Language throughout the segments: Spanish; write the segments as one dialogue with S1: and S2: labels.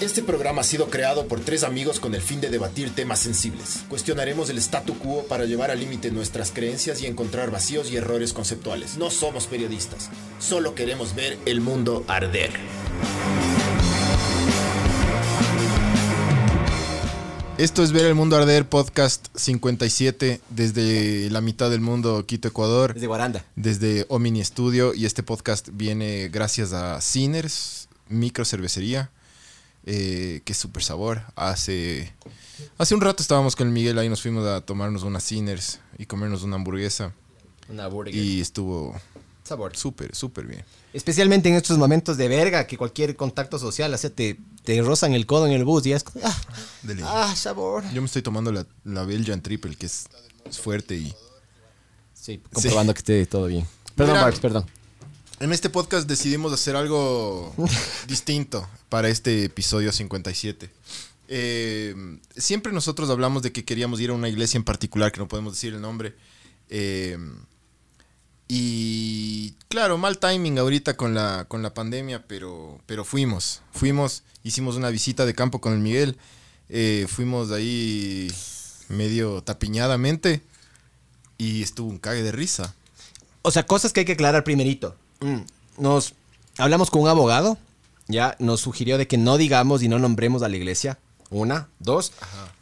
S1: Este programa ha sido creado por tres amigos con el fin de debatir temas sensibles. Cuestionaremos el statu quo para llevar al límite nuestras creencias y encontrar vacíos y errores conceptuales. No somos periodistas, solo queremos ver el mundo arder.
S2: Esto es Ver el Mundo Arder, podcast 57, desde la mitad del mundo, Quito, Ecuador,
S3: Desde Guaranda.
S2: desde Omini Studio. Y este podcast viene gracias a Sinners, micro cervecería, eh, que es súper sabor. Hace, hace un rato estábamos con el Miguel, ahí nos fuimos a tomarnos unas Sinners y comernos una hamburguesa.
S3: Una burger.
S2: Y estuvo
S3: sabor.
S2: súper, súper bien.
S3: Especialmente en estos momentos de verga que cualquier contacto social, o sea, te, te rozan el codo en el bus y es como, ah,
S2: De ley.
S3: ah, sabor.
S2: Yo me estoy tomando la, la Belgian Triple, que es fuerte y...
S3: Sí, comprobando que esté todo bien. Perdón,
S2: Mira.
S3: Marx, perdón.
S2: En este podcast decidimos hacer algo distinto para este episodio 57. Eh, siempre nosotros hablamos de que queríamos ir a una iglesia en particular, que no podemos decir el nombre. Eh, y claro, mal timing ahorita con la, con la pandemia, pero, pero fuimos. Fuimos, hicimos una visita de campo con el Miguel. eh, fuimos ahí medio tapiñadamente y estuvo un cague de risa.
S3: O sea, cosas que hay que aclarar primerito. Mm, Nos hablamos con un abogado, ya nos sugirió de que no digamos y no nombremos a la iglesia. Una, dos,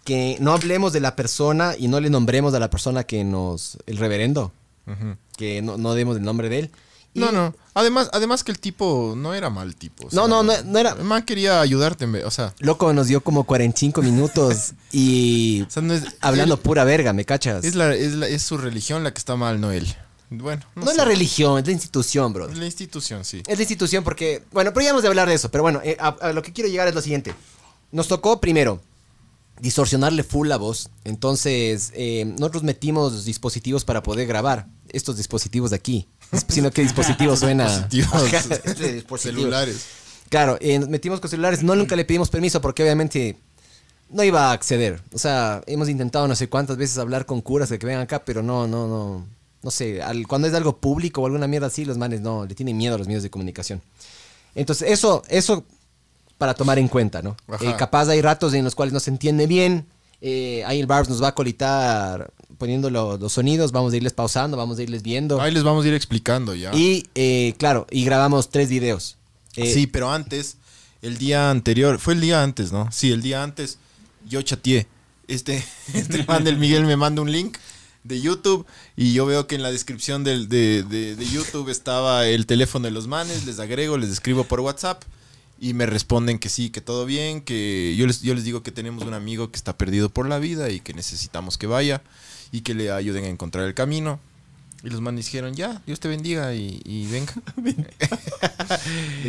S3: que no hablemos de la persona y no le nombremos a la persona que nos, el reverendo, que no, no demos el nombre de él. Y-
S2: No, no. Además, además que el tipo no era mal tipo. o
S3: No,
S2: sea,
S3: no, no, no era.
S2: El man quería ayudarte, en vez- o sea,
S3: Loco, nos dio como 45 minutos y
S2: o sea, no es,
S3: hablando
S2: él-
S3: pura verga, ¿me cachas?
S2: es, la, es, la- es su religión la que está mal, no él. Bueno, no,
S3: no
S2: sé.
S3: es la religión, es la institución, bro.
S2: Es la institución, sí.
S3: Es la institución porque, bueno, pero ya hemos de hablar de eso. Pero bueno, eh, a, a lo que quiero llegar es lo siguiente. Nos tocó primero distorsionarle full la voz. Entonces, eh, nosotros metimos dispositivos para poder grabar estos dispositivos de aquí. Sino que dispositivo suena.
S2: Dispositivos.
S3: Ajá, este dispositivo.
S2: Celulares.
S3: Claro, eh, nos metimos con celulares. No nunca le pedimos permiso porque obviamente no iba a acceder. O sea, hemos intentado no sé cuántas veces hablar con curas de que vengan acá, pero no, no, no. No sé, al- cuando es de algo público o alguna mierda así, los manes no, le tienen miedo a los medios de comunicación. Entonces, eso, eso para tomar en cuenta, ¿no?
S2: Ajá.
S3: Eh, capaz hay ratos en los cuales no se entiende bien. eh, ahí el Barbs nos va a colitar poniendo lo- los sonidos, vamos a irles pausando, vamos a irles viendo.
S2: Ahí les vamos a ir explicando ya.
S3: Y eh, claro, y grabamos tres videos. Eh,
S2: sí, pero antes, el día anterior, fue el día antes, ¿no? Sí, el día antes, yo chateé. Este, este man del Miguel me manda un link de YouTube y yo veo que en la descripción del, de, de- de YouTube estaba el teléfono de los manes, les agrego, les escribo por WhatsApp y me responden que sí, que todo bien, que yo les, yo les digo que tenemos un amigo que está perdido por la vida y que necesitamos que vaya y que le ayuden a encontrar el camino. Y los manes dijeron, ya, Dios te bendiga y, y venga.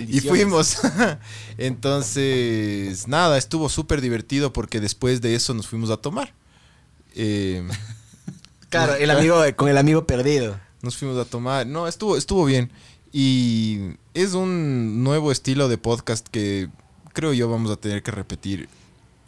S2: Y fuimos. Entonces, nada, estuvo súper divertido porque después de eso nos fuimos a tomar. Eh,
S3: Claro, el amigo con el amigo perdido.
S2: nos fuimos a tomar. No, estuvo, estuvo bien. Y es un nuevo estilo de podcast que creo yo vamos a tener que repetir.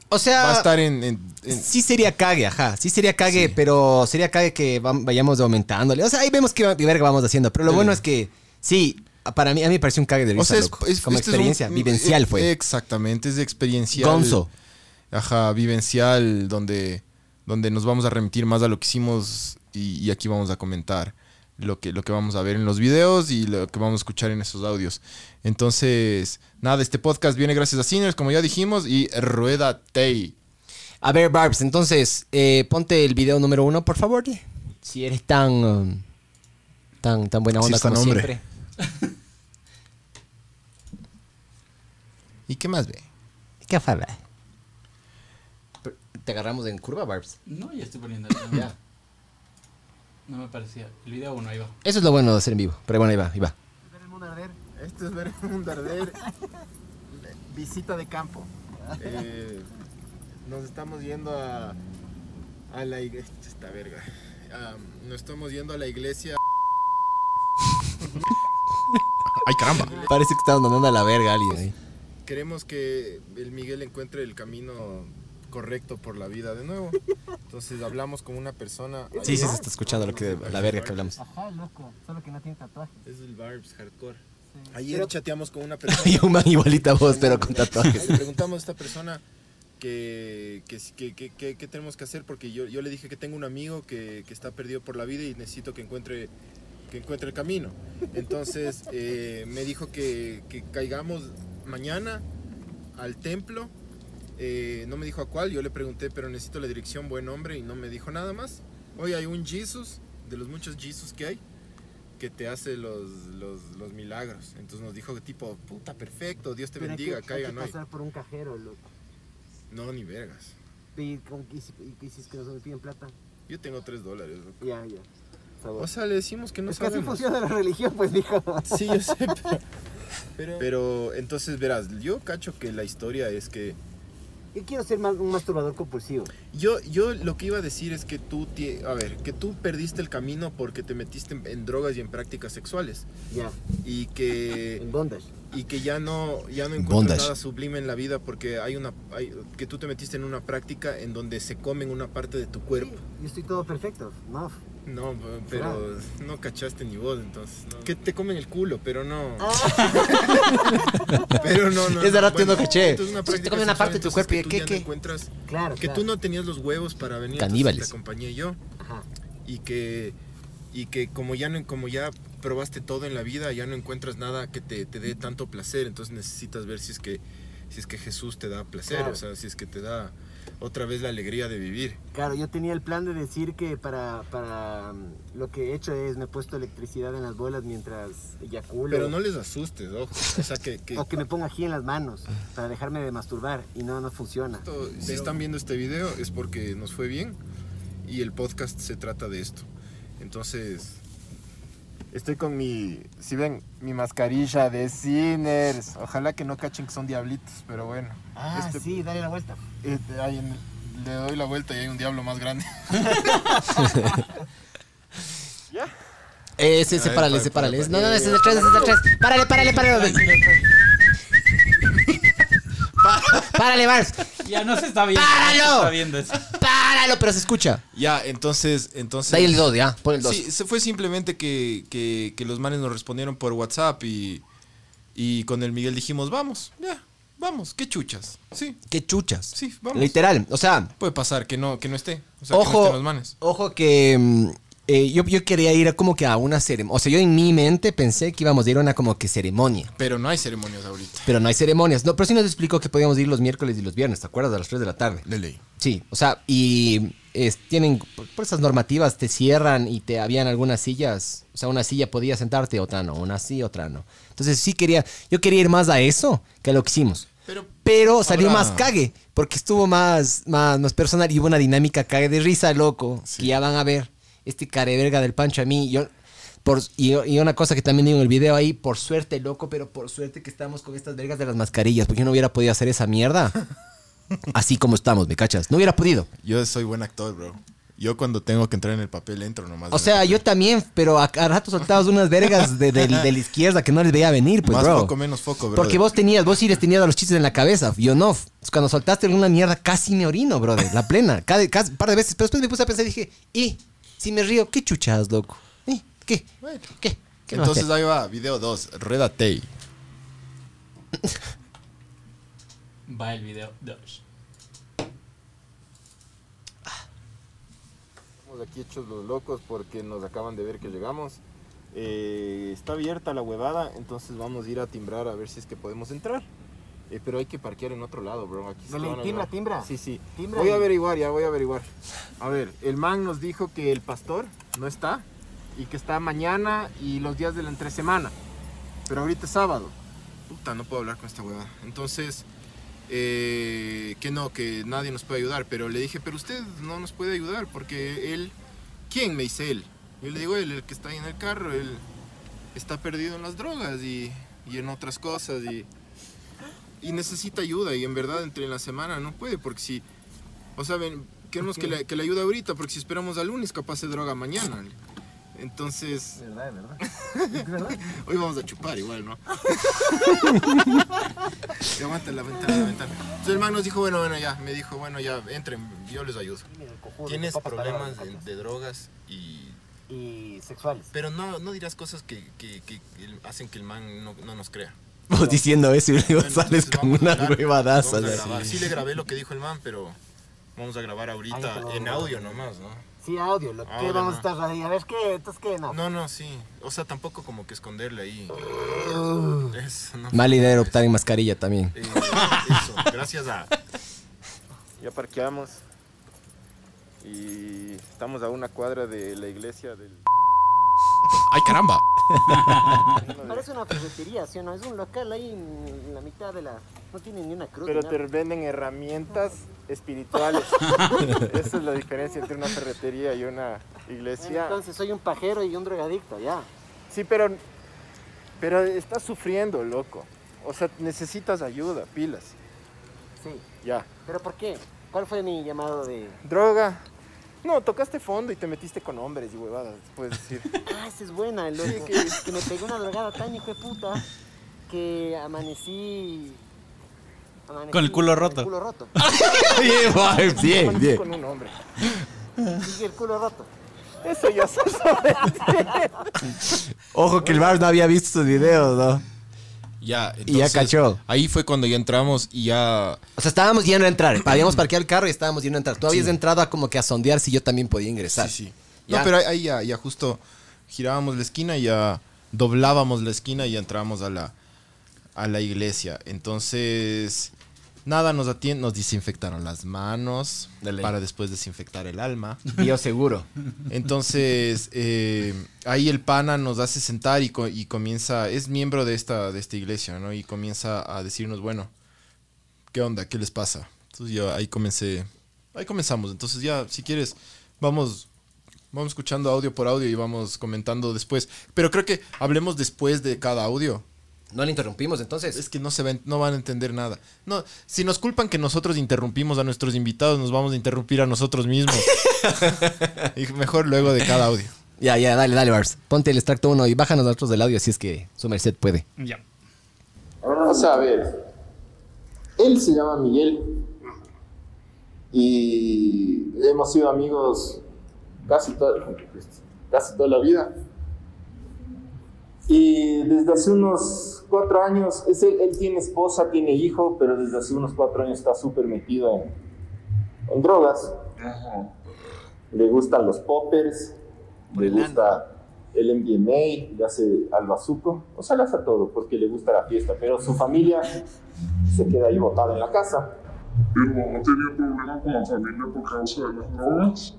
S3: O sea,
S2: Va a estar en... en- en-
S3: sí sería cague, ajá, sí sería cague,
S2: Sí.
S3: pero sería cague que vam- vayamos aumentándole. O sea, ahí vemos qué va- qué verga vamos haciendo, pero lo
S2: Sí.
S3: bueno es que sí, para mí a mí me pareció un cague de risa,
S2: o sea, es-
S3: loco.
S2: es-
S3: como
S2: este es un-
S3: experiencia vivencial fue.
S2: Exactamente, es experiencial.
S3: Gonzo.
S2: Ajá, vivencial, donde, donde nos vamos a remitir más a lo que hicimos y, y aquí vamos a comentar lo que, lo que vamos a ver en los videos y lo que vamos a escuchar en esos audios. Entonces, nada, este podcast viene gracias a Sinners, como ya dijimos, y Rueda Tei.
S3: A ver, Barbs, entonces, eh, ponte el video número uno, por favor. Si eres tan um, tan tan buena
S2: Sí,
S3: onda
S2: está
S3: como
S2: nombre.
S3: siempre.
S2: ¿Y qué más ve?
S3: ¿Qué afada? Pero, Te agarramos en curva, Barbs.
S4: No, ya estoy poniendo. el-
S3: Ya.
S4: No me parecía. El video uno, ahí va.
S3: Eso es lo bueno de hacer en vivo. Pero bueno, ahí va, ahí va.
S5: Ver el mundo arder. Esto es ver el mundo arder. Visita de campo. Eh,
S2: Nos estamos yendo a, a la iglesia. Esta verga. Am, nos estamos yendo a la iglesia. Ay, caramba.
S3: Parece que estamos mandando a la verga a alguien ¿eh? ahí.
S2: Queremos que el Miguel encuentre el camino correcto por la vida de nuevo. Entonces hablamos con una persona.
S3: Sí, sí, se está escuchando lo que, la verga que hablamos.
S5: Ajá, loco. Solo que no tiene tatuaje.
S2: Es el Barbs Hardcore. Ayer
S5: Pero-
S2: chateamos con una persona.
S3: Hay un man igualita a vos, pero con
S2: Le
S3: tatuajes.
S2: preguntamos a esta persona que, que, que- que- que- que tenemos que hacer porque yo, yo le dije que tengo un amigo que, que está perdido por la vida y necesito que encuentre, que encuentre el camino. Entonces eh, me dijo que, que caigamos mañana al templo. Eh, no me dijo a cuál, yo le pregunté, pero necesito la dirección, buen hombre, y no me dijo nada más. Hoy hay un Jesus, de los muchos Jesus que hay, que te hace los, los, los milagros. Entonces nos dijo tipo, puta, perfecto, Dios te
S5: Pero hay que-
S2: bendiga,
S5: hay que
S2: caigan hoy.
S5: pasar por un cajero, loco.
S2: No, ni vergas.
S5: Y, con- y, si- y, y si es que nos piden plata.
S2: Yo tengo 3 dólares. loco.
S5: Ya, ya.
S2: O sea, le decimos que no
S5: es que así
S2: sabemos.
S5: funciona la religión, pues, dijo.
S2: Sí, yo sé. pero- Pero, entonces verás, yo cacho que la historia es que
S5: Yo quiero ser más, un masturbador compulsivo.
S2: yo yo lo que iba a decir es que tú tie- a ver, que tú perdiste el camino porque te metiste en, en drogas y en prácticas sexuales
S5: Ya,
S2: y que
S5: en bondage.
S2: y que ya no ya no encuentras
S6: Bondage.
S2: nada sublime en la vida porque hay una hay- que tú te metiste en una práctica en donde se comen una parte de tu
S5: Sí,
S2: cuerpo.
S5: yo estoy todo perfecto. No.
S2: No, pero no cachaste ni vos, entonces. no. Que te comen el culo, pero no. pero no, no.
S3: Es verdad, yo no caché.
S2: entonces una
S3: Sí, Ah. te
S2: práctica
S3: comen una
S2: sexual,
S3: parte de tu
S2: entonces,
S3: cuerpo,
S2: que
S3: ¿y
S2: tú
S3: qué,
S2: ya no
S3: qué?
S2: encuentras-
S5: Claro,
S2: que
S5: claro.
S2: tú no tenías los huevos para venir. entonces
S3: Caníbales.
S2: Te acompañé yo
S5: Ajá.
S2: y que y que como ya no como ya probaste todo en la vida ya no encuentras nada que te, te dé tanto placer entonces necesitas ver si es que si es que Jesús te da placer
S5: Claro.
S2: o sea si es que te da otra vez la alegría de vivir
S5: Claro, yo tenía el plan de decir que para, para mm, lo que he hecho es me he puesto electricidad en las bolas mientras eyaculo.
S2: pero no les asustes ojo o sea que, que
S5: O que me ponga aquí en las manos para dejarme de masturbar y no, no funciona.
S2: Esto, si están viendo este video es porque nos fue bien y el podcast se trata de esto. Entonces, estoy con mi, si ven, mi mascarilla de Sinners. Ojalá que no cachen que son diablitos, pero bueno.
S5: Ah,
S2: Este-
S5: sí, dale la vuelta.
S2: Este, ahí en- le doy la vuelta y hay un diablo más grande.
S3: Eh, ese, ese, párale, ese, párale. No, no, no, ese es de atrás, ese es de atrás. Párale, párale, párale. Párale, Mars.
S4: Ya no se está viendo.
S3: ¡Páralo!
S4: No se está viendo eso.
S3: Páralo, pero se escucha.
S6: Ya, entonces, entonces.
S3: Dale el 2, ya. Pon el 2.
S6: Sí, se fue simplemente que, que- que los manes nos respondieron por WhatsApp y, y con el Miguel dijimos, vamos, ya, vamos, qué chuchas. Sí,
S3: Qué chuchas.
S6: sí, vamos.
S3: Literal, o sea,
S6: Puede pasar que no, que no esté. O sea, que no
S3: ojo,
S6: estén los manes.
S3: ojo que mm, eh, yo, yo quería ir a como que a una ceremonia. O sea, yo en mi mente pensé que íbamos a ir a una como que ceremonia.
S6: Pero no hay ceremonias ahorita.
S3: Pero no hay ceremonias. No, pero sí nos explicó que podíamos ir los miércoles y los viernes, ¿te acuerdas? A las 3 de la tarde.
S6: De ley.
S3: Sí, o sea, y es- tienen, por, por esas normativas te cierran y te habían algunas sillas, o sea, una silla podía sentarte, otra no, una sí, otra no. Entonces sí quería, yo quería ir más a eso que a lo que hicimos.
S6: Pero,
S3: Pero salió
S6: Ahora-
S3: más cague, porque estuvo más, más, más personal y hubo una dinámica cague de risa, loco, que ya van a ver. Este careverga del Pancho a mí, yo... Por, y, y una cosa que también digo en el video ahí, por suerte, loco, pero por suerte que estamos con estas vergas de las mascarillas, porque yo no hubiera podido hacer esa mierda. Así como estamos, ¿me cachas? No hubiera podido.
S6: yo soy buen actor, bro. Yo cuando tengo que entrar en el papel entro nomás.
S3: O sea, yo también, pero a, a rato soltabas unas vergas de, de- de la izquierda que no les veía venir, pues,
S6: Más
S3: bro.
S6: foco, menos foco, brother.
S3: Porque vos tenías, vos sí les tenías a los chistes en la cabeza, yo no. Pues Cuando soltaste alguna mierda, casi me orino, brother, la plena. Cada, cada- un par de veces, pero después me puse a pensar y dije, ¿y si me río? ¿Qué chuchas, loco? ¿Y ¿Qué?
S6: Bueno.
S3: ¿Qué? ¿Qué no
S6: Entonces
S3: hacer?
S6: ahí va, video 2, Redate.
S4: Va el video 2.
S2: Estamos aquí hechos los locos porque nos acaban de ver que llegamos. Eh, está abierta la huevada, entonces vamos a ir a timbrar a ver si es que podemos entrar. Eh, pero hay que parquear en otro lado, bro. Aquí se
S5: Dale,
S2: van a
S5: timbra,
S2: llevar.
S5: timbra.
S2: Sí, sí.
S5: Timbra
S2: voy a
S5: y-
S2: averiguar, ya voy a averiguar. A ver, el man nos dijo que el pastor no está y que está mañana y los días de la entresemana. Pero ahorita es sábado. Puta, no puedo hablar con esta huevada. Entonces, eh, que no, que nadie nos puede ayudar. Pero le dije, pero usted no nos puede ayudar porque él... ¿Quién? Me dice él. Yo le digo, él, el que está ahí en el carro, él está perdido en las drogas y, y en otras cosas y, y necesita ayuda y en verdad entre la semana no puede porque si, o sea, ven, queremos que le, que le ayude ahorita porque si esperamos al lunes capaz se droga mañana. Entonces,
S5: verdad, es verdad.
S2: hoy vamos a chupar igual, ¿no? Y aguanta la ventana, la ventana. Entonces el man nos dijo, bueno, bueno, ya, me dijo, bueno, ya, entren, yo les ayudo. Tienes problemas de, de drogas y
S5: Y sexuales.
S2: Pero no, no dirás cosas que, que- que el- hacen que el man no, no nos crea.
S3: Vos diciendo eso y luego
S2: Bueno,
S3: sales
S2: entonces
S3: con
S2: vamos a
S3: una
S2: grabar,
S3: huevadaza.
S2: vamos a
S3: así.
S2: grabar. Sí. le grabé lo que dijo el man, pero vamos a grabar ahorita
S5: Ahí está.
S2: en audio nomás, Ah, ¿no?
S5: Sí, audio, lo
S2: Audio,
S5: que vamos a
S2: ¿no?
S5: estar ahí. A ver, ¿qué? Entonces, ¿qué? No.
S2: No, no, sí. O sea, tampoco como que esconderle ahí. Eso, no.
S3: Mala idea era optar en mascarilla también.
S2: Eh, eso, gracias a...
S7: Ya parqueamos y estamos a una cuadra de la iglesia del...
S6: ¡Ay, caramba!
S5: pues, Parece una ferretería, ¿sí o no? Es un local ahí en en la mitad de la... No tiene ni una cruz.
S7: Pero
S5: ni
S7: te
S5: nada.
S7: venden herramientas espirituales. Esa es la diferencia entre una ferretería y una
S5: Bueno,
S7: iglesia.
S5: entonces soy un pajero y un drogadicto, ya.
S7: Sí, pero, pero estás sufriendo, loco. O sea, necesitas ayuda, pilas.
S5: Sí.
S7: Ya.
S5: ¿Pero por qué? ¿Cuál fue mi llamado de...?
S7: Droga. No, tocaste fondo y te metiste con hombres y huevadas, puedes decir.
S5: Ah, esa es buena, loco. que, me pegó una drogada tan hijo de puta que amanecí... amanecí
S4: Con el culo roto.
S5: el culo roto.
S3: bien, Juan, bien,
S6: Eh,
S7: Amanecí
S3: bien.
S7: con un hombre.
S5: Dije el culo roto.
S7: Eso ya se
S3: Ojo que el Barbs no había visto sus videos, ¿no?
S6: Ya,
S3: Y ya
S6: Ah, entonces,
S3: cachó.
S6: Ahí fue cuando ya entramos y ya...
S3: O sea, estábamos yendo a entrar. Habíamos parqueado el carro y estábamos yendo a entrar. Tú habías entrado a como que a sondear si yo también podía ingresar.
S6: Sí, sí.
S3: Ya.
S6: No, pero ahí- ahí ya, ya justo girábamos la esquina y ya doblábamos la esquina y ya entrábamos a la, a la iglesia. Entonces, nada, nos, atien- nos desinfectaron las manos
S3: Dale.
S6: para después desinfectar el alma.
S3: seguro.
S6: Entonces, eh, ahí el pana nos hace sentar y, co- y comienza, es miembro de esta, de esta iglesia, ¿no? Y comienza a decirnos, bueno, ¿qué onda? ¿Qué les pasa? Entonces yo ahí comencé, ahí comenzamos. Entonces ya, si quieres, vamos, vamos escuchando audio por audio y vamos comentando después. Pero creo que hablemos después de cada audio.
S3: No le interrumpimos entonces.
S6: Es que no se ven, no van a entender nada. No, si nos culpan que nosotros interrumpimos a nuestros invitados, nos vamos a interrumpir a nosotros mismos. y mejor luego de cada audio.
S3: Ya, ya, dale, dale, Barbs. Ponte el extracto 1 y bájanos nosotros del audio si es que su merced puede.
S4: Ya.
S7: O sea, a ver, él se llama Miguel y hemos sido amigos casi toda, casi toda la vida. Y desde hace unos cuatro años, es él, él tiene esposa, tiene hijo, pero desde hace unos cuatro años está súper metido en, en drogas. Le gustan los poppers, le gusta el MDMA, le hace al bazuco, o sea, le hace a todo porque le gusta la fiesta, pero su familia se queda ahí botada en la casa.
S8: Mi mamá tenía problemas con la familia por causa de las drogas.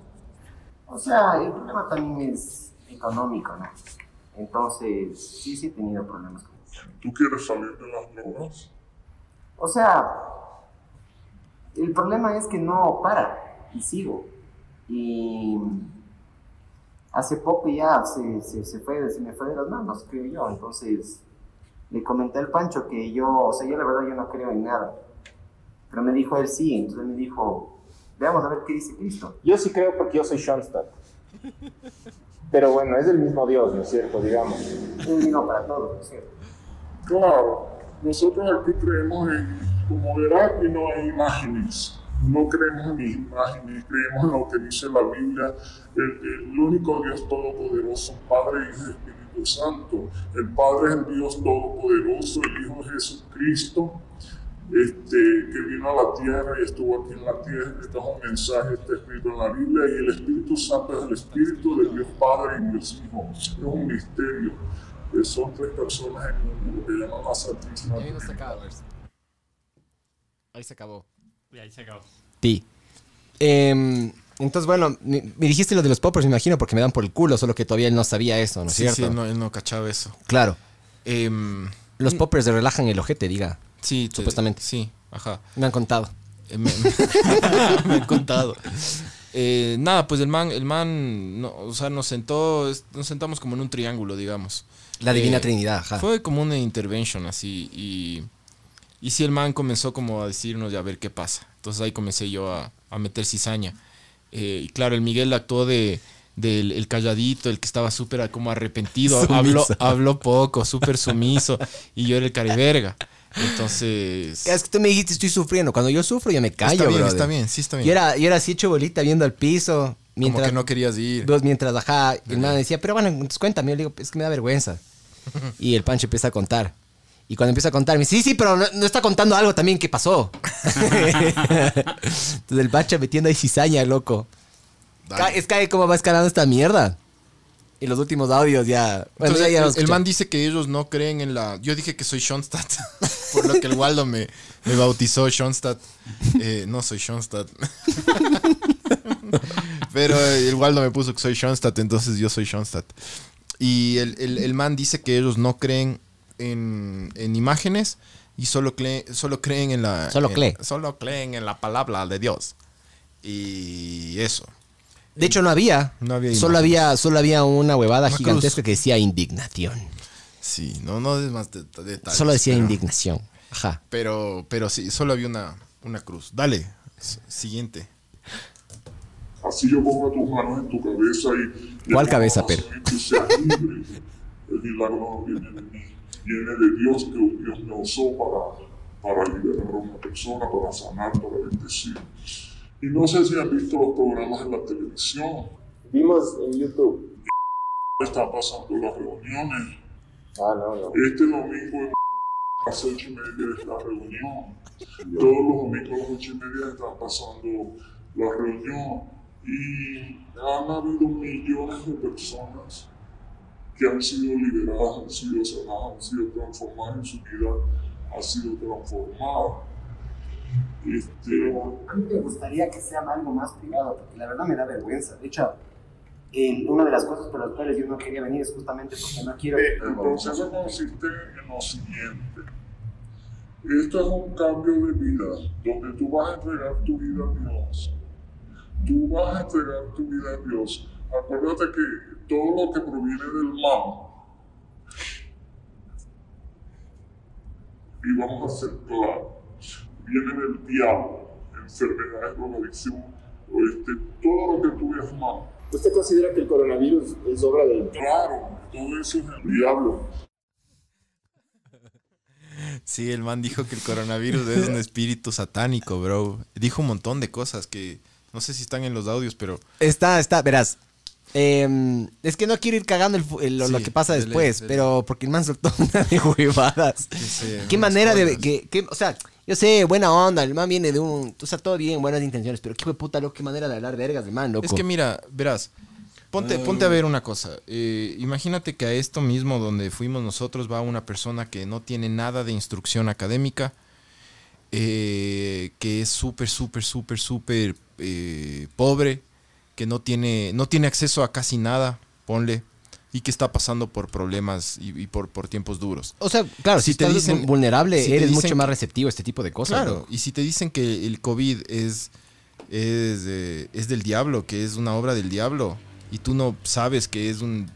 S5: O sea, el problema también es económico, ¿no? Entonces, sí, sí he tenido problemas con eso.
S8: ¿Tú quieres salir de las drogas?
S5: O sea, el problema es que no para y sigo. Y hace poco ya se, se, se fue, se me fue de las manos, creo yo. Entonces, le comenté al Pancho que yo, o sea, yo la verdad yo no creo en nada. Pero me dijo él sí, entonces me dijo, veamos a ver qué dice Cristo.
S7: Yo sí creo porque yo soy Schoenstatt. Pero bueno, es el mismo Dios, ¿no es cierto? Digamos.
S5: Él vino para todo, ¿no es cierto?
S8: Claro, nosotros aquí creemos en comodidad y no en imágenes. No creemos en imágenes, creemos en lo que dice la Biblia, el, el único Dios todopoderoso, Padre y Espíritu Santo. El Padre es el Dios todopoderoso, el Hijo es Jesucristo, este, que vino a la tierra y estuvo aquí en la tierra. Este es un mensaje, está escrito en la Biblia. Y el Espíritu Santo es el Espíritu de Dios Padre y Dios Hijo. Es un misterio. Eh, Son tres personas en uno, lo que llaman la Santísima
S3: Ahí se acabó.
S4: Y ahí se acabó.
S3: Ti. Em, entonces, bueno, me, me dijiste lo de los poppers, me imagino, porque me dan por el culo, solo que todavía él no sabía eso, ¿no Mm. es
S6: sí,
S3: cierto?
S6: sí, no, él no cachaba eso.
S3: Claro.
S6: Em,
S3: Los poppers le relajan el ojete, diga.
S6: sí, te-
S3: Supuestamente.
S6: Sí, ajá.
S3: Me han contado.
S6: Eh, Me, me han contado. Eh, nada, pues el man, el man, no, o sea, nos sentó, es- nos sentamos como en un triángulo, digamos.
S3: La Divina
S6: Eh,
S3: Trinidad, ajá.
S6: Fue como una intervention así y... Y sí, el man comenzó como a decirnos, ya a ver qué pasa. Entonces ahí comencé yo a, a meter cizaña. Eh, y claro, el Miguel actuó de del el calladito, el que estaba súper como arrepentido.
S3: Sumiso.
S6: Habló, habló poco, súper sumiso. y yo era el cariberga. Entonces...
S3: Es que tú me dijiste estoy sufriendo. Cuando yo sufro, yo me callo,
S6: está bien,
S3: brother.
S6: está bien, sí está bien.
S3: Yo era, yo era así hecho bolita viendo al piso.
S6: Como
S3: mientras,
S6: que no querías ir.
S3: dos, mientras ajá, y el man decía, pero bueno, entonces cuéntame. Yo le digo, es que me da vergüenza. Y el Pancho empieza a contar. Y cuando empieza a contar, me dice, sí, sí, pero no, no está contando algo también que pasó. entonces el Pancho metiendo ahí cizaña, loco.
S6: Dale.
S3: Ca- Es que cómo va escalando esta mierda. Y los últimos audios ya. Bueno,
S6: Entonces,
S3: ya- ya
S6: el-
S3: los
S6: el,
S3: escuchamos.
S6: man dice que ellos no creen en la. Yo dije que soy Schoenstatt, por lo que el Waldo me, me bautizó Schoenstatt. Eh, no soy Schoenstatt. Pero eh, el Waldo me puso que soy Schoenstatt, entonces yo soy Schoenstatt. Y el, el- el man dice que ellos no creen en, en imágenes y solo, cle- solo creen en la.
S3: Solo
S6: en-
S3: cree.
S6: solo creen en la palabra de Dios. Y eso.
S3: De hecho, no había.
S6: No había
S3: solo,
S6: imágenes.
S3: había solo había una huevada
S6: Una
S3: gigantesca
S6: cruz.
S3: que decía indignación.
S6: Sí, no, no es más de- detalles.
S3: solo decía
S6: pero-
S3: indignación. Ajá.
S6: Pero, pero sí, solo había una, una cruz. Dale, s- siguiente.
S8: Así yo pongo tus manos en tu cabeza y...
S3: ¿Cuál
S8: y
S3: cabeza,
S8: vas a
S3: Pedro?
S8: ver que seas libre. El milagro no viene de mí, viene de Dios que Dios me usó para, para liberar a una persona, para sanar, para bendecir. Y no sé si han visto los programas en la televisión.
S7: Vimos en YouTube.
S8: Están pasando las reuniones.
S7: Ah, no, no.
S8: Este domingo en a las ocho y media es la reunión. Todos los domingos a las ocho y media están pasando la reunión. Y han habido millones de personas que han sido liberadas, han sido sanadas, han sido transformadas en su vida, ha sido transformada. Este,
S5: A mí me gustaría que sea algo más privado, porque la verdad me da vergüenza. De hecho, eh, una de las cosas por las cuales yo no quería venir es justamente porque no quiero...
S8: El proceso consiste en lo siguiente. Esto es un cambio de vida, donde tú vas a entregar tu vida a Dios. Tú vas a entregar tu vida a Dios. Acuérdate que todo lo que proviene del mal, y vamos a ser claros, viene del diablo, enfermedades, drogadicción, o este, todo lo que tú veas mal.
S7: ¿Usted considera que el coronavirus es obra del...
S8: Claro, todo eso es el diablo.
S6: Sí, el man dijo que el coronavirus es un espíritu satánico, bro. Dijo un montón de cosas que no sé si están en los audios, pero
S3: Está, está, verás. Em, es que no quiero ir cagando el fu- el- lo, lo
S6: Sí,
S3: que pasa
S6: dele,
S3: después,
S6: dele.
S3: pero porque el man soltó una de huevadas.
S6: se-
S3: Qué
S6: unas
S3: manera de.
S6: cosas.
S3: Que, que- o sea, yo sé, buena onda, el man viene de un. O sea, todo bien, buenas intenciones, pero qué hijo de puta, loco, qué manera de hablar vergas, el man, loco.
S6: Es que mira, verás, ponte, ponte a ver una cosa. Eh, imagínate que a esto mismo donde fuimos nosotros va una persona que no tiene nada de instrucción académica, eh, que es súper, súper, súper, súper eh, pobre, que no tiene, no tiene acceso a casi nada, ponle, y que está pasando por problemas y, y por, por tiempos duros.
S3: o sea, claro, si,
S6: si te
S3: estás
S6: dicen-
S3: vulnerable,
S6: si te
S3: eres
S6: dicen
S3: mucho más
S6: que-
S3: receptivo a este tipo de cosas.
S6: Claro,
S3: loco.
S6: y si te dicen que el COVID es, es, eh, es del diablo, que es una obra del diablo, y tú no sabes que es un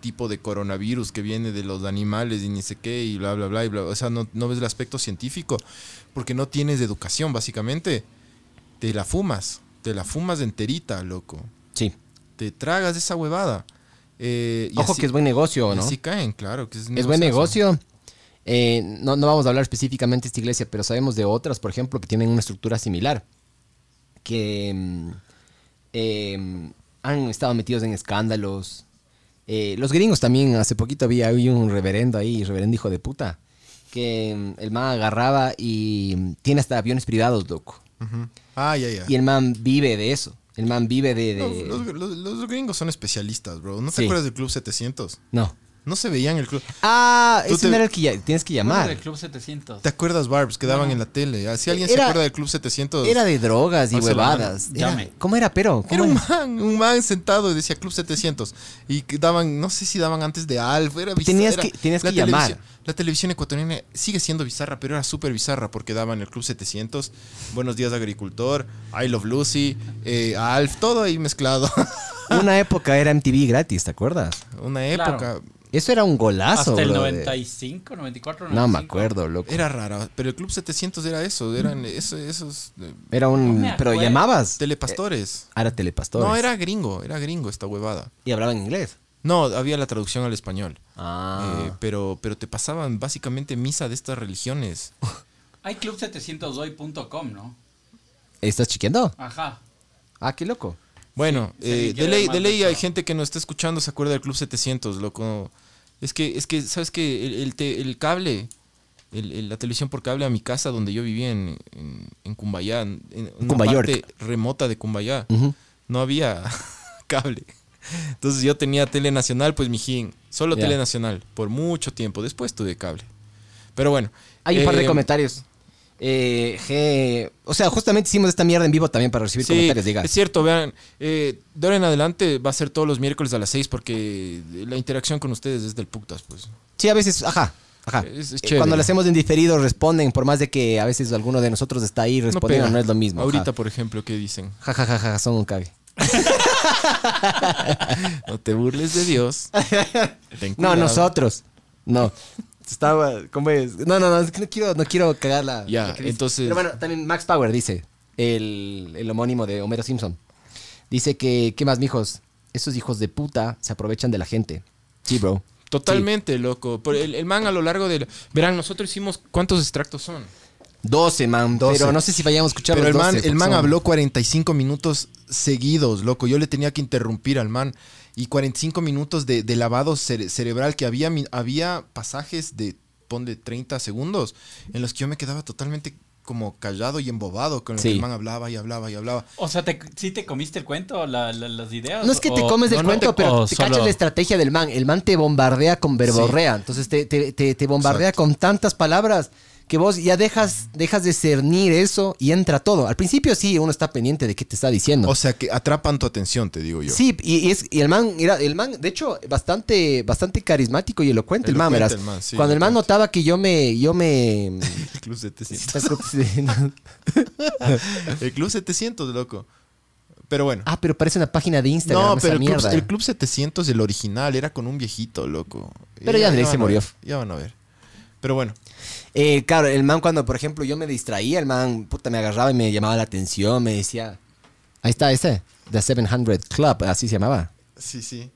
S6: tipo de coronavirus que viene de los animales y ni sé qué, y bla, bla, bla, y bla, o sea, no, no ves el aspecto científico, porque no tienes educación, básicamente. Te la fumas, te la fumas enterita, loco.
S3: Sí.
S6: Te tragas esa huevada. Eh, y
S3: Ojo
S6: así-
S3: que es buen negocio,
S6: y
S3: ¿no?
S6: así caen, claro. Que es,
S3: Es buen
S6: negociazo.
S3: negocio. Eh, no, no vamos a hablar específicamente de esta iglesia, pero sabemos de otras, por ejemplo, que tienen una estructura similar. Que mm, eh, han estado metidos en escándalos. Eh, los gringos también, hace poquito había, había un reverendo ahí, reverendo hijo de puta, que mm, el man agarraba y mm, tiene hasta aviones privados, loco.
S6: Ujú. Ah, ya, ya.
S3: Y el man vive de eso. El man vive de... de-
S6: Los, los- los- los gringos son especialistas, bro. ¿No te
S3: Eh, Sí.
S6: acuerdas del Club 700?
S3: No.
S6: No se veían el club.
S3: Ah,
S6: Tú
S3: ese
S6: te-
S3: no era el que ya- tienes que
S4: Uno
S3: llamar.
S4: del Club 700.
S6: ¿Te acuerdas, Barbs? Que daban en la tele. Ah, Si alguien se
S3: Era-
S6: acuerda del Club 700.
S3: Era de drogas y
S6: Barcelona.
S3: huevadas. Era-
S4: Llame.
S3: ¿Cómo era, pero? ¿Cómo
S6: Era un
S3: era?
S6: man, un man sentado y decía Club 700. Y que daban, no sé si daban antes de Alf. Era bizarra.
S3: Tenías
S6: era-
S3: que- tenías
S6: la
S3: que llamar.
S6: televisión- La televisión ecuatoriana sigue siendo bizarra, pero era súper bizarra porque daban el Club 700, Buenos Días Agricultor, I Love Lucy, eh, Alf, todo ahí mezclado.
S3: Una época era MTV gratis, ¿te acuerdas?
S6: Una
S4: Claro.
S6: época.
S3: Eso era un golazo,
S4: Hasta el
S3: brother.
S4: 95, 94,
S3: No
S4: 95.
S3: me acuerdo, loco.
S6: Era rara, pero el Club 700 era eso, eran eso- esos eh,
S3: Era
S4: No
S3: un...
S4: me
S3: pero
S4: acuerdo.
S3: llamabas.
S6: telepastores.
S3: Ahora telepastores.
S6: No, era gringo, era gringo esta huevada.
S3: Y hablaban inglés.
S6: No, había la traducción al español. Eh,
S3: Ah.
S6: pero, pero te pasaban básicamente misa de estas religiones.
S4: Hay club700hoy.com, ¿no?
S3: ¿Estás chequeando?
S4: Ajá.
S3: Ah, qué loco.
S6: Bueno,
S4: Sí, sí,
S6: eh,
S4: ya
S6: de,
S4: era
S6: ley,
S4: más
S6: de ley
S4: de
S6: hay
S4: eso.
S6: gente que nos está escuchando, se acuerda del Club 700, loco. Es que, es que ¿sabes que El, el te- el cable, el- el- la televisión por cable a mi casa donde yo vivía en, en, en Cumbayá, en en una
S3: Cumbayorc.
S6: parte remota de Cumbayá,
S3: Ujú.
S6: no había cable. Entonces yo tenía tele nacional, pues mijín, solo
S3: Ya.
S6: tele nacional, por mucho tiempo. Después tuve cable. Pero bueno.
S3: Hay un par de
S6: eh,
S3: comentarios. Eh, G- O sea, justamente hicimos esta mierda en vivo también para recibir comentarios, diga.
S6: Es cierto, vean. eh, de ahora en adelante va a ser todos los miércoles a las 6 porque la interacción con ustedes es del putas, pues.
S3: Sí, a veces, ajá. Ajá.
S6: Es- es
S3: Eh,
S6: chévere.
S3: Cuando lo hacemos en diferido responden, por más de que a veces alguno de nosotros está ahí respondiendo,
S6: pega.
S3: no, es lo mismo.
S6: Ahorita,
S3: ajá.
S6: por ejemplo, ¿qué dicen?
S3: Ja, ja, ja, ja, son un cague.
S6: No te burles de Dios. Ten
S3: No,
S6: cuidado.
S3: nosotros. No. Estaba, ¿cómo es? No, no, no, es que no quiero, no quiero cagar la.
S6: Ya,
S3: la que dice.
S6: entonces-
S3: Pero bueno, también Max Power dice, el, el homónimo de Homero Simpson. Dice que, ¿qué más, mijos? Esos hijos de puta se aprovechan de la gente. Sí, bro.
S6: Totalmente, loco. Por el, el man a lo largo de... la- Verán, nosotros hicimos... ¿Cuántos extractos son?
S3: 12, man.
S6: 12.
S3: Pero no sé si vayamos a escuchar
S6: Pero
S3: los
S6: el man,
S3: 12,
S6: el man
S3: porque son-
S6: habló 45 minutos seguidos, loco. Yo le tenía que interrumpir al man. Y 45 minutos de, de lavado cere- cerebral que había, mi- había pasajes de, ponle, 30 segundos en los que yo me quedaba totalmente como callado y embobado con lo que
S3: Sí.
S6: el man hablaba y hablaba y hablaba.
S4: O sea, te, ¿sí te comiste el cuento, la- la- las ideas?
S3: No es que te
S4: o-
S3: comes del
S4: no, no
S3: cuento,
S4: te-
S3: pero
S4: o
S3: te
S4: solo-
S3: cachas la estrategia del man. El man te bombardea con verborrea. Entonces te, te- te- te bombardea con tantas palabras que vos ya dejas, dejas de cernir eso y entra todo. Al principio sí, uno está pendiente de qué te está diciendo.
S6: O sea, que atrapan tu atención, te digo yo.
S3: Sí, y, y es, y el man, era, el man, de hecho, bastante, bastante carismático y elocuente, el man,
S6: Elocuente
S3: verás.
S6: el man, sí,
S3: Cuando el man
S6: elocuente.
S3: notaba que yo me, yo me...
S6: El Club 700.
S3: Sí, no.
S6: El Club 700, loco. Pero bueno.
S3: ah, pero parece una página de Instagram.
S6: no,
S3: esa
S6: pero el club,
S3: mierda.
S6: el Club 700, el original, era con un viejito, loco.
S3: Pero ya de ley
S6: van
S3: se
S6: a
S3: murió.
S6: ver, Ya van a ver. Pero bueno.
S3: Eh, claro, el man cuando, por ejemplo, yo me distraía, el man, puta, me agarraba y me llamaba la atención, me decía... Ahí está, ese, The 700 Club, así se llamaba.
S6: Sí, sí.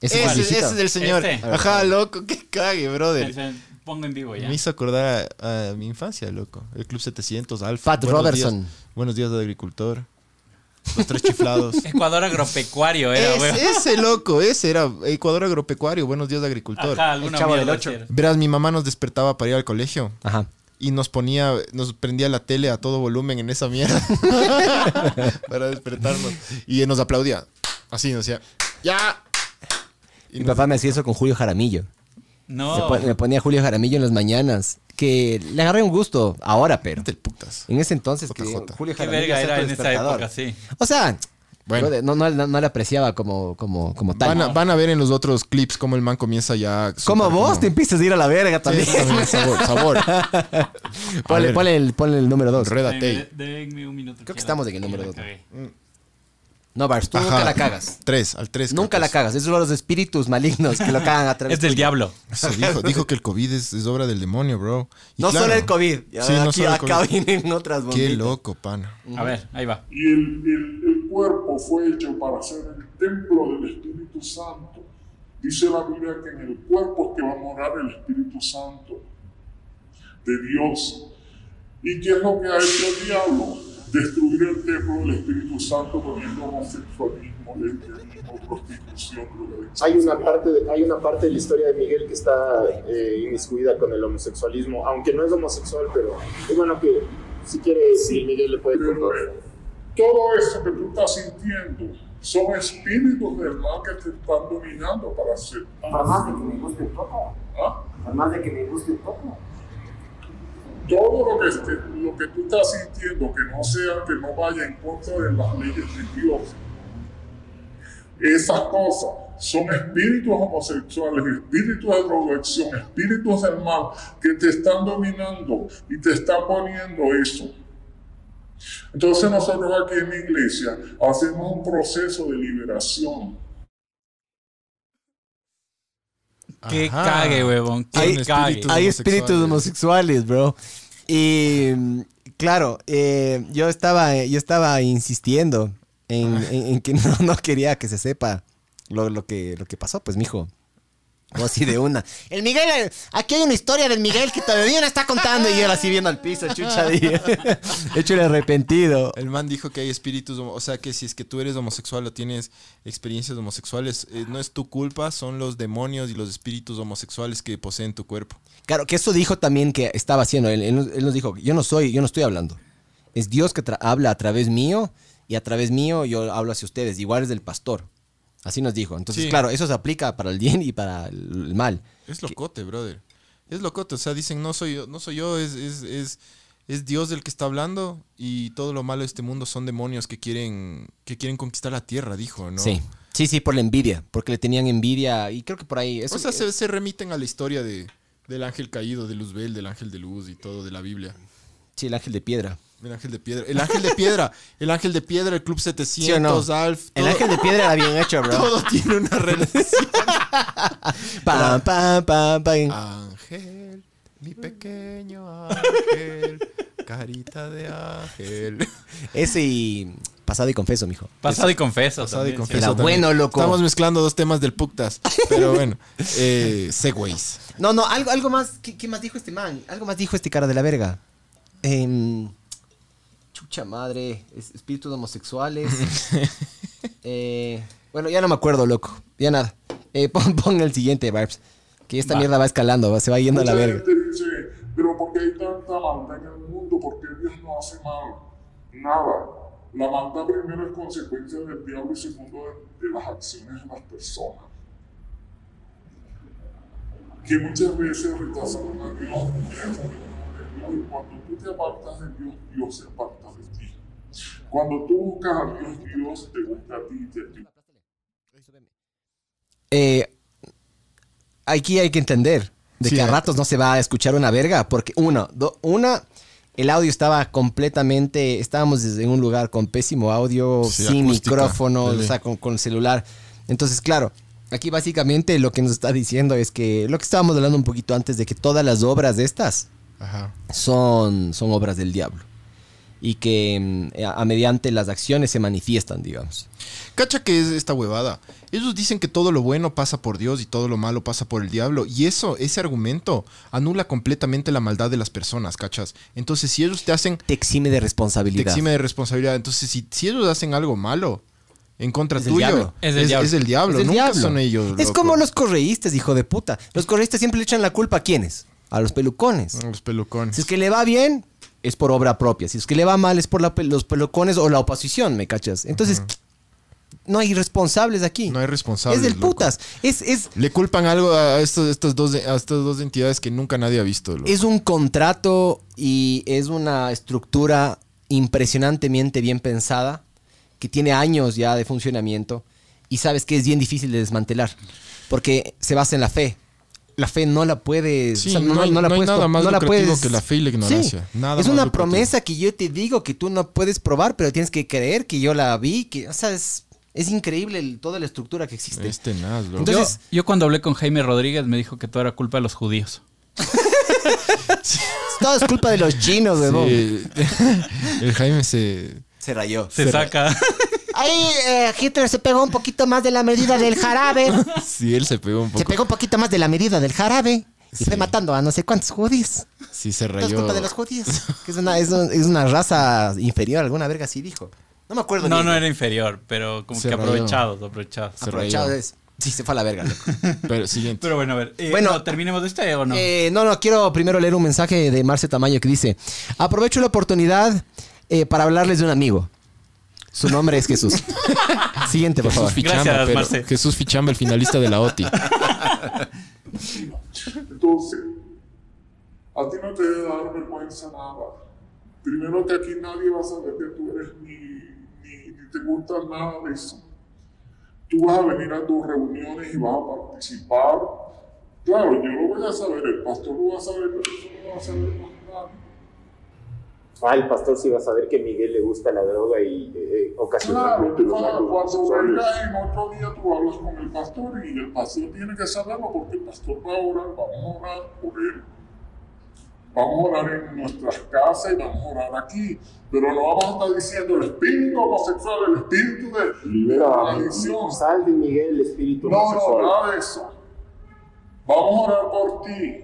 S3: Ese, es el
S6: ese,
S3: viejito.
S6: ese es el señor.
S4: Este.
S6: Ajá, loco, que cague,
S4: O
S6: brother.
S4: sea, Pongo en vivo ya.
S6: Me hizo acordar a, a mi infancia, loco. El Club 700, Alfa.
S3: Pat
S6: Buenos
S3: Robertson.
S6: días. buenos días, agricultor. Los tres chiflados.
S4: Ecuador agropecuario era,
S6: Es-
S4: güey.
S6: ese loco, ese era Ecuador agropecuario. Buenos días, agricultor.
S4: Ajá, alguna
S3: El chavo del
S4: mierda
S3: ocho.
S4: así era.
S6: Verás, mi mamá nos despertaba para ir al colegio.
S3: Ajá.
S6: y nos ponía, nos prendía la tele a todo volumen en esa mierda para despertarnos. Y nos aplaudía. Así nos decía, ¡ya! Y Oh.
S3: Mi
S6: nos-
S3: papá me hacía eso con Julio Jaramillo. Se
S4: No.
S3: pon- me ponía Julio Jaramillo en las mañanas, que le agarré un gusto ahora, pero...
S6: del putas.
S3: En ese entonces, que
S6: JJ.
S3: Julio
S4: Qué
S3: Jaramillo
S4: verga
S3: hacía
S4: era
S3: tu
S4: en esa
S3: despertador.
S4: época, sí.
S3: O sea,
S6: Bueno.
S3: brother, no, no, no, no la apreciaba como, como, como tal.
S6: Van a, van a ver en los otros clips cómo el man comienza ya. súper
S3: como vos te empiezas a ir a la verga
S6: Sí,
S3: también.
S6: también, sabor, sabor.
S3: ponle,
S6: ver.
S3: ponle el, ponle el número 2.
S6: Enrédate.
S4: Denme un minuto.
S3: Creo que
S4: ya
S3: estamos
S4: la-
S3: en el
S4: ya
S3: número
S4: la
S3: dos.
S4: cagué.
S3: No, Bars, tú
S6: Ajá.
S3: nunca la cagas.
S6: Tres, al tres.
S3: Nunca la
S6: creo
S3: cagas. Esos son los espíritus malignos que lo cagan a través.
S4: Es del diablo.
S6: que pues es. Eso dijo, dijo que el COVID es, es obra del demonio, bro. Y
S3: No
S6: claro,
S3: solo el COVID.
S6: Sí, no
S3: aquí
S6: solo el
S3: acá
S6: COVID.
S3: vienen otras bombitas.
S6: Qué loco, pana.
S4: A ver, ahí va.
S8: Y el, el- el cuerpo fue hecho para ser el templo del Espíritu Santo. Dice la Biblia que en el cuerpo es que va a morar el Espíritu Santo de Dios. ¿Y qué es lo que ha hecho el diablo? Destruir el templo del Espíritu Santo poniendo homosexualismo, lesbianismo, prostitución, drogadicción.
S7: Hay una parte de, hay una parte de la historia de Miguel que está eh, inmiscuida con el homosexualismo, aunque no es homosexual, pero es bueno que si quiere Miguel le puede
S8: Pero
S7: contar.
S8: eh, todo eso que tú estás sintiendo son espíritus del mal que te están dominando para hacer.
S5: Por más de que me guste poco,
S8: ¿ah?
S5: por más de que me guste poco,
S8: todo lo que, este- lo que tú estás sintiendo que no sea, que no vaya en contra de las leyes de Dios. Esas cosas son espíritus homosexuales, espíritus de drogadicción, espíritus del mal que te están dominando y te están poniendo eso. Entonces nosotros aquí en la iglesia hacemos un proceso de liberación.
S4: Qué
S6: Ajá.
S4: cague, huevón.
S6: Hay
S4: Qué cague.
S6: espíritus.
S3: Hay
S6: homosexuales.
S3: espíritus homosexuales, bro. Y mm, claro, eh, yo, estaba, eh, yo estaba insistiendo
S6: Ah.
S3: en, en- en que no, no quería que se sepa lo, lo que, lo que pasó, pues, mijo. O así de una. El Miguel, eh, aquí hay una historia del Miguel que todavía no está contando y él así viendo al piso, chucha. y- Hecho el arrepentido.
S6: El man dijo que hay espíritus, homo- o sea que si es que tú eres homosexual o tienes experiencias homosexuales, eh, no es tu culpa, son los demonios y los espíritus homosexuales que poseen tu cuerpo.
S3: Claro, que eso dijo también que estaba haciendo. Él, él- él nos dijo, yo no soy, yo no estoy hablando. Es Dios que tra- habla a través mío y a través mío yo hablo hacia ustedes. Igual es del pastor. Así nos dijo. Entonces,
S6: Sí.
S3: claro, eso se aplica para el bien y para el mal.
S6: Es locote, brother. Es locote, o sea, dicen no soy yo, no soy yo, es, es, es, es Dios el que está hablando y todo lo malo de este mundo son demonios que quieren, que quieren conquistar la tierra, dijo, ¿no?
S3: Sí. Sí, sí, por la envidia. Porque le tenían envidia y creo que por ahí... Eso,
S6: O sea, se, se remiten a la historia de, del ángel caído, de Luzbel, del ángel de luz y todo de la Biblia.
S3: Sí, el ángel de piedra.
S6: El ángel de piedra, el ángel de piedra, el ángel de piedra, el club 700,
S3: ¿Sí o no?
S6: Alf,
S3: El
S6: todo-
S3: ángel de piedra era bien hecho, bro.
S6: Todo tiene una relación.
S3: Pam, pam, pam, pam.
S6: Ah. Ángel, mi pequeño ángel, carita de ángel.
S3: Ese y... Pasado y confeso, mijo.
S4: Pasado y confeso.
S6: Pasado y
S4: también, sí.
S6: confeso también.
S3: bueno, loco.
S6: Estamos mezclando dos temas del Puctas. Pero bueno, eh, Segways.
S3: No, no, algo, algo más. ¿qué, qué más dijo este man? Algo más dijo este cara de la verga. Em, chucha madre. es- espíritus homosexuales. Eh, bueno, ya no me acuerdo, loco. Ya nada. Eh, pon, pon el siguiente, Barbs. Que esta mierda va escalando, va- se va yendo a la
S8: Mucha
S3: verga.
S8: gente dice, pero ¿por qué hay tanta maldad en el mundo? ¿Por qué Dios no hace mal? Nada. La maldad primero es consecuencia del diablo y segundo de, de las acciones de las personas. Que muchas veces rechazan a Dios, piensan que no es Dios, y cuando tú te apartas de Dios, Dios se aparta de ti. Cuando tú buscas a Dios, Dios te busca a ti y te ayuda.
S3: Eh, aquí hay que entender de
S6: Sí,
S3: que a
S6: eh.
S3: ratos no se va a escuchar una verga, porque uno, do- una, el audio estaba completamente, estábamos desde un lugar con pésimo audio,
S6: Sí,
S3: sin
S6: acústica,
S3: micrófono,
S6: dele.
S3: o sea, con, con celular. Entonces, claro, aquí básicamente lo que nos está diciendo es que lo que estábamos hablando un poquito antes de que todas las obras de estas
S6: Ajá.
S3: son, son obras del diablo y que mm, a- a mediante las acciones se manifiestan, digamos.
S6: Cacha que es esta huevada. Ellos dicen que todo lo bueno pasa por Dios y todo lo malo pasa por el diablo. Y eso, ese argumento, anula completamente la maldad de las personas, cachas. Entonces, si ellos te hacen,
S3: Te exime de
S6: te
S3: responsabilidad.
S6: exime de responsabilidad. Entonces, si, si ellos hacen algo malo en contra
S3: Es el
S6: tuyo,
S3: diablo.
S4: Es el diablo.
S6: es el diablo.
S3: Es el
S6: Nunca
S3: diablo.
S6: son ellos.
S3: Es
S6: loco.
S3: como los correístas, hijo de puta. Los correístas siempre le echan la culpa a quiénes? A los pelucones.
S6: Los pelucones.
S3: Si es que le va bien, es por obra propia. Si es que le va mal, es por la pe- los pelucones o la oposición, ¿me cachas? Entonces, no hay responsables aquí.
S6: No hay responsables,
S3: Es del
S6: loco.
S3: putas. Es, es,
S6: Le culpan algo a, estos, estos dos, a estas dos entidades que nunca nadie ha visto. loco.
S3: es un contrato y es una estructura impresionantemente bien pensada que tiene años ya de funcionamiento y sabes que es bien difícil de desmantelar porque se basa en la fe. La fe no la puedes,
S6: Sí,
S3: o sea,
S6: no hay- no hay
S3: puedes
S6: nada
S3: comp-
S6: más
S3: la
S6: lucrativo
S3: puedes-
S6: que la fe y la ignorancia. Nada
S3: es
S6: más
S3: una
S6: lucrativo.
S3: promesa que yo te digo que tú no puedes probar, pero tienes que creer que yo la vi, que o sea, es, es increíble el- toda la estructura que existe.
S6: Es tenaz, Este, loco.
S4: Yo-
S3: Entonces-
S4: yo, cuando hablé con Jaime Rodríguez me dijo que todo era culpa de los judíos.
S3: Todo es culpa de los chinos, huevón.
S6: Sí, el Jaime se...
S3: Se rayó.
S4: Se saca.
S3: Ahí eh, Hitler se pegó un poquito más de la medida del jarabe.
S6: Sí, él se pegó un poco.
S3: Se pegó un poquito más de la medida del jarabe. Y
S6: Sí.
S3: fue matando a no sé cuántos judíos.
S6: Sí, se
S3: No
S6: rayó.
S3: es culpa de los judíos. Que es una, es un- es una raza inferior, alguna verga así dijo. No me acuerdo.
S4: No,
S3: ni-
S4: no era inferior, pero como
S6: Se
S4: que
S6: rayó.
S4: aprovechados, aprovechados.
S6: Se
S3: Aprovechado
S6: rayó.
S3: es- Sí, se fue a la verga. loco.
S6: Pero siguiente.
S4: Pero bueno, a ver. eh,
S3: Bueno.
S4: no, ¿Terminemos de este o no?
S3: Eh, no, no, quiero primero leer un mensaje de Marce Tamayo que dice: Aprovecho la oportunidad eh, para hablarles de un amigo. Su nombre es Jesús. Siguiente, por favor.
S6: Jesús Fichamba,
S4: Gracias,
S6: pero-
S4: Marce.
S6: Jesús Fichamba, el finalista de la OTI.
S8: Entonces, a ti no te debe dar vergüenza nada. Primero que aquí nadie va a saber que tú eres ni, ni, ni te gusta nada de eso. Tú vas a venir a tus reuniones y vas a participar. Claro, yo lo voy a saber, el pastor lo va a saber, pero eso no lo va a saber más nadie.
S7: Ah, el pastor sí va a saber que Miguel le gusta la droga y eh,
S8: Claro,
S7: ocasionalmente
S8: tú
S7: los
S8: cuando,
S7: actos
S8: cuando
S7: sexuales.
S8: vengas en otro día tú hablas con el pastor y el pastor tiene que saberlo porque el pastor va a orar, vamos a orar por él. Vamos a orar en nuestras casas y vamos a orar aquí, pero no vamos a estar diciendo el espíritu homosexual, el espíritu de, de
S7: Libera,
S8: la adicción.
S7: sal de Miguel, espíritu
S8: No, no,
S7: homosexual.
S8: nada de eso. Vamos a orar por ti.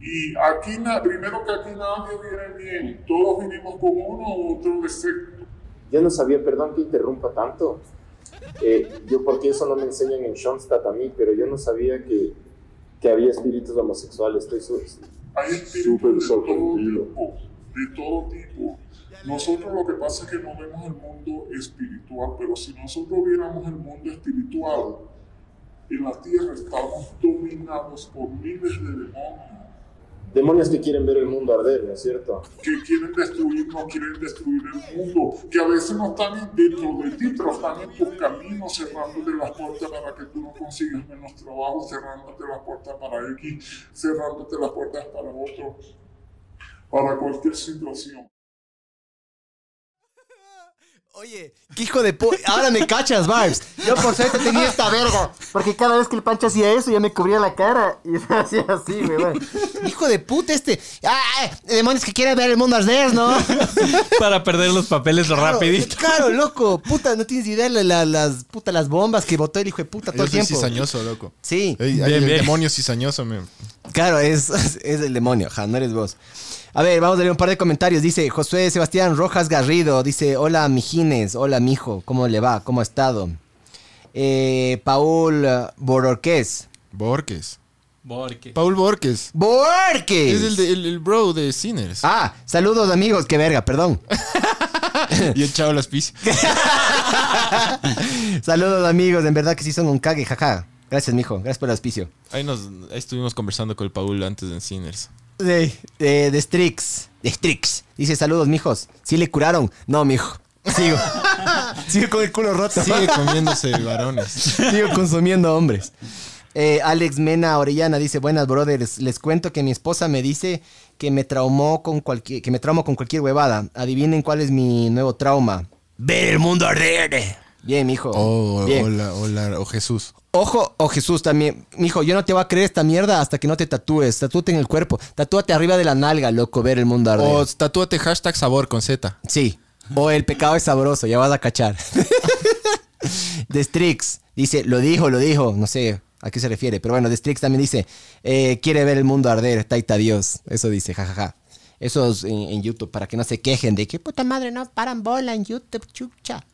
S8: Y aquí, na- primero que aquí nadie viene bien. Todos vinimos con uno u otro defecto.
S7: Yo no sabía, perdón que interrumpa tanto. Eh, yo, porque eso no me enseñan en Schoenstatt a mí, pero yo no sabía que, que había espíritus homosexuales. Estoy su-
S8: Hay
S7: Súper
S8: espíritus de todo
S7: sorprendido.
S8: tipo, de todo tipo. Nosotros lo que pasa es que no vemos el mundo espiritual, pero si nosotros viéramos el mundo espiritual, en la tierra estamos dominados por miles de demonios
S7: Demonios que quieren ver el mundo arder, ¿no es cierto?
S8: que quieren destruirnos, quieren destruir el mundo, que a veces no están dentro de ti, pero están en tus caminos, cerrándote las puertas para que tú no consigas menos trabajo, cerrándote las puertas para X, cerrándote las puertas para otro, para cualquier situación.
S3: Oye, qué hijo de po... Ahora me cachas, Barbs. Yo por suerte tenía esta verga.
S1: Porque cada vez que el Pancho hacía eso, ya me cubría la cara. Y se hacía así, me va.
S3: Hijo de puta este. Ah, demonios que quiere ver el mundo arder, ¿no?
S4: Para perder los papeles rapidito.
S3: Claro, loco. Puta, no tienes idea la- la- las, puta, las bombas que botó el hijo de puta todo
S6: Yo
S3: el
S6: soy
S3: tiempo.
S6: cizañoso, loco.
S3: Sí,
S6: Ey,
S4: Bien,
S6: hay el
S4: bien.
S6: demonio cizañoso, me...
S3: claro, es, es el demonio, ja, no eres vos. A ver, vamos a leer un par de comentarios. Dice Josué Sebastián Rojas Garrido. Dice, hola, mijines. Hola, mijo. ¿Cómo le va? ¿Cómo ha estado? Eh, Paul eh, Bororquez.
S6: Borges.
S4: Porque.
S6: Paul Borges.
S3: ¡Borques!
S6: Es el, de- el- el bro de Sinners.
S3: Ah, saludos amigos, qué verga, perdón.
S6: Y el chavo las pis.
S3: saludos amigos, en verdad que sí son un cague, jaja. Gracias, mijo, gracias por el auspicio.
S6: Ahí, nos, ahí estuvimos conversando con el Paul antes de Sinners.
S3: De, de, de Strix. De Strix. Dice, saludos, mijos. ¿Sí le curaron? No, mijo. Sigo. Sigo con el culo roto.
S6: Sigue comiéndose varones.
S3: Sigo consumiendo hombres. Eh, Alex Mena Orellana dice, buenas brothers, les cuento que mi esposa me dice que me traumó con cualquier, que me traumo con cualquier huevada. Adivinen cuál es mi nuevo trauma. Ver el mundo arder. Bien, mijo.
S6: Oh,
S3: Bien.
S6: hola, hola, o Jesús.
S3: Ojo, o Jesús también. Mijo, yo no te voy a creer esta mierda hasta que no te tatúes. Tatúate en el cuerpo. Tatúate arriba de la nalga, loco, ver el mundo arder.
S6: O tatúate hashtag sabor con Z.
S3: Sí. O el pecado es sabroso, ya vas a cachar. The Strix dice, lo dijo, lo dijo, no sé a qué se refiere, pero bueno, The Strix también dice, eh, quiere ver el mundo arder, taita Dios. Eso dice, jajaja. Eso es en, en YouTube, para que no se quejen de que puta madre no paran bola en YouTube, chucha.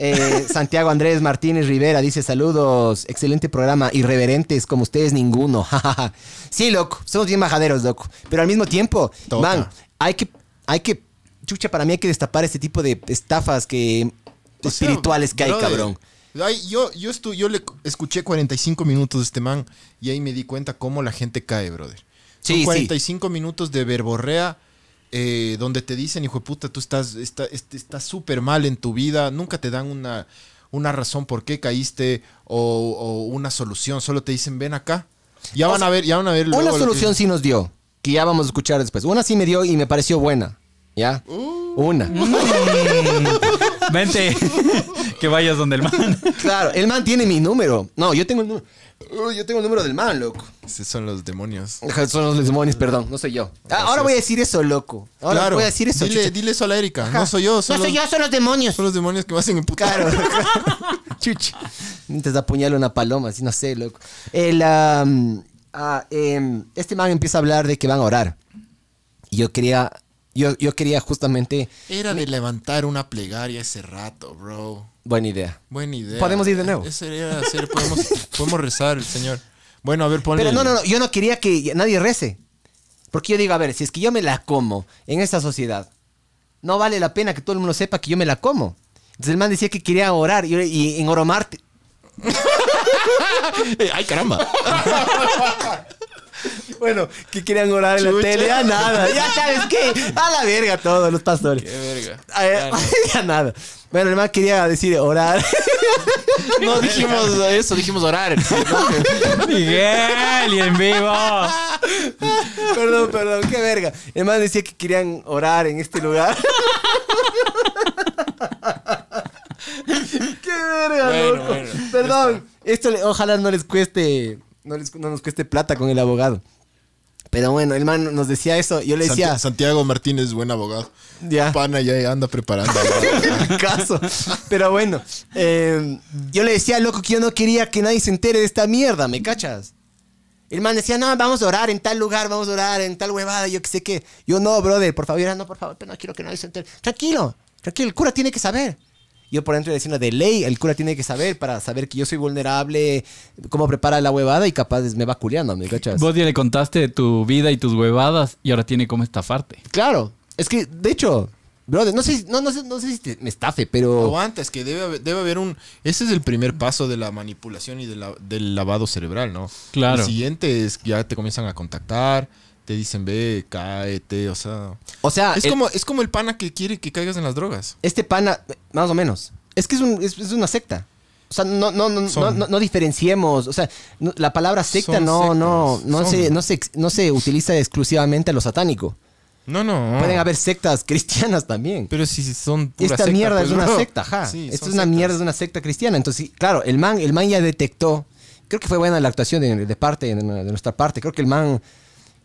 S3: Eh, Santiago Andrés Martínez Rivera dice saludos, excelente programa, irreverentes como ustedes ninguno. jajaja. sí, loco, somos bien majaderos, loco. Pero al mismo tiempo,
S6: Toca.
S3: man, hay que, hay que, chucha, para mí hay que destapar este tipo de estafas que
S6: O sea,
S3: espirituales que hay,
S6: Pues brother,
S3: cabrón.
S6: ay, yo, yo, estu- yo le escuché 45 minutos de este man y ahí me di cuenta cómo la gente cae, brother.
S3: Sí, sí.
S6: Son 45 minutos de verborrea eh, donde te dicen, hijo de puta, tú estás está- est- estás súper mal en tu vida, nunca te dan una, una razón por qué caíste o, o una solución, solo te dicen, ven acá. Ya van a ver, ya van a ver.
S3: Una
S6: luego lo que-
S3: solución sí nos dio, que ya vamos a escuchar después. Una sí me dio y me pareció buena, ¿ya?
S6: Uh.
S3: Una.
S4: Vente. que vayas donde el man.
S3: Claro, el man tiene mi número. No, yo tengo el número. Uh, yo tengo el número del man, loco.
S6: Esos Son los demonios.
S3: Ajá, Son los demonios, perdón, no soy yo. Ah, ahora voy a decir eso, loco. Ahora
S6: Claro.
S3: voy a decir eso.
S6: Dile,
S3: chucha.
S6: dile eso a la Erika. No soy yo, son,
S3: no soy
S6: los,
S3: yo, son los demonios.
S6: son los demonios que me hacen emputar.
S3: Claro. Chucha. Mientras apuñala una paloma, así no sé, loco. El, am, ah, em, este man empieza a hablar de que van a orar. Y yo quería, yo, yo quería justamente.
S6: Era de levantar una plegaria ese rato, bro.
S3: Buena idea.
S6: Buena idea.
S3: Podemos ir de nuevo.
S6: Eso era hacer, podemos, podemos rezar, señor. Bueno, a ver, ponle.
S3: Pero no, no, no, yo no quería que nadie rece. Porque yo digo, a ver, si es que yo me la como en esta sociedad, no vale la pena que todo el mundo sepa que yo me la como. Entonces el man decía que quería orar y, y en oromarte.
S6: Eh, Ay, caramba.
S3: Bueno, que querían orar en la
S6: Chucha.
S3: tele, ya nada, ya sabes qué, a la verga todos los pastores.
S6: Qué verga.
S3: A ver, ya nada. Bueno, el man quería decir orar.
S6: No dijimos eso, dijimos orar.
S4: Miguel, y en vivo.
S3: perdón, perdón, qué verga. El man decía que querían orar en este lugar. qué verga,
S6: Bueno,
S3: loco.
S6: bueno, ya
S3: perdón, esto le- ojalá no les cueste, no, les- no nos cueste plata con el abogado. Pero bueno, el man nos decía eso. Yo le
S6: Santi-
S3: decía,
S6: Santiago Martínez, buen abogado.
S3: ya.
S6: Pana ya anda preparando.
S3: caso. Pero bueno, eh, yo le decía, loco, que yo no quería que nadie se entere de esta mierda, ¿me cachas? El man decía, no, vamos a orar en tal lugar, vamos a orar en tal huevada, yo qué sé qué. Yo, no, brother, por favor, yo, no, por favor, pero no quiero que nadie se entere. Tranquilo, tranquilo, el cura tiene que saber. Yo por dentro diciendo, de ley, el cura tiene que saber para saber que yo soy vulnerable, cómo prepara la huevada y capaz me va culeando, ¿me cachas?
S4: Vos ya le contaste tu vida y tus huevadas y ahora tiene cómo estafarte.
S3: Claro, es que, de hecho, brother, no sé, no, no sé, no sé si te- me estafe, pero...
S6: Aguanta, es que debe haber, debe haber un... Ese es el primer paso de la manipulación y de la- del lavado cerebral, ¿no?
S4: Claro.
S6: El siguiente es que ya te comienzan a contactar, te dicen, ve, cáete, o sea...
S3: O sea,
S6: es,
S3: Ah, el-
S6: como, es como el pana que quiere que caigas en las drogas.
S3: este pana, más o menos, es que es, un- es- es una secta. O sea, no, no, no, no,
S6: Son-
S3: no- no diferenciemos. O sea, no- la palabra secta
S6: Son
S3: no, no,
S6: sectas,
S3: no
S6: son.
S3: se, no, se, ex- no se utiliza exclusivamente a lo satánico.
S6: No, no.
S3: Pueden haber sectas cristianas también.
S6: Pero si son pura
S3: Esta
S6: secta,
S3: mierda
S6: pues,
S3: es una
S6: bro.
S3: secta, ja.
S6: Sí,
S3: Esto
S6: son
S3: es una
S6: sectas.
S3: mierda, es una secta cristiana. Entonces, sí, claro, el man, el man ya detectó. Creo que fue buena la actuación de, de parte, de, de nuestra parte. Creo que el man,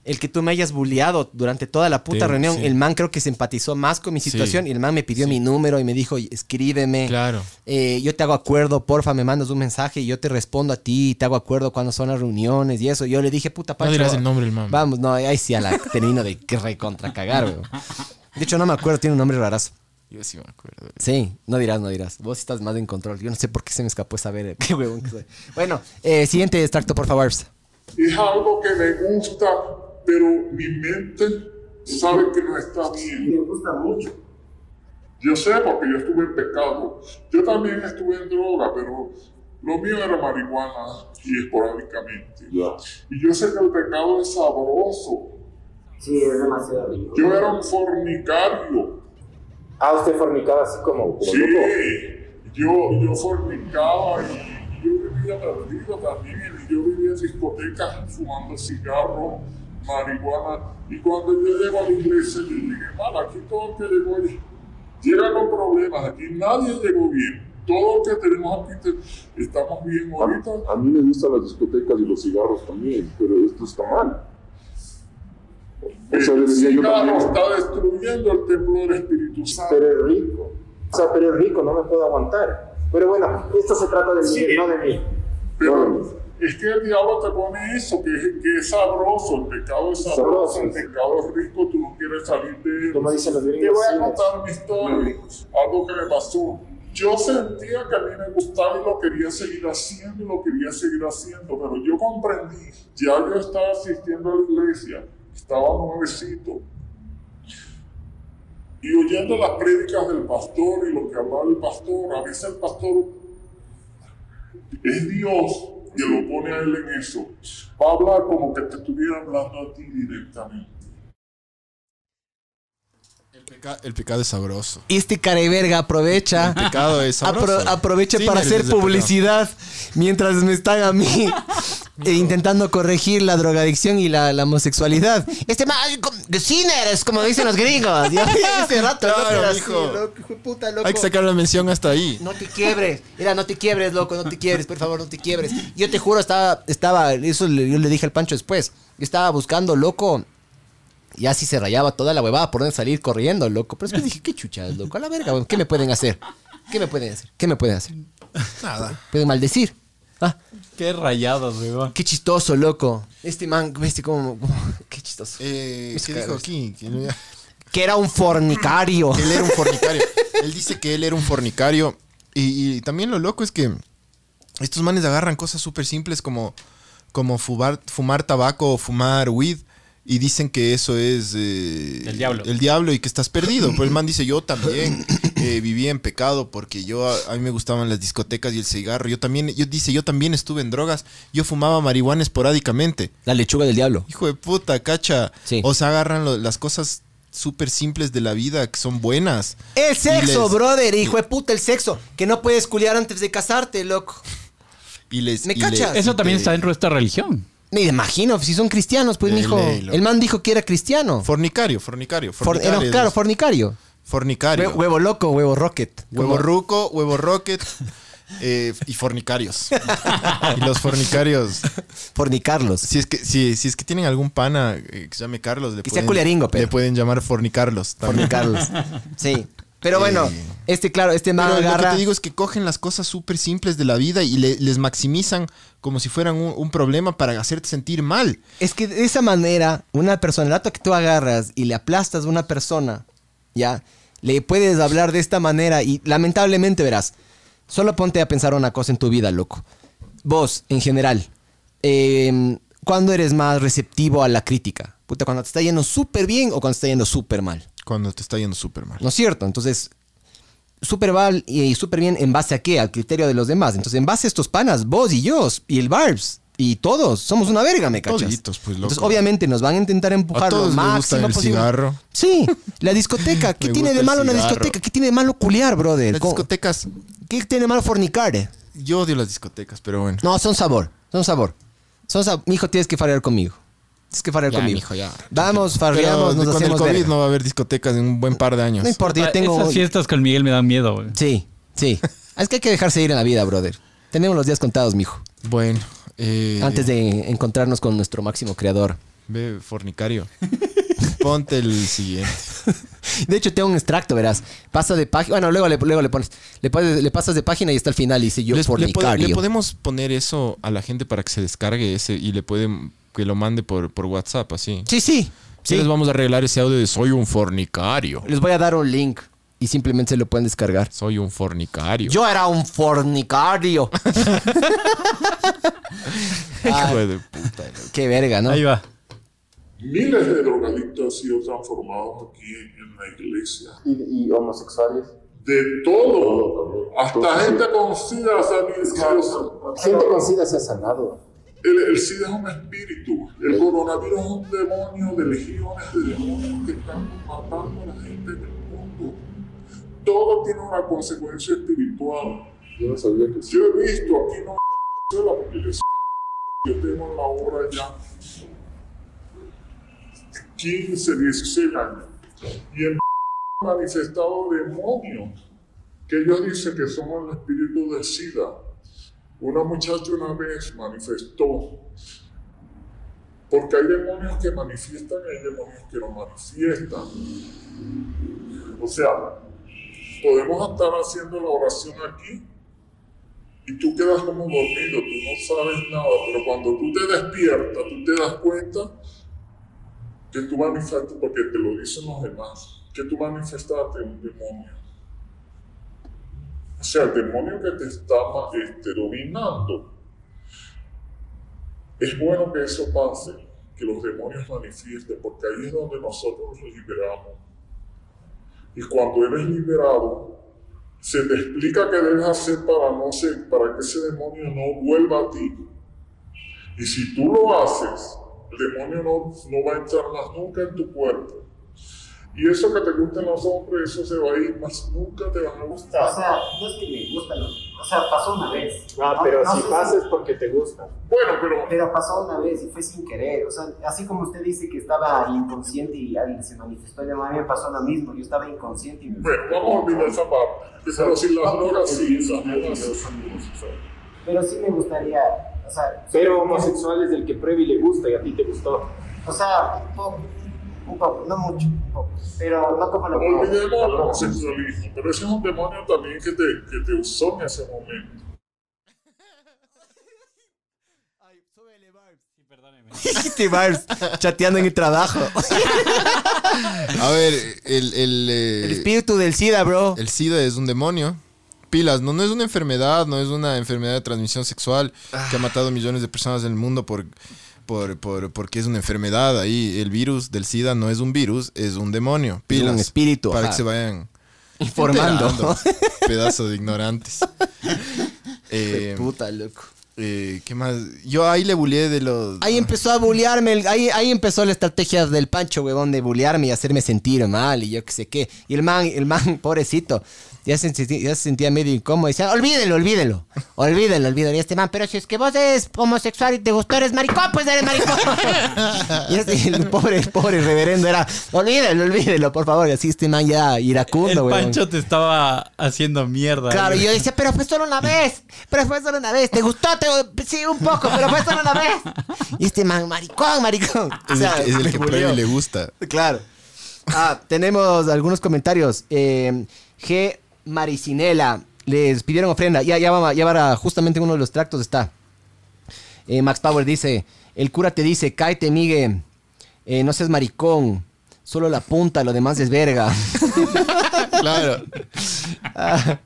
S3: el que tú me hayas bulleado durante toda la puta
S6: Te-
S3: reunión,
S6: sí.
S3: el man creo que se empatizó más con mi
S6: Sí.
S3: situación y el man me pidió mi número y me dijo, escríbeme.
S6: Claro.
S3: Eh, yo te hago acuerdo, porfa, me mandas un mensaje y yo te respondo a ti, y te hago acuerdo cuando son las reuniones y eso. Yo le dije, puta Pancho.
S6: dirás el nombre del man.
S3: Vamos, no, ahí sí a la termino de que recontra cagar, weón. De hecho, no me acuerdo, tiene un nombre rarazo.
S6: Yo sí me acuerdo.
S3: Sí, no dirás, no dirás. Vos estás más en control. Yo no sé por qué se me escapó esa verga. Qué huevón que soy. Bueno, eh, siguiente extracto, por favor.
S8: Es algo que me gusta, pero mi mente sabe que no está bien.
S5: Me gusta mucho.
S8: Yo sé porque yo estuve en pecado. Yo también estuve en droga, pero lo mío era marihuana y esporádicamente. Y yo sé que el pecado es sabroso.
S5: Sí, es demasiado rico.
S8: Yo era un fornicario.
S7: Ah, usted fornicaba así como, como
S8: Sí,
S7: loco.
S8: yo, yo fornicaba y yo vivía perdido también. y Yo vivía en discotecas fumando cigarro, marihuana. Y cuando yo llego a la iglesia, yo dije, mal, aquí todo el que llegó es- llega con problemas. Aquí nadie llegó bien. Todo el que tenemos aquí te- estamos bien ahorita.
S9: A, a mí me gustan las discotecas y los cigarros también, pero esto está mal. O sea,
S8: El
S9: debería yo
S8: cigarro
S9: también.
S8: está destruyendo el templo del Espíritu Santo.
S7: Pero es rico. O sea, pero es rico, no me puedo aguantar. Pero bueno, esto se trata de mí,
S8: Sí.
S7: no de mí.
S8: Pero es que el diablo te pone eso, que, es- que es sabroso, el pecado es sabroso,
S7: Sabroso.
S8: el pecado es rico, tú no quieres salir de él.
S7: Como dicen los
S8: Te
S7: gringos.
S8: voy a
S7: sí,
S8: contar una historia, algo que me pasó. Yo sentía que a mí me gustaba y lo quería seguir haciendo y lo quería seguir haciendo, pero yo comprendí, ya yo estaba asistiendo a la iglesia, estaba nuevecito, y oyendo las prédicas del pastor y lo que hablaba el pastor, a veces el pastor es Dios que lo pone a él en eso. Va a hablar como que te estuviera hablando a ti directamente.
S6: El, peca- el pecado es sabroso.
S3: Y este careverga aprovecha.
S6: El pecado es sabroso.
S3: Apro- aprovecha
S6: Sí,
S3: para
S6: el-
S3: hacer
S6: el pecado.
S3: publicidad mientras me están a mí e intentando corregir la drogadicción y la, la homosexualidad. Este más sinners, como dicen los gringos. Yo hace rato, loco,
S6: Claro,
S3: era
S6: mijo.
S3: así, loco, hijo de puta, loco.
S6: Hay que sacar la mención hasta ahí.
S3: No te quiebres. Mira, no te quiebres, loco, no te quiebres, por favor, no te quiebres. Yo te juro, estaba, estaba, eso le- yo le dije al Pancho después. Yo estaba buscando, loco. Y así se rayaba toda la huevada por dónde salir corriendo, loco. Pero después dije, qué chuchas, loco, a la verga, weón, ¿qué me pueden hacer? ¿Qué me pueden hacer? ¿Qué me pueden hacer?
S6: Nada.
S3: Pueden maldecir. Ah,
S4: Qué rayados, weón.
S3: qué chistoso, loco. Este man, viste cómo, qué chistoso.
S6: Eh,
S3: Mis
S6: ¿Qué dijo
S3: caras.
S6: aquí? Que no-
S3: Que era un fornicario.
S6: Él era un fornicario. él dice que él era un fornicario. Y, y también lo loco es que estos manes agarran cosas súper simples como, como fumar, fumar tabaco o fumar weed. Y dicen que eso es... eh,
S4: El diablo.
S6: El diablo y que estás perdido. Pero el man dice, yo también eh, viví en pecado porque yo... A, a mí me gustaban las discotecas y el cigarro. Yo también... Yo, dice, yo también estuve en drogas. Yo fumaba marihuana esporádicamente.
S3: La lechuga del diablo.
S6: Hijo de puta, cacha.
S3: Sí.
S6: O sea, agarran lo- las cosas súper simples de la vida que son buenas.
S3: El sexo,
S6: Y les-
S3: brother, hijo de puta, el sexo. Que no puedes culiar antes de casarte, loco.
S6: Y les,
S3: ¿Me
S6: y
S3: cachas?
S6: les-
S4: Eso también
S6: y
S4: está
S6: te-
S4: dentro de esta religión.
S3: Me imagino, si son cristianos, pues,
S6: Ley,
S3: mijo.
S6: ley, loco.
S3: El man dijo que era cristiano.
S6: Fornicario, fornicario.
S3: For-
S6: fornicario
S3: era- claro, fornicario.
S6: fornicario.
S3: Hue- huevo loco, huevo rocket.
S6: Huevo ruco, huevo rocket. eh, y fornicarios. y los fornicarios,
S3: Fornicarlos.
S6: si es que, si, si es que tienen algún pana eh, que se llame Carlos, le
S3: Que sea
S6: pueden,
S3: culiaringo, pero.
S6: le pueden llamar fornicarlos. también.
S3: Fornicarlos. Sí. Pero bueno,
S6: Eh.
S3: este, claro, este man
S6: Pero lo que
S3: agarra.
S6: te digo es que cogen las cosas súper simples de la vida y le- les maximizan como si fueran un, un problema para hacerte sentir mal.
S3: Es que de esa manera, una persona, el rato que tú agarras y le aplastas a una persona, ya, le puedes hablar de esta manera y lamentablemente verás, solo ponte a pensar una cosa en tu vida, loco. Vos, en general, eh, ¿cuándo eres más receptivo a la crítica? Puta, cuando te está yendo súper bien o cuando te está yendo súper mal.
S6: Cuando te está yendo súper mal.
S3: ¿No es cierto? Entonces, súper mal y súper bien en base a qué? Al criterio de los demás. Entonces, en base a estos panas, vos y yo, y el Barbs, y todos, somos una verga, me cachas.
S6: Toditos, pues, loco.
S3: Entonces, obviamente nos van a intentar empujar
S6: A todos
S3: lo
S6: les gusta
S3: máximo
S6: el
S3: posible.
S6: cigarro.
S3: Sí, la discoteca. ¿Qué
S6: Me
S3: tiene
S6: gusta
S3: de
S6: el
S3: malo una
S6: cigarro.
S3: discoteca? ¿Qué tiene de malo culiar, brother?
S6: Las
S3: ¿Cómo-
S6: discotecas,
S3: ¿Qué tiene de malo fornicar? eh?
S6: yo odio las discotecas, pero bueno.
S3: No, son sabor, son sabor. Son sabor. Mijo, tienes que farrear conmigo. Tienes que farrear
S6: Ya,
S3: conmigo.
S6: mijo, ya.
S3: Vamos,
S6: Pero
S3: farreamos, nos
S6: con el
S3: hacemos
S6: COVID
S3: verga.
S6: no va a haber discotecas en un buen par de años.
S3: no importa, yo tengo...
S4: Ah, Esas fiestas con Miguel me dan miedo, güey.
S3: Sí, sí. Es que hay que dejarse ir en la vida, brother. Tenemos los días contados, mijo.
S6: Bueno, eh,
S3: Antes de encontrarnos con nuestro máximo creador.
S6: Ve, Eh, fornicario. Ponte el siguiente.
S3: De hecho, tengo un extracto, verás. Pasa de página. Bueno, luego le, luego le pones. Le, pones- le pasas de página y está al final y dice yo
S6: Les- le, pod-
S3: fornicario.
S6: le podemos poner eso a la gente para que se descargue ese y le pueden que lo mande por, por WhatsApp, así.
S3: Sí, sí.
S6: Sí.
S3: sí.
S6: Les vamos a arreglar ese audio de soy un fornicario.
S3: Les voy a dar un link y simplemente se lo pueden descargar.
S6: Soy un fornicario.
S3: Yo era un fornicario.
S6: Hijo de puta.
S3: Qué verga, ¿no?
S4: Ahí va.
S8: Miles de drogadictos han sido transformados aquí en la iglesia.
S7: Y, y homosexuales.
S8: De todo, hasta gente con SIDA se han ido.
S7: Gente con SIDA se ha sanado.
S8: El, el SIDA es un espíritu, el coronavirus es un demonio de legiones de demonios que están matando a la gente del mundo. Todo tiene una consecuencia espiritual.
S9: Yo no sabía que
S8: Yo he visto aquí no sola porque yo, yo tengo la obra ya 15, 16 años y han manifestado demonios que ellos dicen que somos el espíritu del SIDA. Una muchacha una vez manifestó porque hay demonios que manifiestan y hay demonios que no manifiestan. O sea, podemos estar haciendo la oración aquí y tú quedas como dormido, tú no sabes nada, pero cuando tú te despiertas, tú te das cuenta que tú manifestaste, porque te lo dicen los demás, que tú manifestaste un demonio. O sea, el demonio que te está este, dominando. Es bueno que eso pase, que los demonios manifiesten, porque ahí es donde nosotros nos liberamos. Y cuando eres liberado, se te explica qué debes hacer para, no ser- para que ese demonio no vuelva a ti. Y si tú lo haces, el demonio no, no va a entrar más nunca en tu cuerpo. Y eso que te gustan los hombres, eso se va a ir, más nunca te van a
S5: O
S8: gustar.
S5: sea, no es que me gusta, lo- o sea, pasó una vez.
S7: Ah, pero
S5: no
S7: si
S5: sé
S7: pasa es porque te gusta.
S8: Bueno, pero
S5: Pero pasó una vez y fue sin querer. O sea, así como usted dice que estaba inconsciente y alguien se manifestó, ya a mí me pasó lo mismo. Yo estaba inconsciente y me.
S8: bueno, vamos a olvidar esa parte. Pero si las drogas sí, las drogas sí.
S5: Pero sí me gustaría. O sea,
S7: Pero homosexual es el que prueba y le gusta y a ti te gustó.
S5: o sea, un poco, un poco, no mucho, un poco. Pero no como lo que.
S8: Olvidemos el homosexualismo, pero ese es un demonio también que te, que te usó en ese momento.
S3: Este Barbs chateando en el trabajo.
S6: A ver, el, el, eh,
S3: El espíritu del SIDA, bro.
S6: el SIDA es un demonio. Pilas, no, no es una enfermedad, no es una enfermedad de transmisión sexual que ha matado millones de personas en el mundo por, por, por- porque es una enfermedad. Ahí el virus del SIDA no es un virus, es un demonio. Pilas.
S3: un espíritu,
S6: Para
S3: ajá.
S6: que se vayan
S3: Informando.
S6: enterando, Pedazo de ignorantes.
S4: Em,
S6: Eh,
S3: Puta, loco.
S6: eh, ¿Qué más? Yo ahí le bulé de los.
S3: Ahí empezó a bullearme, el- ahí, ahí empezó la estrategia del Pancho, huevón, de bullearme y hacerme sentir mal y yo qué sé qué. Y el man, el man, pobrecito, ya se, sentí- ya se sentía medio incómodo. Decía, olvídenlo, olvídenlo. Olvídenlo, olvídenlo. Y este man, pero si es que vos eres homosexual y te gustó, eres maricón, pues eres maricón. y este, el pobre, el pobre reverendo era, olvídenlo, olvídenlo, por favor. Y así este man ya
S4: El
S3: iracundo, güey.
S4: Pancho te estaba haciendo mierda.
S3: Claro, y
S4: güey.
S3: yo decía, pero fue solo una vez, pero fue solo una vez, ¿te gustó? Te- Sí, un poco, pero fue solo una vez. Y este man, maricón, maricón. Ah, O
S6: Es
S3: sea,
S6: el, que- es el
S3: me
S6: que
S3: buleó.
S6: prueba y le gusta.
S3: Claro. Ah, tenemos algunos comentarios. Eh, G. Maricinela. Les pidieron ofrenda. Ya, ya, va, ya va, justamente en uno de los tractos está. Eh, Max Power dice, el cura te dice, cáete, migue. Eh, no seas maricón. Solo la punta, lo demás es verga.
S6: Claro.
S3: Ah,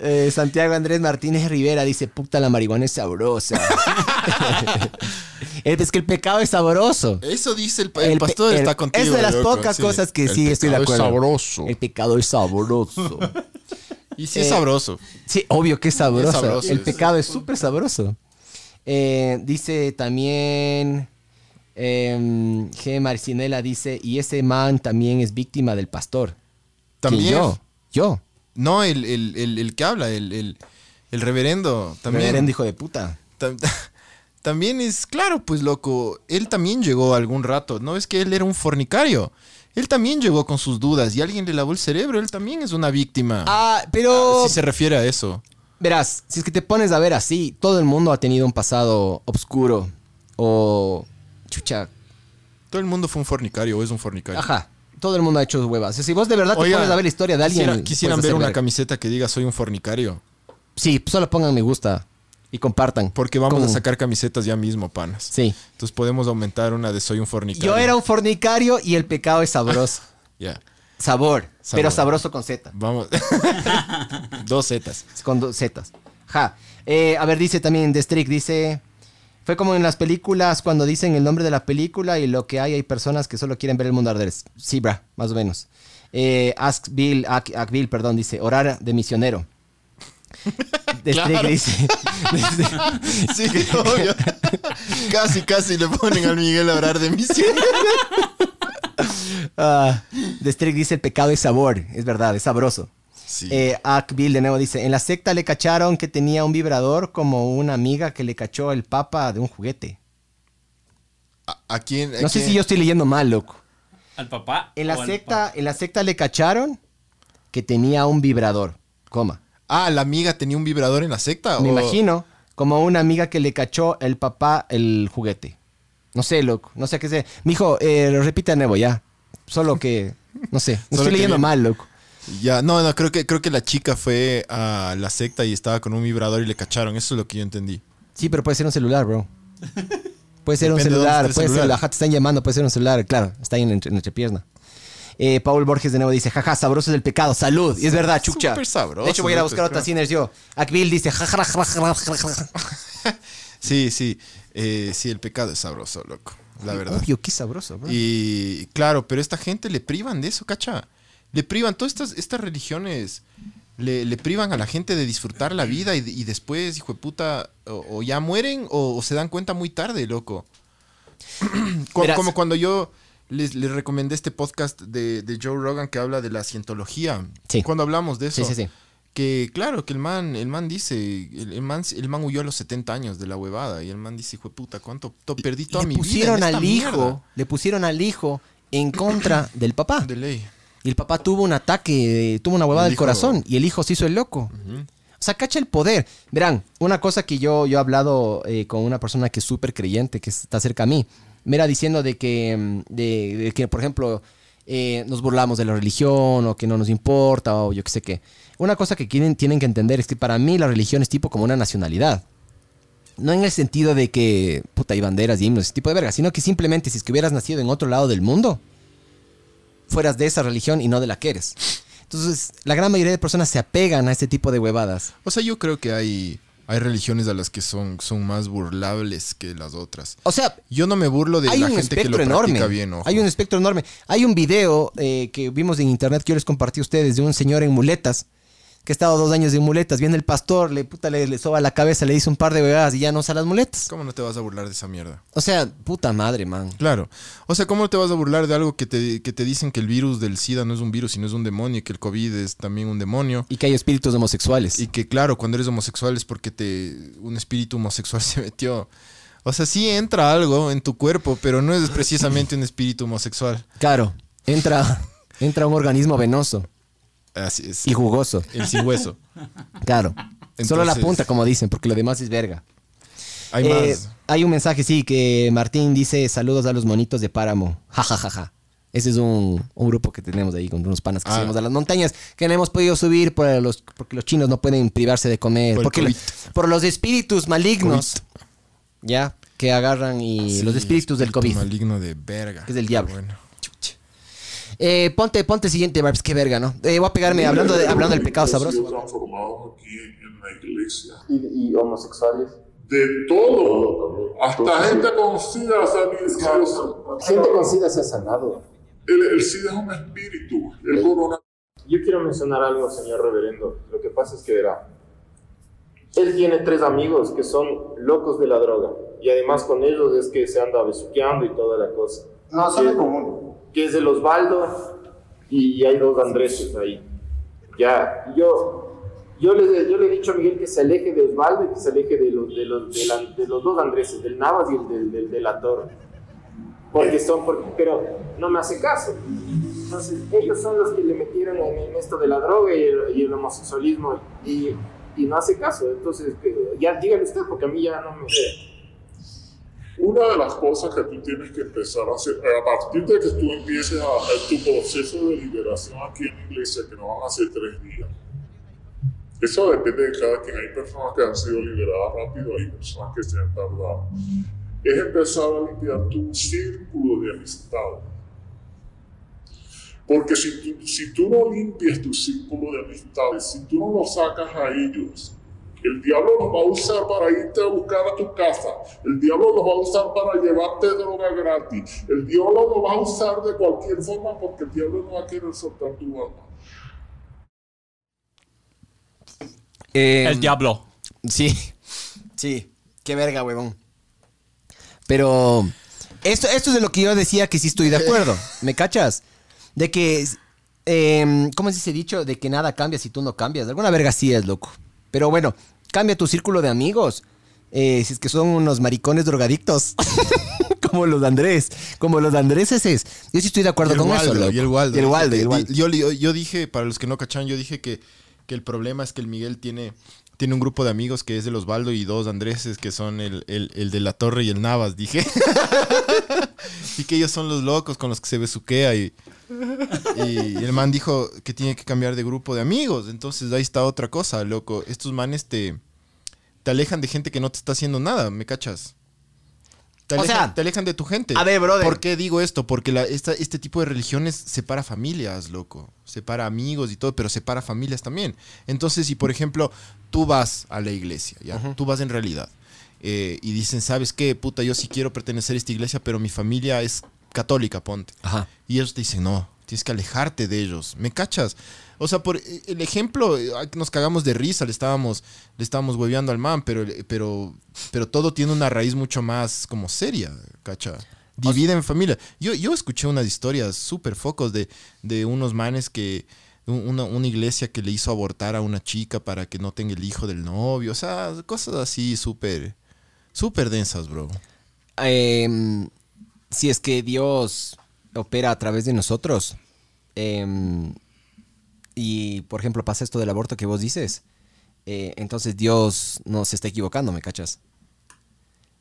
S3: eh, Santiago Andrés Martínez Rivera dice, puta, la marihuana es sabrosa. Eh, es que el pecado es sabroso.
S6: Eso dice el, pa- el
S3: pe-
S6: pastor.
S3: el-
S6: está contigo.
S3: Es de las
S6: loco,
S3: pocas
S6: sí.
S3: cosas que
S6: El
S3: sí estoy de
S6: pecado
S3: acuerdo.
S6: Es sabroso.
S3: El pecado es sabroso.
S6: Y sí
S3: Eh,
S6: es sabroso.
S3: sí, obvio que es sabroso.
S6: Es sabroso,
S3: el
S6: es-
S3: pecado es súper sabroso. Eh, dice también. em, G. Marcinela dice: Y ese man también es víctima del pastor. ¿Quién,
S6: También.
S3: Yo. Yo.
S6: No, el, el, el, el que habla, el, el, el reverendo. También.
S3: Reverendo hijo de puta.
S6: Tam- También es, claro, pues loco, él también llegó algún rato, ¿no? Es que él era un fornicario. Él también llegó con sus dudas y alguien le lavó el cerebro, él también es una víctima.
S3: Ah, pero.
S6: Si se refiere a eso.
S3: Verás, si es que te pones a ver así, todo el mundo ha tenido un pasado oscuro o chucha,
S6: Todo el mundo fue un fornicario o es un fornicario.
S3: ajá, todo el mundo ha hecho huevas. Si vos de verdad te
S6: Oiga,
S3: pones a ver la historia de alguien, pues,
S6: Quisiera- quisieran
S3: puedes
S6: ver
S3: hacer
S6: una
S3: verga.
S6: camiseta que diga soy un fornicario.
S3: Sí, solo pongan me gusta y compartan.
S6: Porque vamos
S3: Con-
S6: a sacar camisetas ya mismo, panas.
S3: Sí.
S6: Entonces podemos aumentar una de soy un fornicario.
S3: Yo era un fornicario y el pecado es sabroso.
S6: Ya.
S3: Sabor, pero
S6: Sabor.
S3: sabroso con Z,
S6: Vamos. Dos zetas.
S3: con dos Zetas. Ja. Eh, a ver, dice también The Strict, dice fue como en las películas cuando dicen el nombre de la película y lo que hay, hay personas que solo quieren ver el mundo arder. Sí, bra, más o menos. Eh, Ask Bill, Ak- Ak Bill, perdón, dice, orar de misionero. The Strict
S6: Claro.
S3: dice,
S6: Sí, obvio. casi, casi le ponen al Miguel a hablar de misión.
S3: ah, The Strict dice, el pecado es sabor, es verdad, es sabroso.
S6: Sí.
S3: Eh, Akbil de nuevo dice, en la secta le cacharon que tenía un vibrador como una amiga que le cachó el papa de un juguete.
S6: ¿A, a quién? a
S3: No sé
S6: quién?
S3: si yo estoy leyendo mal, loco.
S4: Al papá.
S3: En
S4: o
S3: la
S4: al
S3: secta, en la secta le cacharon que tenía un vibrador, coma.
S6: Ah, ¿la amiga tenía un vibrador en la secta?
S3: Me
S6: o-
S3: imagino como una amiga que le cachó el papá el juguete. No sé, loco, no sé qué sé. Mijo, eh, lo repite de nuevo ya. Solo que, no sé, no
S6: Solo
S3: estoy
S6: que
S3: leyendo
S6: bien.
S3: mal, loco.
S6: Ya, no, no, creo que, creo que la chica fue a la secta y estaba con un vibrador y le cacharon. Eso es lo que yo entendí.
S3: Sí, pero puede ser un celular, bro. Puede ser un
S6: Depende de dónde
S3: celular,
S6: esté el
S3: puede ser,
S6: celular.
S3: ajá, te están llamando, puede ser un celular, claro, está ahí en la entre- en la entrepierna. Eh, Paul Borges de nuevo dice, jaja, sabroso es el pecado, salud. Y es verdad, chucha.
S6: Súper sabroso,
S3: De hecho, voy a ir a
S6: ¿no?
S3: buscar otras cines yo. Akbil dice, jaja, jaja, jaja, jaja.
S6: Sí, sí. eh, sí, el pecado es sabroso, loco. La verdad.
S3: Obvio, qué sabroso, bro.
S6: Y claro, pero esta gente le privan de eso, cacha. Le privan, todas estas, estas religiones le, le privan a la gente de disfrutar la vida y, y después, hijo de puta, o, o ya mueren o, o se dan cuenta muy tarde, loco. Co-
S3: Verás.
S6: como cuando yo les, les recomendé este podcast de, de Joe Rogan que habla de la cientología.
S3: Sí.
S6: Cuando hablamos de eso.
S3: Sí, sí, sí.
S6: Que claro, que el man, el man dice, el, el man, el man huyó a los 70 años de la huevada y el man dice, hijo de puta, ¿cuánto? to- perdí toda
S3: Le
S6: mi vida.
S3: pusieron
S6: en esta
S3: al hijo,
S6: mierda".
S3: le pusieron al hijo en contra del papá.
S6: De ley.
S3: Y el papá tuvo un ataque, eh, tuvo una huevada
S6: El
S3: del
S6: hijo-
S3: corazón y el hijo se hizo el loco. O sea, cacha el poder. Verán, una cosa que yo, yo he hablado eh, con una persona que es súper creyente, que está cerca a mí, me era diciendo de que, mm, de, de que por ejemplo, eh, nos burlamos de la religión o que no nos importa o yo qué sé qué. Una cosa que quieren- tienen que entender es que para mí la religión es tipo como una nacionalidad. No en el sentido de que, puta, hay banderas y himnos, ese tipo de verga, sino que simplemente si es que hubieras nacido en otro lado del mundo, fueras de esa religión y no de la que eres. Entonces, la gran mayoría de personas se apegan a este tipo de huevadas.
S6: O sea, yo creo que hay, hay religiones a las que son, son más burlables que las otras.
S3: O sea,
S6: Yo no me burlo de
S3: hay
S6: la
S3: un
S6: gente que lo
S3: espectro
S6: practica
S3: enorme.
S6: bien, ojo.
S3: Hay un espectro enorme. Hay un video eh, que vimos en internet que yo les compartí a ustedes de un señor en muletas que ha estado dos años de muletas. Viene el pastor, le, puta, le, le soba la cabeza, le dice un par de vegadas y ya no usa las muletas.
S6: ¿Cómo no te vas a burlar de esa mierda?
S3: O sea, puta madre, man.
S6: Claro. O sea, ¿cómo te vas a burlar de algo que te, que te dicen que el virus del SIDA no es un virus, sino es un demonio y que el COVID es también un demonio?
S3: Y que hay espíritus homosexuales.
S6: Y que claro, cuando eres homosexual es porque te un espíritu homosexual se metió. O sea, sí entra algo en tu cuerpo, pero no es precisamente un espíritu homosexual.
S3: Claro, entra, entra un organismo venoso
S6: Así es.
S3: y jugoso.
S6: El sin hueso.
S3: Claro. Solo la
S6: Entonces-
S3: punta, como dicen, porque lo demás es verga.
S6: Hay
S3: Eh,
S6: más.
S3: hay un mensaje, sí, que Martín dice saludos a los monitos de Páramo. Ja, ja, ja, ja. Ese es un, un grupo que tenemos ahí con unos panas que
S6: Ah.
S3: subimos a las montañas que no hemos podido subir por los, porque los chinos no pueden privarse de comer.
S6: Por el
S3: porque la-
S6: COVID.
S3: por los espíritus malignos. Ya, que agarran y
S6: Ah, Sí,
S3: los espíritus del
S6: espíritu
S3: COVID.
S6: Maligno de verga.
S3: Que es del diablo.
S6: Bueno.
S3: Eh, ponte, ponte siguiente, Barbs, qué verga, ¿no? Eh, voy a pegarme hablando, de, hablando del pecado sabroso.
S8: transformados aquí en la iglesia.
S7: Y, y homosexuales.
S8: De todo. Hasta gente con SIDA ha salido.
S7: Gente con SIDA se ha sanado.
S8: El, el SIDA es un espíritu. El coronavirus.
S7: Yo quiero mencionar algo, señor reverendo. Lo que pasa es que verá. Él tiene tres amigos que son locos de la droga. Y además con ellos es que se anda besuqueando y toda la cosa.
S5: No, solo con uno.
S7: que es el Osvaldo y hay dos Andreses ahí. Ya, yo, yo, le, yo le he dicho a Miguel que se aleje de Osvaldo y que se aleje de los, de los, de la- de los dos Andreses, del Navas y el del, del, de la Torre. Porque son, porque, pero no me hace caso. Entonces, ellos son los que le metieron en, en esto de la droga y el, y el homosexualismo y, y no hace caso. Entonces, que- ya dígale usted, porque a mí ya no me...
S8: Una de las cosas que tú tienes que empezar a hacer, eh, a partir de que tú empieces a, a tu proceso de liberación aquí en la iglesia, que no van a ser tres días. Eso depende de cada quien. Hay personas que han sido liberadas rápido, hay personas que se han tardado. Es empezar a limpiar tu círculo de amistad. Porque si tú, si tú no limpias tu círculo de amistades, si tú no los sacas a ellos, el diablo los va a usar para irte a buscar a tu casa, el diablo los va a usar para llevarte droga gratis, el diablo los va a usar de cualquier forma porque el diablo no va a querer soltar tu alma.
S3: Eh,
S4: El diablo.
S3: Sí, sí, qué verga, huevón. Pero esto, esto es de lo que yo decía que sí estoy de acuerdo, ¿me cachas? De que, eh, ¿cómo es ese dicho? De que nada cambia si tú no cambias. Alguna verga sí es, loco. Pero bueno, cambia tu círculo de amigos. Eh, si es que son unos maricones drogadictos. como los de Andrés. Como los de Andrés ese es. Yo sí estoy de acuerdo
S6: Y el
S3: con eso,
S6: Waldo,
S3: loco.
S6: Y el Waldo.
S3: Y el Waldo, y el
S6: Di-
S3: Waldo.
S6: Yo, yo- yo dije, para los que no cachan, yo dije que, que el problema es que el Miguel tiene, tiene un grupo de amigos que es el Osvaldo y dos Andreses que son el, el- el de la Torre y el Navas, dije. y que ellos son los locos con los que se besuquea y, y el man dijo que tiene que cambiar de grupo de amigos. Entonces ahí está otra cosa, loco. Estos manes te, te alejan de gente que no te está haciendo nada, ¿me cachas? Te
S3: O
S6: alejan,
S3: sea,
S6: te alejan de tu gente.
S3: a ver, brother.
S6: ¿Por qué digo esto? Porque la- esta- este tipo de religiones separa familias, loco. Separa amigos y todo, pero separa familias también. Entonces, si por ejemplo tú vas a la iglesia, ¿ya? Tú vas en realidad. eh, y dicen, ¿sabes qué? Puta, yo sí quiero pertenecer a esta iglesia, pero mi familia es católica, ponte.
S3: Ajá.
S6: Y ellos te dicen, no, tienes que alejarte de ellos. ¿Me cachas? O sea, por eh, el ejemplo, eh, ay, nos cagamos de risa, le estábamos, le estábamos hueveando al man, pero, eh, pero, pero todo tiene una raíz mucho más como seria, ¿cacha? Divide en familia. Yo, yo escuché unas historias súper focos de, de unos manes que. un- Una, una iglesia que le hizo abortar a una chica para que no tenga el hijo del novio. O sea, cosas así súper. Súper densas, bro.
S3: em, si es que Dios opera a través de nosotros, em, y por ejemplo pasa esto del aborto que vos dices, eh, entonces Dios no se está equivocando, ¿me cachas?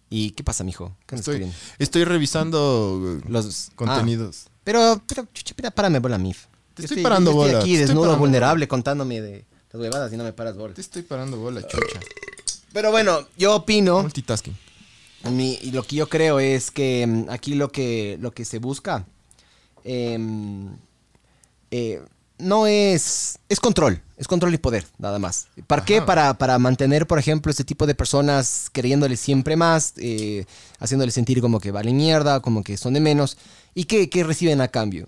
S3: ¿Y qué pasa, mijo? ¿Qué andas
S6: Estoy,
S3: escribiendo?
S6: estoy revisando eh,
S3: Los
S6: contenidos.
S3: ah, pero, pero, chucha, mira, párame bola, mif.
S6: Te
S3: Yo
S6: estoy parando
S3: yo
S6: bola,
S3: aquí
S6: te estoy
S3: desnudo,
S6: parando
S3: vulnerable, contándome de las huevadas y no me paras bola.
S6: Te estoy parando bola, chucha.
S3: Pero bueno, yo opino.
S6: Multitasking.
S3: Mi- y lo que yo creo es que mm, aquí lo que, lo que se busca em, eh, no es... Es control. Es control y poder, nada más. ¿Para qué?
S6: Ajá.
S3: Para, para mantener, por ejemplo, este tipo de personas queriéndoles siempre más, eh, haciéndoles sentir como que valen mierda, como que son de menos. ¿Y qué, qué reciben a cambio?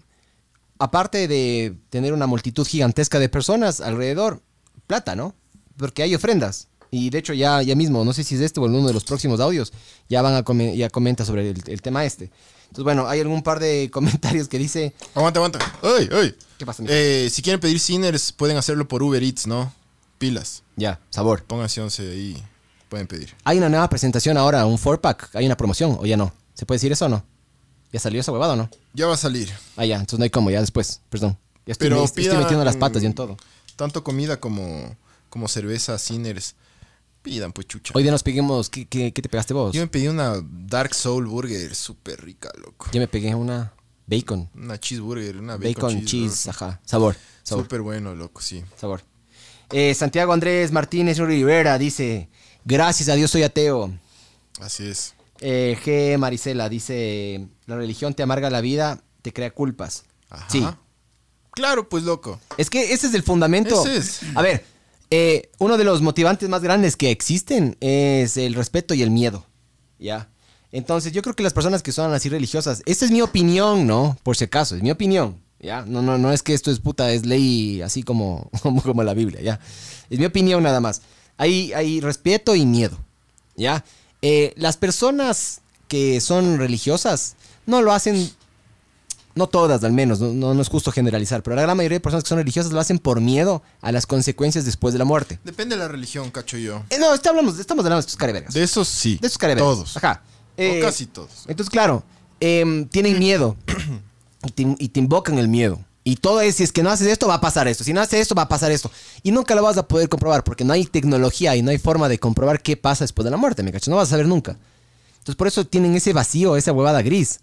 S3: Aparte de tener una multitud gigantesca de personas alrededor, plata, ¿no? Porque hay ofrendas. Y de hecho ya, ya mismo, no sé si es este o en uno de los próximos audios, ya van a come- ya comenta sobre el, el tema este. Entonces, bueno, hay algún par de comentarios que dice...
S6: Aguanta, aguanta. ¡Ay, ay!
S3: ¿Qué pasa? mijo?
S6: Eh, si quieren pedir Sinners, pueden hacerlo por Uber Eats, ¿no? Pilas.
S3: ya, sabor.
S6: Pónganse 11 ahí. Pueden pedir.
S3: Hay una nueva presentación ahora, un 4-pack. Hay una promoción, o ya no. ¿Se puede decir eso o no? ¿Ya salió esa huevada o no?
S6: Ya va a salir.
S3: Ah, ya, entonces no hay como, ya después, perdón. Ya estoy,
S6: Pero
S3: me- estoy
S6: pidan-
S3: metiendo las patas y en todo.
S6: Tanto comida como, como cerveza, Sinners. Pidan, pues chucha.
S3: Hoy día nos peguemos, ¿qué, qué, qué te pegaste vos?
S6: Yo
S3: Yo,
S6: em- me pedí una Dark Soul Burger súper rica, loco.
S3: me pegué una bacon.
S6: Una cheeseburger, una
S3: Bacon,
S6: bacon,
S3: cheese, ajá. Sabor, sabor,
S6: Súper bueno, loco, sí.
S3: sabor. Eh, Santiago Andrés Martínez Rivera dice, gracias a Dios soy ateo.
S6: Así es.
S3: Eh, G. Marisela dice, la religión te amarga la vida, te crea culpas.
S6: Ajá.
S3: Sí,
S6: Claro, pues loco.
S3: Es que ese es el fundamento.
S6: Ese es.
S3: A ver, eh, uno de los motivantes más grandes que existen es el respeto y el miedo. ¿Ya? Entonces, yo creo que las personas que son así religiosas, esta es mi opinión, ¿no? Por si acaso, es mi opinión. ¿Ya? No, no, no es que esto es puta, es ley así como, como, como la Biblia, ¿ya? Es mi opinión nada más. Hay, hay respeto y miedo, ¿ya? Eh, las personas que son religiosas no lo hacen no todas al menos, no, no- no es justo generalizar, pero la gran mayoría de personas que son religiosas lo hacen por miedo a las consecuencias después de la muerte.
S6: Depende de la religión, cacho yo.
S3: Eh, no, está- hablamos- estamos hablando de estos carevergas.
S6: De esos sí.
S3: De estos carevergas.
S6: Todos.
S3: Ajá. Eh,
S6: o casi todos.
S3: Entonces, claro, em, tienen miedo y te, y te invocan el miedo. Y todo es, si es que no haces esto, va a pasar esto. Si no haces esto, va a pasar esto. Y nunca lo vas a poder comprobar porque no hay tecnología y no hay forma de comprobar qué pasa después de la muerte, ¿me cachas? No vas a saber nunca. Entonces, por eso tienen ese vacío, esa huevada gris,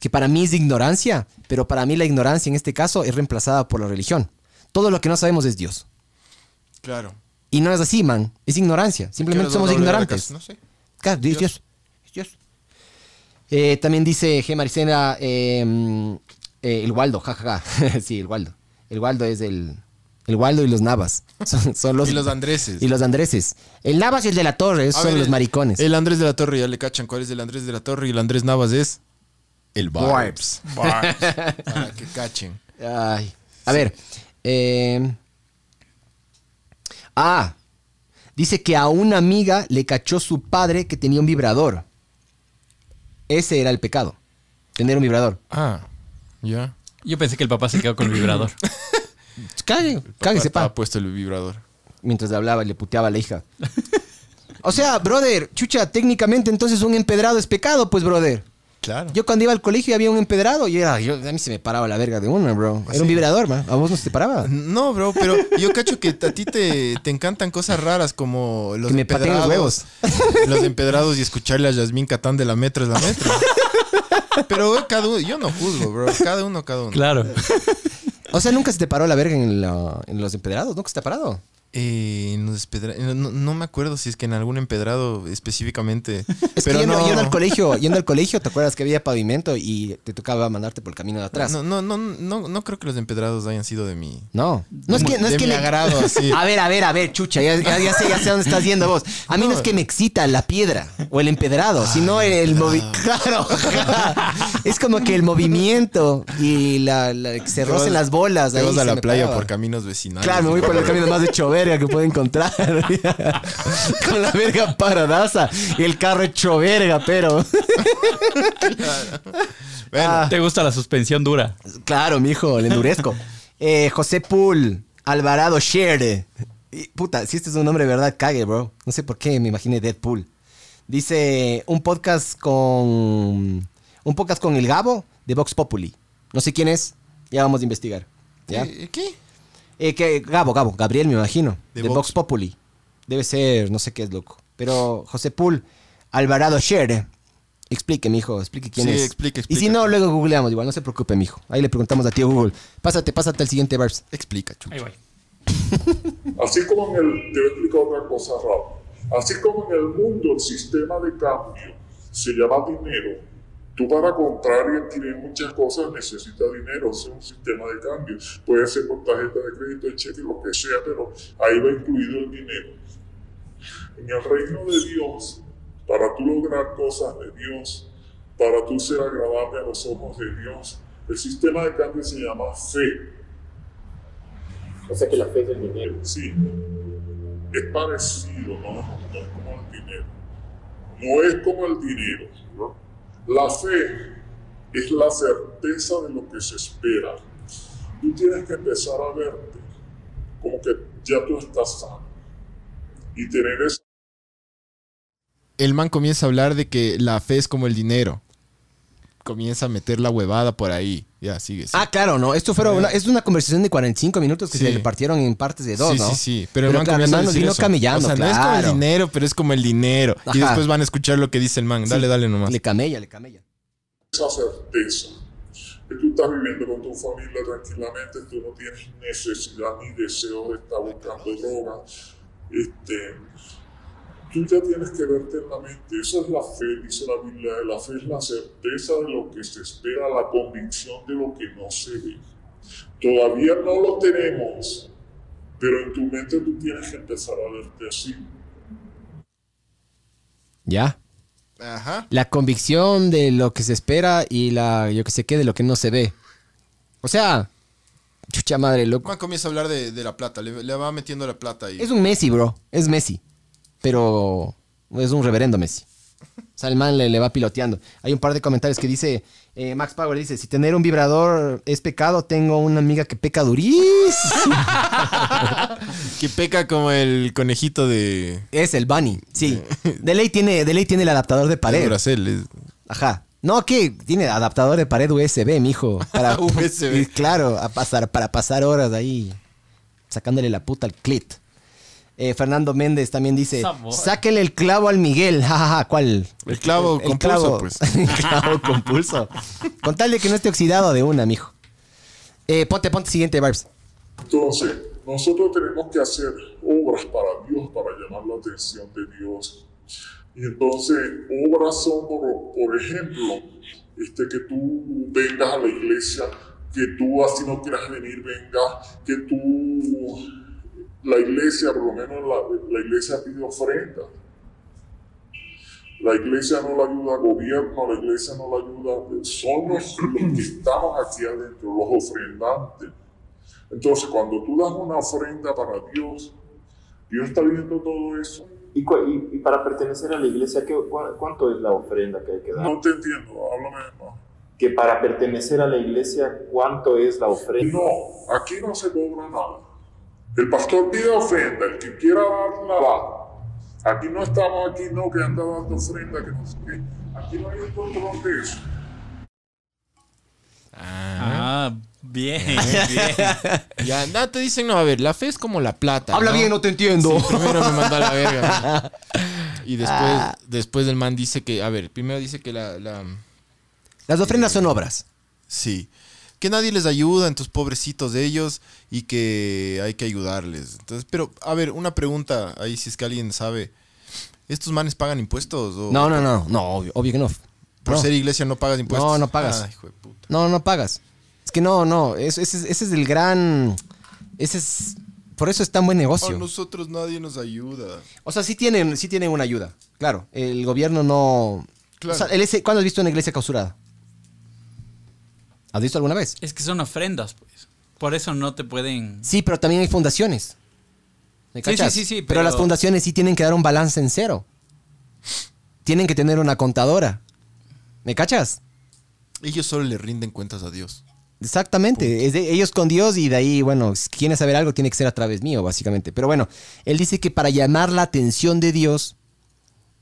S3: que para mí es ignorancia, pero para mí la ignorancia en este caso es reemplazada por la religión. Todo lo que no sabemos es Dios.
S6: Claro.
S3: Y no es así, man. Es ignorancia. Simplemente
S6: Quiero
S3: somos
S6: doblar la
S3: ignorantes.
S6: casa, No sé.
S3: Claro, Dios. Dios. Dios. Eh, también dice G. Maricena, eh, mm, eh, el Waldo, jajaja. sí, el Waldo. El Waldo es el. El Waldo y los Navas. Son, son los,
S6: Y los Andreses.
S3: y los Andreses. El Navas y el de la Torre, esos
S6: A
S3: son
S6: ver,
S3: los
S6: el-
S3: maricones.
S6: El Andrés de la Torre, ya le cachan cuál es el Andrés de la Torre y el Andrés Navas es el Vibes. Para que cachen.
S3: Ay, a ver. eh, ah, dice que a una amiga le cachó su padre que tenía un vibrador. Ese era el pecado. Tener un vibrador.
S6: Ah, ya.
S4: Yo pensé que el papá se quedó con el vibrador.
S3: Cague,
S6: Papá
S3: cáguese,
S6: estaba
S3: pa.
S6: puesto el vibrador.
S3: Mientras le hablaba y le puteaba a la hija. O sea, brother, chucha, técnicamente entonces un empedrado es pecado, pues, brother.
S6: Claro.
S3: Yo cuando iba al colegio y había un empedrado y era, yo, a mí se me paraba la verga de una, bro. Era un vibrador, man. ¿A vos no se te paraba?
S6: No, bro, pero yo cacho que a ti te, te encantan cosas raras como los
S3: Que me pateen los
S6: empedrados. Los empedrados y escucharle a Yasmín Catán de la metro es la metro. Pero güey, cada uno, yo no juzgo, bro. Cada uno, cada uno.
S4: Claro.
S3: O sea, nunca se te paró la verga en, la- en los empedrados, nunca se te ha parado.
S6: Eh, en los despedra- no, no- no me acuerdo si es que en algún empedrado específicamente.
S3: Es
S6: pero
S3: que yendo,
S6: no,
S3: yendo al colegio, yendo al colegio, ¿te acuerdas que había pavimento y te tocaba mandarte por el camino de atrás?
S6: No, no, no, no, no creo que los empedrados hayan sido de mi.
S3: No, no es
S6: de
S3: que,
S6: mi-
S3: no es
S6: de
S3: que
S6: mi
S3: le-
S6: agrado, así.
S3: A ver, a ver, a ver, chucha, ya, ya- ya sé, ya sé dónde estás yendo vos. A mí no, es que me excita la piedra o el empedrado,
S6: Ah,
S3: sino el movimiento. Claro, es como que el movimiento y la, la- que se
S6: Te
S3: rocen
S6: vas-
S3: las bolas.
S6: Te
S3: ahí
S6: vas a
S3: se
S6: la
S3: me
S6: playa
S3: paraba.
S6: por caminos vecinales.
S3: Claro, me voy por el camino más de choverga que puedo encontrar. Con la verga paradaza y el carro hecho verga, pero. Ah.
S6: Bueno,
S4: ¿Te gusta la suspensión dura?
S3: Claro, mijo, le endurezco. Eh, José Pool, Alvarado Sher. Y, Puta, si este es un nombre de verdad, cague, bro. No sé por qué me imaginé Deadpool. Dice un podcast con. Un podcast con el Gabo de Vox Populi. No sé quién es, ya vamos a investigar. ¿Ya?
S6: ¿qué- ¿Qué?
S3: Eh, que, Gabo, Gabo, Gabriel, me imagino.
S6: De
S3: De,
S6: Vox.
S3: Vox. Populi. Debe ser, no sé qué es loco. Pero José Pool, Alvarado Sher. Explique, mijo, explique quién
S6: Sí,
S3: es.
S6: explique,
S3: Y si
S6: explica.
S3: no, luego googleamos igual, no se preocupe, mijo. Ahí le preguntamos a tío Google. Pásate, pásate al siguiente verse.
S6: Explica, chucha.
S4: Ahí voy.
S8: Así como en el, te voy a explicar otra cosa rápido. Así como en el mundo el sistema de cambio se llama dinero, tú para comprar y adquirir muchas cosas necesitas dinero, es un sistema de cambio. Puede ser con tarjeta de crédito, cheque, lo que sea, pero ahí va incluido el dinero. En el reino de Dios, para tú lograr cosas de Dios, para tú ser agradable a los ojos de Dios, el sistema de cambio se llama fe.
S7: O sea que la fe es el dinero.
S8: Sí, es parecido, ¿no? No es como el dinero. No es como el dinero. ¿no? La fe es la certeza de lo que se espera. Tú tienes que empezar a verte como que ya tú estás sano y tener esa
S6: El man comienza a hablar de que la fe es como el dinero. Comienza a meter la huevada por ahí. Ya, sigue. sigue.
S3: Ah, claro, no. Esto fueron una, es una conversación de 45 minutos que
S6: Sí.
S3: se repartieron en partes de dos,
S6: sí,
S3: ¿no?
S6: sí, sí. Pero, el man
S3: claro,
S6: comienza a
S3: nos
S6: decir
S3: vino
S6: eso.
S3: camellando,
S6: O sea, no es como
S3: claro.
S6: el dinero, pero es como el dinero. Y
S3: Ajá.
S6: después van a escuchar lo que dice el man. Dale, dale nomás.
S3: Le camella, le camella.
S8: esa certeza que tú estás viviendo con tu familia tranquilamente, tú no tienes necesidad ni deseo de estar buscando droga. Este, tú ya tienes que verte en la mente. Esa es la fe, dice la Biblia. La fe es la certeza de lo que se espera, la convicción de lo que no se ve. Todavía no lo tenemos, pero en tu mente tú tienes que empezar a verte así.
S3: Ya.
S6: Ajá.
S3: La convicción de lo que se espera y la, yo que sé qué, de lo que no se ve. O sea, chucha madre,
S6: El
S3: loco.
S6: man comienza a hablar de, de la plata. Le, le va metiendo la plata ahí.
S3: Es un Messi, bro. Es Messi. Pero es un reverendo Messi. O sea, el man le, le va piloteando. Hay un par de comentarios que dice, eh, Max Power dice, si tener un vibrador es pecado, tengo una amiga que peca durísimo.
S6: Que peca como el conejito de,
S3: es el Bunny, sí. De ley tiene, de ley tiene el adaptador de
S6: de
S3: pared.
S6: Duracell. Es-
S3: Ajá. No, ¿qué? Tiene adaptador de pared USB, mijo. Para,
S6: USB.
S3: y claro, a pasar, para pasar horas ahí sacándole la puta al clit. Eh, Fernando Méndez también dice,
S4: Sabor.
S3: sáquele el clavo al Miguel. Ja, ja, ja. ¿Cuál?
S6: El clavo con pulso, pues.
S3: el clavo con pulso. Con tal de que no esté oxidado de una, mijo. Eh, ponte, ponte siguiente, Barbs.
S8: Entonces, nosotros tenemos que hacer obras para Dios, para llamar la atención de Dios. Y entonces, obras son, por, por ejemplo, este, que tú vengas a la iglesia, que tú así no quieras venir, vengas, que tú, la iglesia, por lo menos la, la iglesia pide ofrenda. La iglesia no la ayuda al gobierno, la iglesia no la ayuda, son los, los que estamos aquí adentro, los ofrendantes. Entonces, cuando tú das una ofrenda para Dios, Dios está viendo todo eso.
S7: ¿Y, cu- y- y para pertenecer a la iglesia, ¿qué, cu- ¿cuánto es la ofrenda que hay que dar?
S8: No te entiendo, háblame más.
S7: Que para pertenecer a la iglesia, ¿cuánto es la ofrenda?
S8: No, aquí no se cobra nada. El pastor pide ofrenda, el que quiera dar la da. Aquí no estamos aquí, no, que anda dando ofrenda, que no sé qué. Aquí no hay un control de eso.
S4: Ah, bien, bien.
S6: Ya, nada, te dicen, no, a ver, la fe es como la plata.
S3: Habla bien, no te entiendo.
S6: Sí, primero me mandó a la verga. Y después, después el man dice que, a ver, primero dice que la, la-
S3: Las ofrendas son obras.
S6: Sí. Que nadie les ayuda, entonces pobrecitos de ellos, y que hay que ayudarles. Entonces, pero, a ver, una pregunta ahí, si es que alguien sabe. ¿Estos manes pagan impuestos? O
S3: No, no, no. No, obvio, obvio que no.
S6: Oh. Por
S3: No.
S6: ser iglesia no pagas impuestos.
S3: No, no pagas.
S6: Ah, hijo de puta.
S3: No, no pagas. Es que no, no. es- Ese, es- ese es el gran. Ese es. Por eso es tan buen
S6: A
S4: Oh,
S3: negocio.
S6: nosotros nadie nos ayuda.
S3: O sea, sí tienen, sí tienen una ayuda. Claro. El gobierno no.
S6: Claro.
S3: O sea, el ese- ¿Cuándo has visto una iglesia clausurada? ¿Has visto alguna vez?
S4: Es que son ofrendas, pues. Por eso no te pueden.
S3: Sí, pero también hay fundaciones. ¿Me
S4: Sí,
S3: cachas?
S4: sí, sí, sí,
S3: pero
S4: pero-
S3: las fundaciones sí tienen que dar un balance en cero. Tienen que tener una contadora. ¿Me cachas?
S6: Ellos solo le rinden cuentas a Dios.
S3: Exactamente, es de ellos con Dios y de ahí, bueno, si quieres saber algo tiene que ser a través mío, básicamente. Pero bueno, él dice que para llamar la atención de Dios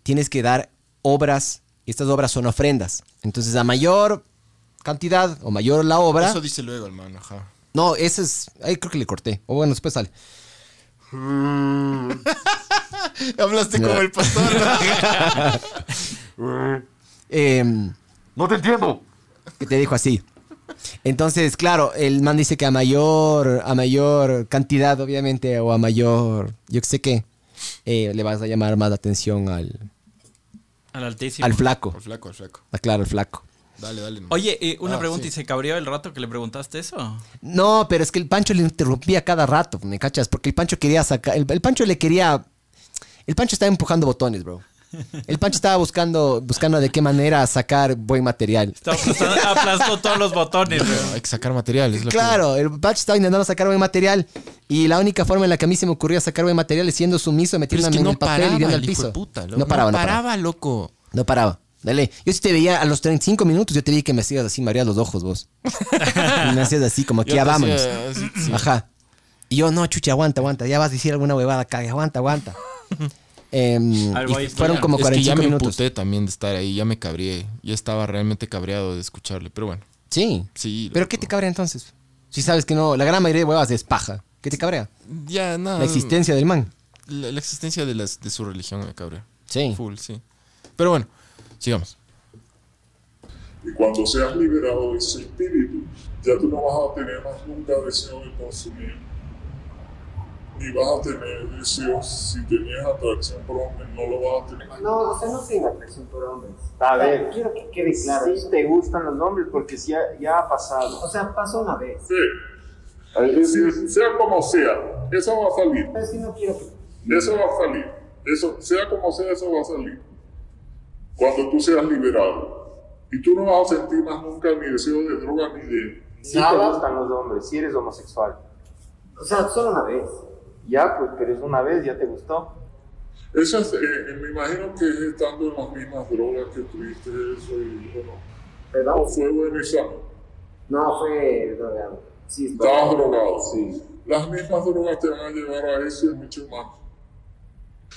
S3: tienes que dar obras, y estas obras son ofrendas. Entonces, a mayor cantidad o mayor la obra...
S6: Eso dice luego el man, ajá.
S3: No, ese es... Ahí creo que le corté. O bueno, después sale.
S6: Mm. Hablaste como el pastor.
S3: no te entiendo. Eh, Que te dijo así. Entonces, claro, el man dice que a mayor, a mayor cantidad, obviamente, o a mayor, yo qué sé qué, eh, le vas a llamar más la atención al,
S4: Al altísimo.
S3: al flaco.
S6: Al flaco, al flaco.
S3: Ah, Claro, al flaco.
S6: Dale, dale. nomás.
S4: Oye, eh, una
S6: Ah,
S4: pregunta,
S6: sí.
S4: ¿y se cabreó el rato que le preguntaste eso?
S3: No, pero es que el Pancho le interrumpía cada rato, ¿me cachas? Porque el Pancho quería sacar, el, el Pancho le quería, el Pancho estaba empujando botones, bro. El Pancho estaba buscando, buscando de qué manera sacar buen material.
S10: Está aplastando- aplastó todos los botones, weón.
S6: Hay que sacar material. Es lo que-
S3: Claro, el Pancho estaba intentando sacar buen material y la única forma en la que a mí se me ocurría sacar buen material es siendo sumiso,
S6: Pero es
S3: metiéndome
S6: que
S3: en
S6: no
S3: el papel
S6: paraba
S3: y
S6: el
S3: viendo al
S6: hijo
S3: piso.
S6: de puta. loco.
S3: no paraba, no
S6: no
S3: paraba.
S6: paraba, loco.
S3: No paraba. Dale, yo si te veía a los 35 minutos, yo te vi que me hacías así, me abrías los ojos vos. Y me hacías así, como que
S6: Yo
S3: ya
S6: te
S3: vámonos.
S6: hacía así, sí.
S3: Ajá. Y yo, no, chucha, aguanta, aguanta. Ya vas a decir alguna huevada acá, aguanta, aguanta. Em,
S4: Al
S3: y
S4: voy,
S3: fueron
S4: estoy-
S3: como
S6: es que ya
S3: 45
S6: me
S3: minutos.
S6: emputé también de estar ahí, ya me cabré. Ya estaba realmente cabreado de escucharle, pero bueno.
S3: Sí.
S6: Sí.
S3: ¿Pero
S6: loco.
S3: qué te cabrea entonces? Si sabes que no, la gran mayoría de huevas es paja. ¿Qué te cabrea?
S6: Ya, nada.
S3: La existencia del man.
S6: La, la existencia de, las, de su religión me cabrea.
S3: Sí.
S6: Full, sí. Pero bueno, sigamos.
S8: Y cuando seas liberado de ese espíritu, ya tú no vas a tener más nunca deseo de consumir. Ni vas a tener deseos, si tenías atracción por hombres, no lo vas a tener.
S5: No, o sea, no tengo atracción por hombres.
S7: A ver.
S5: Quiero que quede claro.
S7: Sí te gustan los nombres porque sí ha- ya ha pasado.
S5: O sea, pasó una vez.
S8: Sí, sí, sea como sea, eso va a salir.
S5: Pero es que no quiero que...
S8: Eso va a salir. Eso, sea como sea, eso va a salir. Cuando tú seas liberado. Y tú no vas a sentir más nunca ni deseo de droga ni de...
S7: Sí te gustan los hombres, si eres homosexual.
S5: O sea, solo una vez.
S7: Ya, pues, pero es una vez, ya te gustó.
S8: Eso es, eh, me imagino que es estando en las mismas drogas que tuviste eso y bueno.
S5: ¿Perdón?
S8: O fue bueno y sano.
S5: No, fue drogado. Sí, es
S8: Estabas
S5: drogado.
S8: drogado. Sí. Las mismas drogas te van a llevar a eso y mucho más.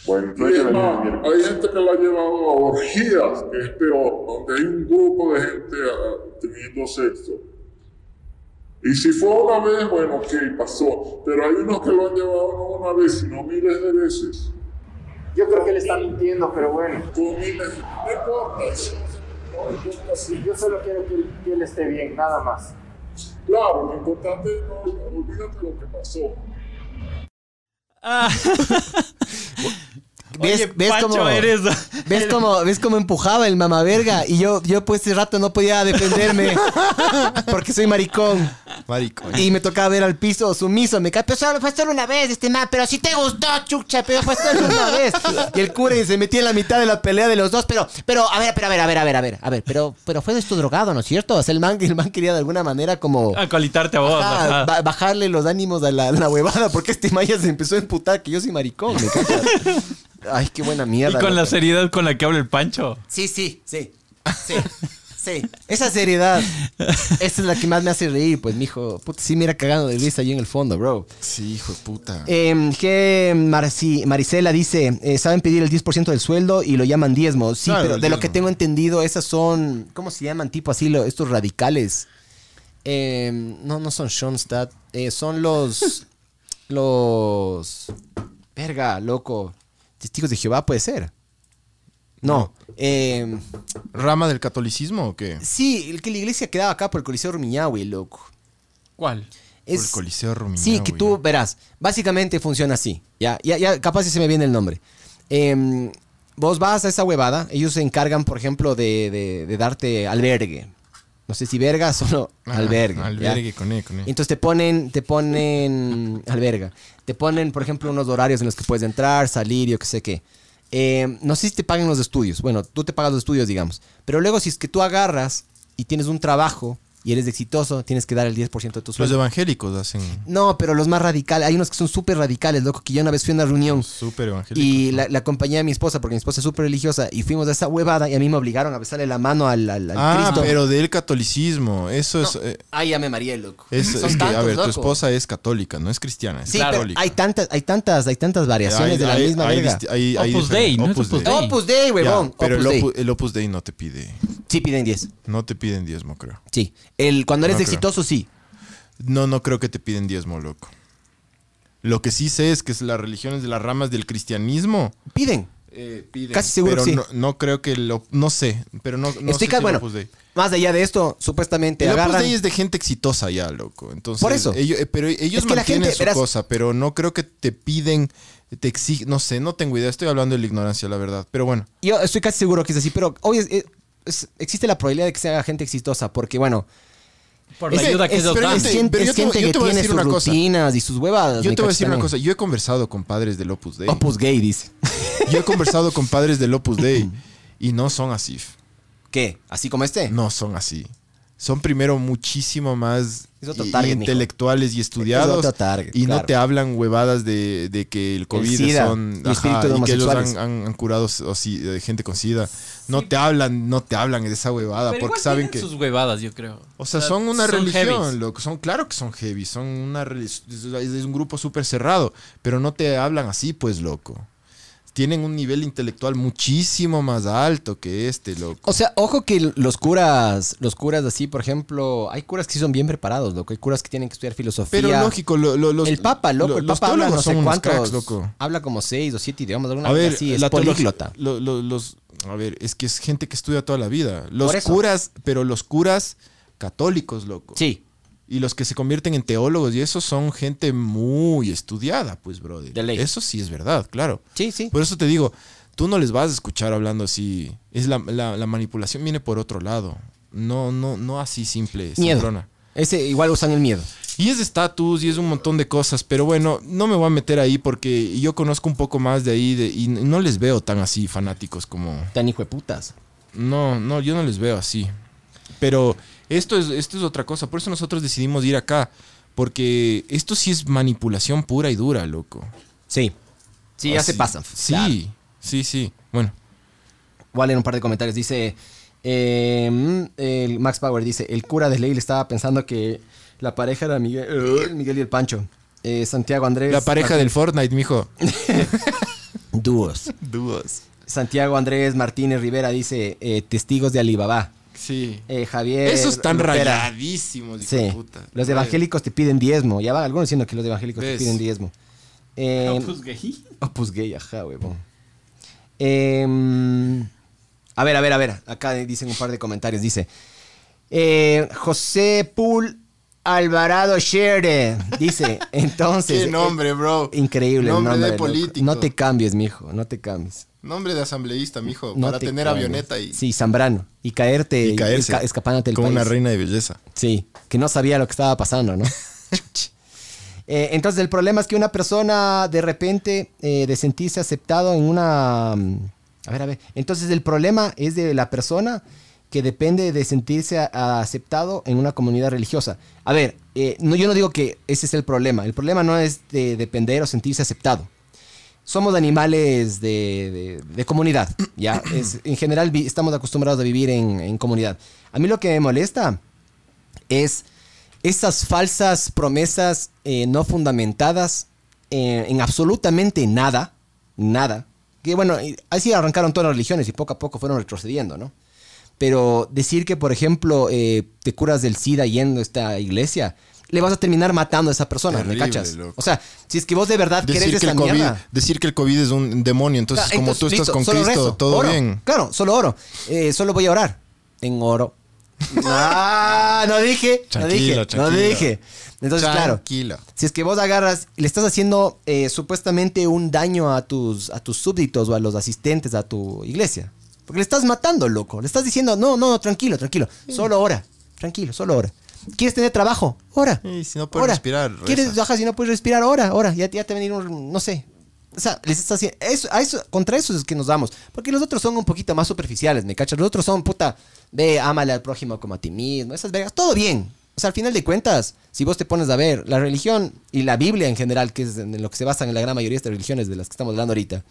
S9: Bueno, no hay
S8: Y
S9: que
S8: es
S9: venir
S8: más,
S9: el miércoles.
S8: hay gente que la ha llevado a orgías, que es peor, donde hay un grupo de gente ah, teniendo sexo. Y si fue una vez, bueno, ok, pasó. Pero hay unos que lo han llevado no una vez, sino miles de veces.
S7: Yo creo que le está mintiendo, pero bueno.
S8: Con miles. No importa, eso no importa si
S7: Yo solo quiero que él, que él esté bien, nada más.
S8: Claro, lo importante es no olvídate lo que pasó.
S10: Ah,
S3: ¿Ves,
S10: oye,
S3: ves
S10: Pancho,
S3: cómo,
S10: eres...
S3: ¿Ves cómo, ¿Ves cómo empujaba el mamaverga? Y yo, yo pues ese rato no podía defenderme porque soy maricón.
S6: Marico.
S3: Y me tocaba ver al piso sumiso. Me cae, pero solo, fue solo una vez, este man, pero si te gustó, chucha, pero fue solo una vez. Y el cura se metía en la mitad de la pelea de los dos, pero, pero, a ver, pero, a ver, a ver, a ver, a ver, a ver, pero, pero fue de esto drogado, ¿no es cierto? O sea, el man, el man quería de alguna manera como...
S10: Acolitarte a vos.
S3: Ah,
S10: ajá.
S3: ba- bajarle los ánimos a la, a la huevada porque este Maya se empezó a emputar que yo soy maricón. ¿me cachas? Ay, qué buena
S10: Y
S3: mierda.
S10: con la
S3: loco.
S10: seriedad con la que habla el Pancho.
S3: Sí, sí, sí. Sí. Sí. Esa seriedad. Esa es la que más me hace reír, pues, mijo. Puta, sí, mira cagando de risa ahí en el fondo, bro.
S6: Sí, hijo de puta.
S3: Eh, que Marci- Maricela dice, eh, saben pedir el 10% del sueldo y lo llaman diezmo. Sí,
S6: Claro,
S3: pero
S6: el
S3: de lo que
S6: diezmo.
S3: tengo entendido, esas son, ¿cómo se llaman? Tipo así, lo- estos radicales. Eh, no, no son Schoenstatt. eh, son los... los... Verga, loco. Testigos de Jehová puede ser. No. eh,
S6: ¿Rama del catolicismo o qué?
S3: sí, el que la iglesia quedaba acá por el Coliseo Rumiñahui, loco.
S10: ¿Cuál?
S6: Por el Coliseo Rumiñahui.
S3: Sí, que tú verás. Básicamente funciona así. Ya, ya, ya capaz si se me viene el nombre. Em, vos vas a esa huevada, ellos se encargan, por ejemplo, de, de- de darte albergue. No sé si verga, solo
S6: Ah,
S3: albergue. ¿ya?
S6: Albergue con E, con E.
S3: Entonces te ponen, te ponen, alberga, te ponen, por ejemplo, unos horarios en los que puedes entrar, salir, yo qué sé qué. Eh, no sé si te pagan los estudios, bueno, tú te pagas los estudios, digamos, pero luego si es que tú agarras y tienes un trabajo y eres exitoso, tienes que dar el 10% de tu
S6: Los
S3: sueldo.
S6: evangélicos hacen
S3: No, pero los más radicales, hay unos que son súper radicales, loco, que yo una vez fui a una reunión
S6: súper evangélicos.
S3: y la, la acompañé a mi esposa, porque mi esposa es súper religiosa, y fuimos a esa huevada y a mí me obligaron a besarle la mano al, al- al
S6: ah,
S3: Cristo.
S6: pero del catolicismo. Eso es... eh,
S3: Ay, ya me mareé, loco.
S6: es,
S3: Son
S6: es que, a
S3: tantos,
S6: ver, tu
S3: loco.
S6: esposa es católica, no es cristiana, es
S3: Sí, pero
S6: católica.
S3: hay tantas, hay tantas, hay tantas variaciones de la
S6: Hay-
S3: misma
S6: hay
S3: verga.
S6: disti- hay- hay
S10: Opus
S6: diferentes-
S10: Dei, ¿no? Es Opus Dei.
S3: Opus Dei,
S6: Ya,
S3: huevón.
S6: pero
S3: Opus
S6: el,
S3: Dei.
S6: Opu- el Opus Dei no te pide,
S3: Sí piden 10.
S6: no te piden diezmo, creo.
S3: Sí. El, cuando eres
S6: No creo.
S3: exitoso, sí.
S6: No, no creo que te piden diezmo, loco. Lo que sí sé es que es las religiones de las ramas del cristianismo
S3: Piden.
S6: eh, piden.
S3: Casi seguro
S6: pero
S3: que sí.
S6: no, no creo que lo, no sé, pero no, no
S3: Estoy
S6: sé
S3: ca-
S6: si el
S3: bueno,
S6: Opus Dei.
S3: más allá de esto, supuestamente
S6: El
S3: agarran.
S6: Opus Dei es pues, de gente exitosa ya, loco. Entonces,
S3: Por eso.
S6: ello- eh, pero ellos
S3: Es que la
S6: mantienen
S3: gente,
S6: su
S3: verás-
S6: cosa, pero no creo que te piden, te exigen, no sé, no tengo idea. Estoy hablando de la ignorancia, la verdad. Pero bueno,
S3: Yo estoy casi seguro que es así, pero hoy es- es- es- existe la probabilidad de que sea gente exitosa, porque bueno,
S10: Por
S3: es,
S10: la ayuda que
S3: es-
S10: ellos
S3: pero
S10: dan.
S3: es gente,
S6: pero yo
S3: es
S6: te-
S3: gente
S6: yo
S3: que
S6: te voy a
S3: tiene
S6: decir
S3: sus
S6: una cosa.
S3: rutinas y sus huevadas.
S6: yo
S3: me
S6: te voy a
S3: cachas
S6: decir una
S3: también.
S6: cosa. Yo he conversado con padres del Opus Dei.
S3: Opus Gay dice.
S6: Yo he conversado con padres del Opus Dei y no son así.
S3: ¿Qué? ¿Así como este?
S6: No son así. Son primero muchísimo más
S3: Es otro
S6: i-
S3: target, mijo.
S6: intelectuales y estudiados.
S3: otro target,
S6: y no
S3: claro.
S6: te hablan huevadas de, de que el COVID
S3: SIDA
S6: son.
S3: y espíritus
S6: y que ellos
S3: homosexuales.
S6: han, han- han curado o sí, eh, gente con SIDA. No te hablan, no te hablan de esa huevada
S10: Pero
S6: porque
S10: igual
S6: saben
S10: tienen
S6: que.
S10: sus huevadas, yo creo.
S6: O sea, son una religión,
S10: heavies.
S6: loco. Son, claro que son heavy. Son una, reli- es un grupo súper cerrado. Pero no te hablan así, pues, loco. Tienen un nivel intelectual muchísimo más alto que este, loco.
S3: O sea, ojo que los curas, los curas así, por ejemplo, hay curas que sí son bien preparados, loco. Hay curas que tienen que estudiar filosofía.
S6: Pero lógico, lo- lo- los,
S3: el Papa, loco,
S6: lo-
S3: el
S6: los
S3: Papa habla
S6: teólogos
S3: no sé
S6: son unos
S3: cuántos.
S6: cracks, loco.
S3: Habla como seis o siete idiomas, alguna
S6: a ver,
S3: cosa así, es
S6: la teología-
S3: políglota.
S6: lo- lo- los, a ver, es que es gente que estudia toda la vida. Los
S3: Por eso.
S6: curas, pero los curas católicos, loco.
S3: Sí.
S6: Y los que se convierten en teólogos y eso son gente muy estudiada, pues, brother. Eso sí es verdad, claro.
S3: Sí, sí.
S6: Por eso te digo, tú no les vas a escuchar hablando así. Es la, la- la manipulación viene por otro lado. No, no, no así simple,
S3: Miedo.
S6: simplona.
S3: Ese igual usan el miedo.
S6: Y es de estatus y es un montón de cosas, pero bueno, no me voy a meter ahí porque yo conozco un poco más de ahí de- y no les veo tan así fanáticos como...
S3: Tan hijo de putas.
S6: No, no, yo no les veo así. Pero esto es, esto es otra cosa, por eso nosotros decidimos ir acá, porque esto sí es manipulación pura y dura, loco.
S3: Sí. Sí, ya se pasan.
S6: Sí,
S3: Claro.
S6: sí, sí. Bueno.
S3: Voy a leer un par de comentarios. Dice eh, mm, el Max Power, dice, el cura de Ley le estaba pensando que la pareja era Miguel, Miguel y el Pancho. Eh, Santiago Andrés.
S6: La pareja
S3: Martín-
S6: del Fortnite, mijo.
S3: Dúos.
S6: Dúos.
S3: Santiago Andrés Martínez Rivera dice, eh, testigos de Alibaba.
S6: Sí.
S3: Eh, Javier.
S6: Esos están
S3: Lopera.
S6: rayadísimos, hijo de
S3: Sí.
S6: puta.
S3: Los
S6: Rayad-
S3: evangélicos te piden diezmo. Ya van algunos diciendo que los evangélicos
S6: ¿Ves? pues-
S3: te piden diezmo. Eh,
S4: Opus Gay.
S3: Opus Gay, ajá, huevón. Em, a ver, a ver, a ver. Acá dicen un par de comentarios. Dice eh, José Pul Alvarado Shere. Dice, entonces.
S6: Qué nombre, bro.
S3: Increíble, el
S6: Nombre de
S3: loco.
S6: político.
S3: No te cambies, mijo. No te cambies.
S6: Nombre de asambleísta, mijo,
S3: No
S6: para
S3: te
S6: tener
S3: cambies.
S6: avioneta y...
S3: Sí, Zambrano. Y caerte.
S6: Y caerse.
S3: esca- escapándote del
S6: Como una
S3: país.
S6: reina de belleza.
S3: Sí, que no sabía lo que estaba pasando, ¿no? Eh, entonces, el problema es que una persona de repente eh, de sentirse aceptado en una... mm, A ver, a ver. Entonces, el problema es de la persona que depende de sentirse a- a- aceptado en una comunidad religiosa. A ver, eh, no, yo no digo que ese es el problema. El problema no es de depender o sentirse aceptado. Somos animales de, de- de comunidad, ¿ya? Es- en general vi- estamos acostumbrados a vivir en, en comunidad. A mí lo que me molesta es esas falsas promesas eh, no fundamentadas eh, en absolutamente nada, nada. Que bueno, y así arrancaron todas las religiones y poco a poco fueron retrocediendo, ¿no? Pero decir que, por ejemplo, eh, te curas del SIDA yendo a esta iglesia, le vas a terminar matando a esa persona,
S6: Terrible,
S3: ¿me cachas?
S6: loco.
S3: O sea, si es que vos de verdad
S6: Decir
S3: querés
S6: que, el
S3: esta
S6: COVID,
S3: mierda...
S6: decir que el COVID es un demonio, Ah, entonces
S3: Claro,
S6: como tú
S3: entonces,
S6: estás
S3: listo,
S6: con
S3: solo
S6: Cristo,
S3: rezo,
S6: todo
S3: oro.
S6: bien.
S3: Claro, solo oro. Eh, solo voy a orar. En oro. Ah, no dije. no
S6: Tranquila,
S3: dije. No
S6: tranquila.
S3: dije. Entonces,
S6: Tranquila.
S3: claro. Si es que vos agarras, le estás haciendo eh, supuestamente un daño a tus, a tus súbditos o a los asistentes a tu iglesia. Porque le estás matando, loco. Le estás diciendo, no, no, no, tranquilo, tranquilo. Solo ora. Tranquilo, solo ora. ¿Quieres tener trabajo? Ora.
S6: Y si no puedes
S3: Ora.
S6: respirar, reza.
S3: ¿Quieres bajar si no puedes respirar? Ahora, ahora, ya, te- ya te va a venir un, no sé. O sea, les está haciendo, eso, a eso, contra eso es que nos damos. Porque los otros son un poquito más superficiales, ¿me cachas? Los otros son, puta, ve, ámale al prójimo como a ti mismo, esas vergas, todo bien. O sea, al final de cuentas, si vos te pones a ver la religión y la Biblia en general, que es en lo que se basan en la gran mayoría de estas religiones de las que estamos hablando ahorita,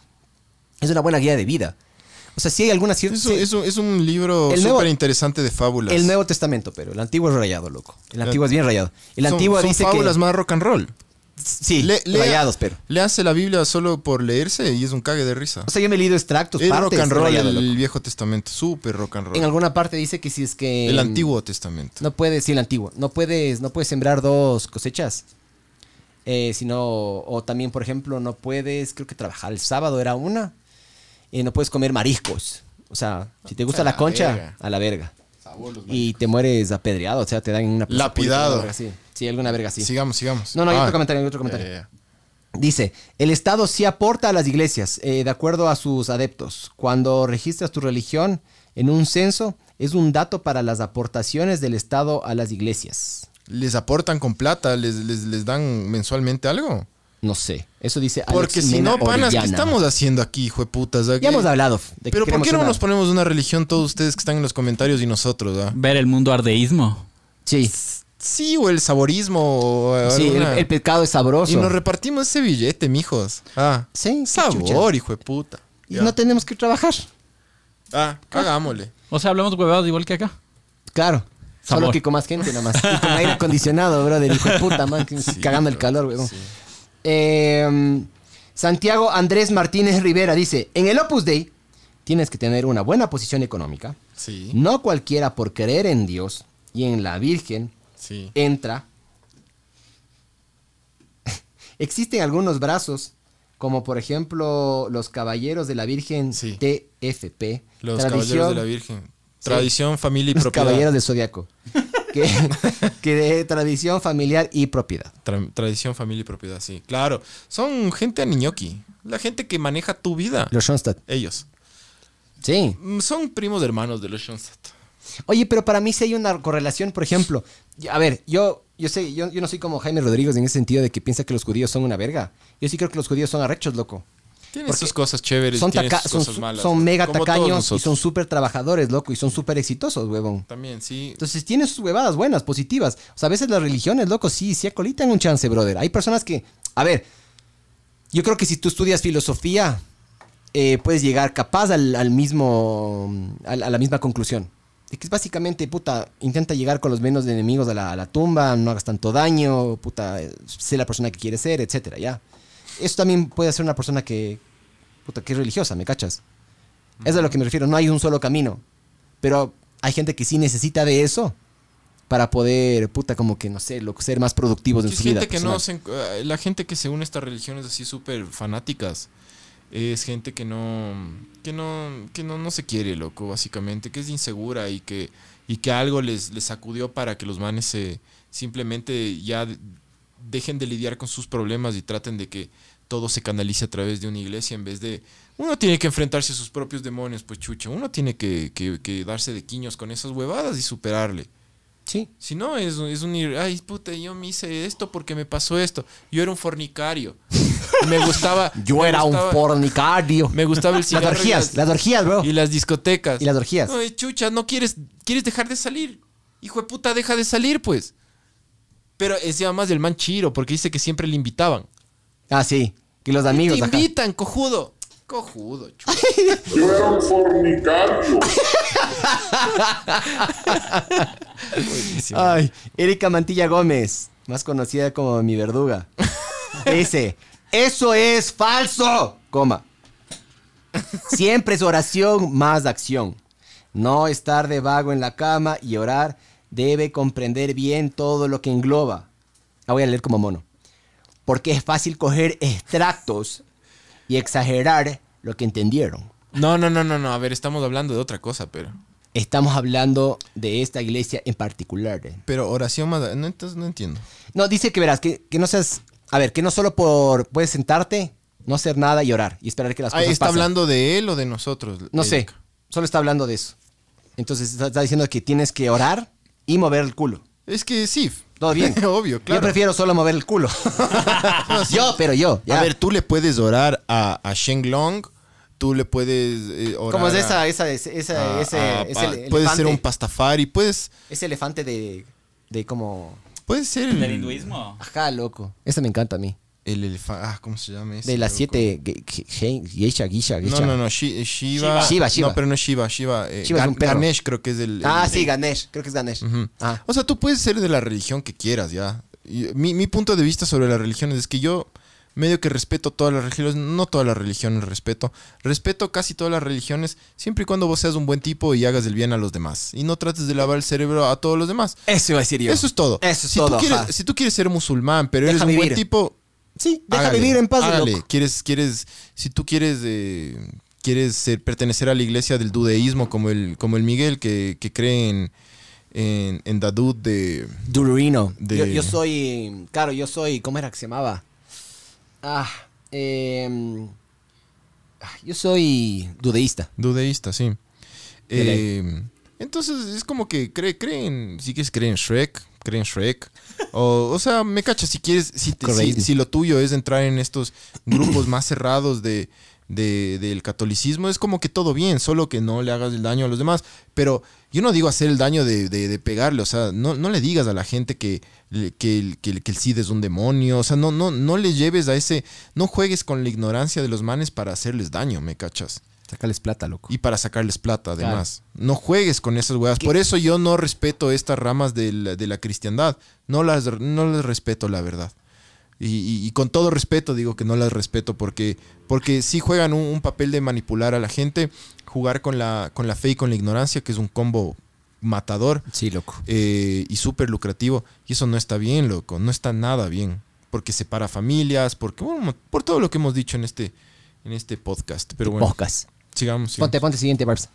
S3: es una buena guía de vida. O sea, si hay alguna cierta...
S6: Es un, es un- es un libro
S3: El nuevo-
S6: súper interesante de fábulas.
S3: El Nuevo Testamento, pero el Antiguo es rayado, loco. El Antiguo es bien rayado. El
S6: Son-
S3: Antiguo
S6: son
S3: dice que...
S6: fábulas más rock and roll.
S3: Sí,
S6: Le- lea-
S3: rayados, pero...
S6: Léanse la Biblia solo por leerse y es un cague de risa.
S3: O sea, yo me he leído extractos,
S6: es
S3: partes.
S6: rock and
S3: de
S6: roll
S3: Rayado,
S6: el
S3: loco.
S6: Viejo Testamento, súper rock and roll.
S3: En alguna parte dice que si es que...
S6: el Antiguo Testamento.
S3: No puedes, sí, el antiguo. No puedes, no puedes sembrar dos cosechas. Eh, sino, o también, por ejemplo, no puedes, creo que trabajar el sábado era una. Y no puedes comer mariscos. O sea, si te gusta
S6: A
S3: la,
S6: la
S3: concha,
S6: verga.
S3: a la verga. Y te mueres apedreado, o sea, te dan una... plaza pública, una
S6: Lapidado.
S3: verga así. Sí, alguna verga así.
S6: Sigamos, sigamos.
S3: No, no, hay
S6: Ah,
S3: otro comentario, hay otro comentario.
S6: ya, ya, ya.
S3: Dice, el Estado sí aporta a las iglesias, eh, de acuerdo a sus adeptos. Cuando registras tu religión en un censo, es un dato para las aportaciones del Estado a las iglesias.
S6: ¿Les aportan con plata? ¿Les, les, les dan mensualmente algo?
S3: No sé. Eso dice Alex
S6: Porque si
S3: Mena
S6: no, panas, ¿qué
S3: Orellana.
S6: estamos haciendo aquí, hijo de putas? ¿Ah,
S3: Ya
S6: qué?
S3: hemos hablado. de que
S6: Pero ¿por
S3: queremos
S6: qué no
S3: una-
S6: nos ponemos una religión todos ustedes que están en los comentarios y nosotros? ah?
S10: Ver el mundo ardeísmo.
S3: Sí.
S6: Sí, o el saborismo. O
S3: Sí, el,
S6: alguna-
S3: el pecado es sabroso.
S6: Y nos repartimos ese billete, mijos. Ah,
S3: Sí, qué
S6: sabor,
S3: chucha.
S6: hijo de puta.
S3: Y
S6: Ya.
S3: no tenemos que trabajar.
S6: Ah, cagámosle.
S10: O sea, hablamos huevadas igual que acá.
S3: Claro. Solo
S10: Sabor.
S3: que con más gente nada más. Y con aire acondicionado, bro, del hijo de puta, man. que cagando el calor, weón. Eh, Santiago Andrés Martínez Rivera dice: En el Opus Dei tienes que tener una buena posición económica.
S6: Sí,
S3: No cualquiera por creer en Dios y en la Virgen
S6: sí.
S3: entra. Existen algunos brazos, como por ejemplo los Caballeros de la Virgen
S6: Sí.
S3: TFP.
S6: Los
S3: tradición-
S6: caballeros de la Virgen. Tradición, familia y
S3: los
S6: propiedad.
S3: Caballeros del Zodiaco. Que, que de tradición familiar y propiedad.
S6: Tra- tradición, familia y propiedad, sí. Claro. Son gente aniñoqui. La gente que maneja tu vida.
S3: Los Schoenstatt.
S6: Ellos.
S3: Sí.
S6: Mm, Son primos hermanos de los Shonsat.
S3: Oye, pero para mí sí hay una correlación, por ejemplo. y- A ver, yo, yo sé, yo, yo no soy como Jaime Rodríguez en ese sentido de que piensa que los judíos son una verga. Yo sí creo que los judíos son arrechos, loco.
S6: Tienen
S3: Porque
S6: sus cosas chéveres,
S3: Son,
S6: tienen
S3: taca-
S6: sus
S3: son,
S6: cosas malas.
S3: son mega
S6: como todos
S3: tacaños y
S6: nosotros.
S3: son súper trabajadores, loco, y son súper exitosos, huevón.
S6: También, sí.
S3: Entonces tiene sus huevadas buenas, positivas. O sea, a veces las religiones, loco, sí, sí acolitan un chance, brother. Hay personas que, a ver, yo creo que si tú estudias filosofía, eh, puedes llegar capaz al, al mismo, al- a la misma conclusión. De que es básicamente, puta, intenta llegar con los menos enemigos a la, a la tumba, no hagas tanto daño, puta, eh, sé la persona que quieres ser, etcétera, ya. Eso también puede ser una persona que, puta, que es religiosa, ¿me cachas? Es a lo que me refiero, no hay un solo camino. Pero hay gente que sí necesita de eso para poder, puta, como que, no sé, lo- ser más productivos en
S6: Es
S3: su
S6: gente
S3: vida. pues,
S6: que
S3: personal.
S6: no se encu- eh, la gente que se une a estas religiones así súper fanáticas es gente que no que no que no, no se quiere loco básicamente que es insegura y que y que algo les les sacudió para que los manes se simplemente ya de- dejen de lidiar con sus problemas y traten de que todo se canalice a través de una iglesia en vez de uno tiene que enfrentarse a sus propios demonios pues chucha uno tiene que, que- que darse de quiños con esas huevadas y superarle
S3: Sí.
S6: si no, es, es un... ir- Ay, puta, yo me hice esto porque me pasó esto. Yo era un fornicario. Me gustaba...
S3: Yo
S6: me
S3: era
S6: gustaba-
S3: un fornicario.
S6: Me gustaba el
S3: Las
S6: cigarro y
S3: orgías, las orgías, bro.
S6: y las discotecas.
S3: Y las orgías.
S6: No, eh, chucha, no quieres... ¿Quieres dejar de salir? Hijo de puta, deja de salir, pues. Pero es ya más del man chiro porque dice que siempre le invitaban.
S3: Ah, sí. Y los amigos.
S6: Te
S3: ajá.
S6: invitan, cojudo. Cojudo, chucha.
S8: Yo era un fornicario.
S3: Ay, Erika Mantilla Gómez, más conocida como mi verduga. Dice, eso es falso, coma. Siempre es oración más acción. No estar de vago en la cama y orar debe comprender bien todo lo que engloba. La voy a leer como mono. Porque es fácil coger extractos y exagerar lo que entendieron.
S6: No, no, no, no, no. A ver, estamos hablando de otra cosa, pero...
S3: Estamos hablando de esta iglesia en particular. eh.
S6: Pero oración más... No, entonces no entiendo.
S3: No, dice que verás, que, que no seas. A ver, que no solo por. Puedes sentarte, no hacer nada y orar y esperar que las
S6: Ah,
S3: cosas
S6: ¿Está
S3: pasen.
S6: hablando de él o de nosotros?
S3: No sé,
S6: Erika?
S3: solo está hablando de eso. Entonces está, está diciendo que tienes que orar y mover el culo.
S6: Es que sí.
S3: Todo bien.
S6: Obvio, claro.
S3: Yo prefiero solo mover el culo. yo, pero yo. ya.
S6: A ver, tú le puedes orar a, a Shenglong, tú le puedes eh, orar. Ah,
S3: Como es esa,
S6: a-
S3: esa, esa, esa-
S6: a-
S3: ese,
S6: a-
S3: ese
S6: a-
S3: elefante.
S6: puedes ser un pastafari, puedes,
S3: Ese elefante de. de como.
S6: puedes ser
S10: ¿Del
S6: el,
S10: hinduismo?
S3: Ajá, loco. Ese me encanta a mí.
S6: elefante. Ah, ¿cómo se llama ese?
S3: De las
S6: loco?
S3: siete. ge- ge- ge- Geisha, geisha, geisha.
S6: No, no, no, Shi- eh, Shiva.
S3: Shiva. Shiva, Shiva.
S6: No, pero no es Shiva, Shiva. eh,
S3: Shiva es
S6: Gan-
S3: un perro.
S6: Ganesh creo que es el.
S3: Ah,
S6: el-
S3: sí, Ganesh. Creo que es Ganesh.
S6: Ujú.
S3: Ah.
S6: O sea, tú puedes ser de la religión que quieras, ya. Y mi, mi punto de vista sobre las religiones es que yo medio que respeto todas las religiones, no todas las religiones respeto, respeto casi todas las religiones, siempre y cuando vos seas un buen tipo y hagas el bien a los demás. Y no trates de lavar el cerebro a todos los demás.
S3: Eso iba a decir yo.
S6: Eso es todo.
S3: Eso es
S6: si
S3: todo,
S6: Tú
S3: ajá.
S6: quieres, si tú quieres ser musulmán, pero eres
S3: Deja
S6: un buen
S3: vivir.
S6: tipo,
S3: Sí, deja
S6: Hágale,
S3: vivir en paz,
S6: hágale.
S3: loco.
S6: Quieres, quieres, si tú quieres, eh, quieres ser- pertenecer a la iglesia del dudeísmo, como el, como el Miguel, que, que cree en, en, en Dadud de.
S3: Dururino.
S6: De-
S3: Yo, yo soy. Claro, yo soy. ¿Cómo era que se llamaba? Ah. em, ah, yo soy dudeísta.
S6: Dudeísta, sí. Eh, entonces es como que cree, creen, si quieres creen en Shrek, creen Shrek. O, o sea, me cacha, si quieres, si, te- si,
S3: Correcto.
S6: si lo tuyo es entrar en estos grupos más cerrados de, de- del catolicismo, es como que todo bien, solo que no le hagas el daño a los demás. Pero yo no digo hacer el daño de, de- de pegarle, o sea, no, no le digas a la gente que, que, el- que, el- que el SIDA es un demonio, o sea, no, no, no le lleves a ese, no juegues con la ignorancia de los manes para hacerles daño, me cachas.
S3: Sácales plata, loco.
S6: Y para sacarles plata, además. No juegues con esas weas. Por eso yo no respeto estas ramas de la, de la cristiandad. No las, no les respeto, la verdad. Y, y- y con todo respeto digo que no las respeto porque, porque sí juegan un, un papel de manipular a la gente, jugar con la, con la fe y con la ignorancia, que es un combo matador. eh,
S3: Sí, loco.
S6: y súper lucrativo. Y eso no está bien, loco. No está nada bien. Porque separa familias, porque bueno, por todo lo que hemos dicho en este, en este podcast. Pero bueno.
S3: Podcast.
S6: Sigamos. sigamos.
S3: Ponte, ponte siguiente, Barbs.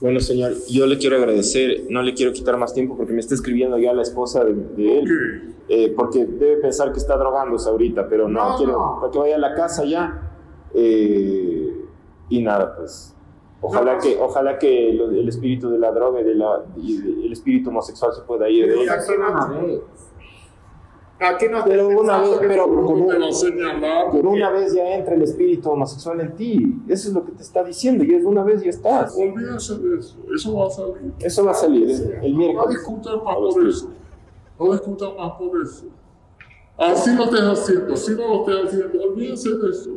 S7: Bueno, señor, yo le quiero agradecer, no le quiero quitar más tiempo porque me está escribiendo ya la esposa de, de él, eh, porque debe pensar que está drogándose ahorita, pero no,
S11: No,
S7: quiero,
S11: no.
S7: para que vaya a la casa ya. eh, y nada, pues, ojalá
S11: No, no.
S7: que, ojalá que lo- el espíritu de la droga y, de la, y de- el espíritu homosexual se pueda ir. de él.
S8: Aquí no
S7: Pero una vez, pero con un-
S8: te lo señalar.
S7: Pero una vez ya entra el espíritu homosexual en ti, eso es lo que te está diciendo, y es una vez ya estás.
S8: Olvídense de eso. Eso va a salir.
S7: Eso va a salir el, el
S8: No
S7: miércoles.
S8: discutan más por eso. No discutan más por eso. Así lo estés haciendo, así no lo estés haciendo. Olvídense de eso.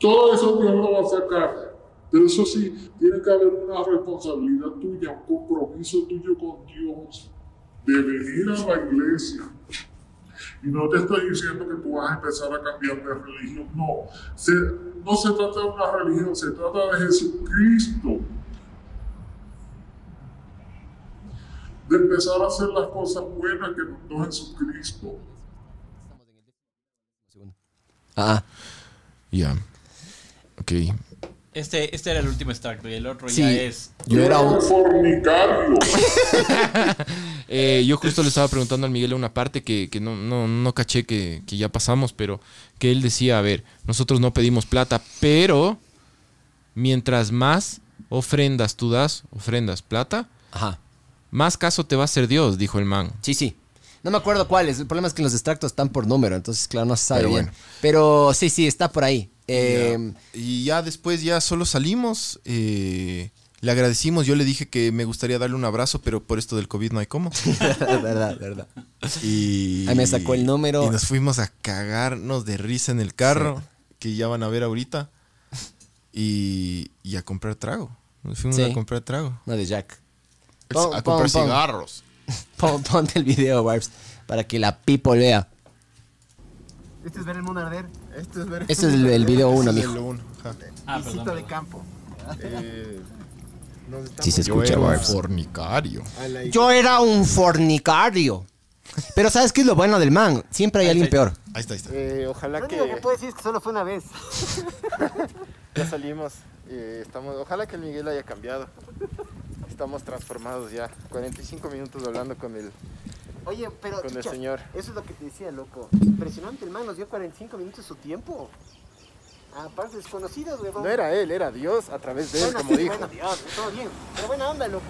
S8: Todo eso Dios lo va a sacar. Pero eso sí, tiene que haber una responsabilidad tuya, un compromiso tuyo con Dios de venir a la iglesia. Y no te estoy diciendo que tú vas a empezar a cambiar de religión, no. Se- no se trata de una religión, se trata de Jesucristo. de empezar a hacer las cosas buenas que nos dio Jesucristo.
S3: Ah,
S6: Ya. Ok.
S4: Este, este era el último extracto y el otro
S3: Sí.
S4: ya es.
S6: Yo era un-
S8: fornicario.
S6: Eh, yo justo le estaba preguntando al Miguel una parte que, que no, no, no caché que, que ya pasamos, pero que él decía, a ver, nosotros no pedimos plata, pero mientras más ofrendas tú das, ofrendas plata,
S3: Ajá.
S6: más caso te va a hacer Dios, dijo el man.
S3: Sí, sí. No me acuerdo cuáles. El problema es que los extractos están por número, entonces, claro, no se sabe
S6: Pero
S3: bien.
S6: bueno.
S3: Pero sí, sí, está por ahí. Eh,
S6: Y ya después ya solo salimos, eh, le agradecimos, yo le dije que me gustaría darle un abrazo, pero por esto del COVID no hay cómo.
S3: verdad, verdad.
S6: Y
S3: Ahí me sacó el número.
S6: Y nos fuimos a cagarnos de risa en el carro, que ya van a ver ahorita. Y, y a comprar trago. Nos fuimos
S3: Sí.
S6: a comprar trago.
S3: No, de Jack.
S6: Es-
S3: Pon-
S6: a
S3: pon-
S6: comprar
S3: pon.
S6: cigarros.
S3: Pon- ponte el video, Barbs, para que la people vea.
S5: Este es ver el mundo arder.
S6: Este es ver
S3: Este es el- el video uno, mijo.
S4: Ah,
S5: Visito
S4: perdón.
S5: de campo.
S3: Sí se escucha, Barbs.
S6: fornicario.
S3: Yo era un fornicario. Pero ¿sabes qué es lo bueno del man? Siempre hay alguien peor.
S6: Ahí está, ahí está.
S2: Eh, ojalá
S5: Lo
S2: que
S5: único que puedo decir es que solo fue una vez.
S2: ya salimos. eh, estamos, ojalá que el Miguel haya cambiado. Estamos transformados ya. 45 minutos hablando con el,
S5: Oye, pero
S2: con el
S5: chucha,
S2: señor.
S5: eso es lo que te decía, loco. Impresionante, el man nos dio 45 minutos su tiempo. Aparte, desconocidos, huevón.
S2: No era él, era Dios a través de él,
S5: Bueno,
S2: como
S5: sí,
S2: dijo.
S5: bueno, Dios, todo bien. Pero buena onda, loco.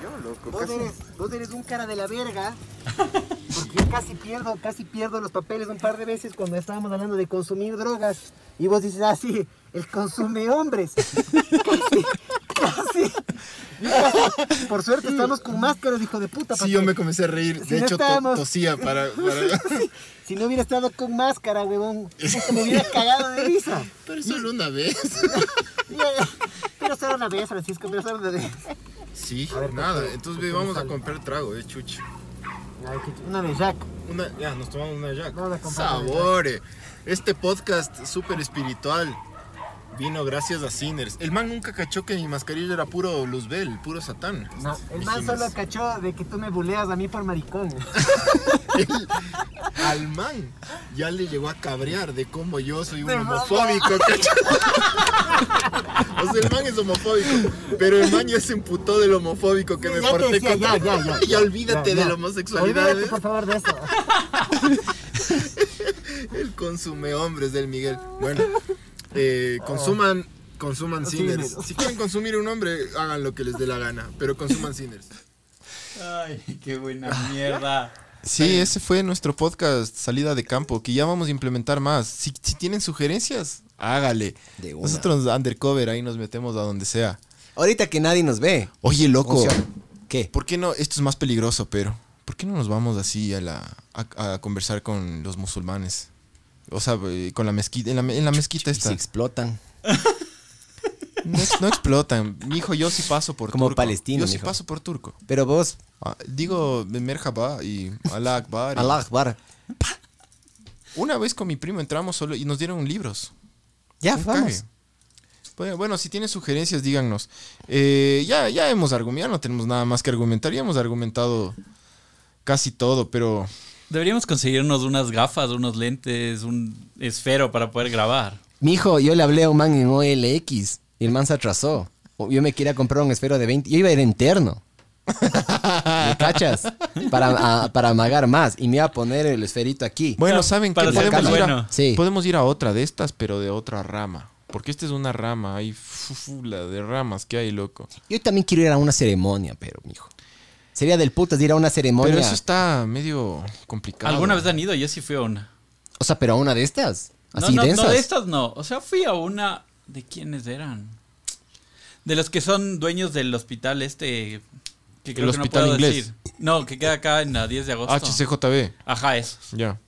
S2: Yo, loco,
S5: Vos
S2: casi-
S5: eres, vos eres un cara de la verga. Porque yo casi pierdo, casi pierdo los papeles un par de veces cuando estábamos hablando de consumir drogas. Y vos dices, ah, sí, él consume hombres. casi, casi. Yo casi- Por suerte estamos con máscaras, hijo de puta.
S6: Sí,
S5: porque
S6: yo me comencé a reír.
S5: Si
S6: De
S5: no
S6: hecho, to-
S5: estábamos.
S6: tosía para... para-
S5: Si no hubiera estado con máscara, huevón, puta, me hubiera cagado de risa.
S6: Pero solo una vez.
S5: Pero solo una vez, Francisco, pero solo una vez.
S6: Sí,
S5: A ver,
S6: nada.
S5: ¿por
S6: Entonces
S5: qué
S6: ve,
S5: no
S6: vamos a
S5: sale?
S6: comprar trago, eh, chucha.
S5: Ay, qué ch- Una de Jack.
S6: Una, ya, nos tomamos una Jack.
S5: Vamos a comprar una Jack.
S6: Sabore. Este podcast súper espiritual vino gracias a Sinners. El man nunca cachó que mi mascarilla era puro Luzbel, puro Satán.
S5: No, el man
S6: Dijimos,
S5: solo cachó de que tú me buleas a mí por maricón.
S6: Al man ya le llegó a cabrear de cómo yo soy un
S5: De verdad.
S6: homofóbico. ¿cachai? o sea, el man es homofóbico, pero el man ya se emputó del homofóbico que me
S5: Ya te
S6: porté
S5: decía, ya,
S6: contra.
S5: ya, ya.
S6: Y olvídate
S5: Ya,
S6: de
S5: ya.
S6: la homosexualidad. ¿eh?
S5: Olvídate, por favor, de eso.
S6: El consume hombres del Miguel. Bueno, eh, consuman, consuman
S5: Sinners.
S6: Sinners. Si quieren consumir un hombre, hagan lo que les dé la gana, pero consuman Sinners.
S10: Ay, qué buena mierda.
S6: Sí, ese Este fue nuestro podcast Salida de Campo, que ya vamos a implementar más. Si, si tienen sugerencias, hágale. Nosotros undercover, ahí nos metemos a donde sea.
S3: Ahorita que nadie nos ve.
S6: Oye, loco.
S3: Funciona. ¿Qué?
S6: ¿Por qué no? Esto es más peligroso, pero. ¿Por qué no nos vamos así a, la, a, a conversar con los musulmanes? O sea, eh, con la mezquita, en la, en la mezquita esta.
S3: se explotan.
S6: No, ex- no explotan. Mijo, yo sí paso por
S3: Como
S6: turco.
S3: palestino,
S6: Yo sí
S3: mijo.
S6: paso por turco.
S3: Pero vos,
S6: Ah, digo merhaba y Allah Akbar. y-
S3: Allah Akbar.
S6: Una vez con mi primo entramos solo y nos dieron libros.
S3: Ya,
S6: Un
S3: Pues vamos.
S6: cague. Bueno, bueno, si tienen sugerencias, díganos. Eh, ya, ya hemos argumentado, no tenemos nada más que argumentar. Ya hemos argumentado casi todo, pero
S10: Deberíamos conseguirnos unas gafas, unos lentes, un esfero para poder grabar.
S3: Mijo, yo le hablé a un man en OLX y el man se atrasó. O- Yo me quería comprar un esfero de 20. Yo iba a ir interno. ¿Me cachas? Para, a- para amagar más. Y me iba a poner el esferito aquí.
S6: Bueno, saben que
S10: para ser más
S6: podemos, ir
S10: bueno.
S6: a,
S3: Sí.
S6: podemos ir a otra de estas, pero de otra rama. Porque esta es una rama, hay fufula de ramas que hay, loco.
S3: Yo también quiero ir a una ceremonia, pero, mijo. Sería del putas ir a una ceremonia.
S6: Pero eso está medio complicado.
S10: ¿Alguna vez han ido? Yo sí fui a una.
S3: O sea, pero a una de estas.
S10: No,
S3: Así
S10: no,
S3: densas.
S10: no, de estas no. O sea, fui a una. ¿De quiénes eran? De los que son dueños del hospital este. Que creo que
S6: hospital
S10: no puedo
S6: inglés. Ah,
S10: decir. No, que queda acá en la 10 de agosto.
S6: HCJB,
S10: Ajá, eso.
S6: ya.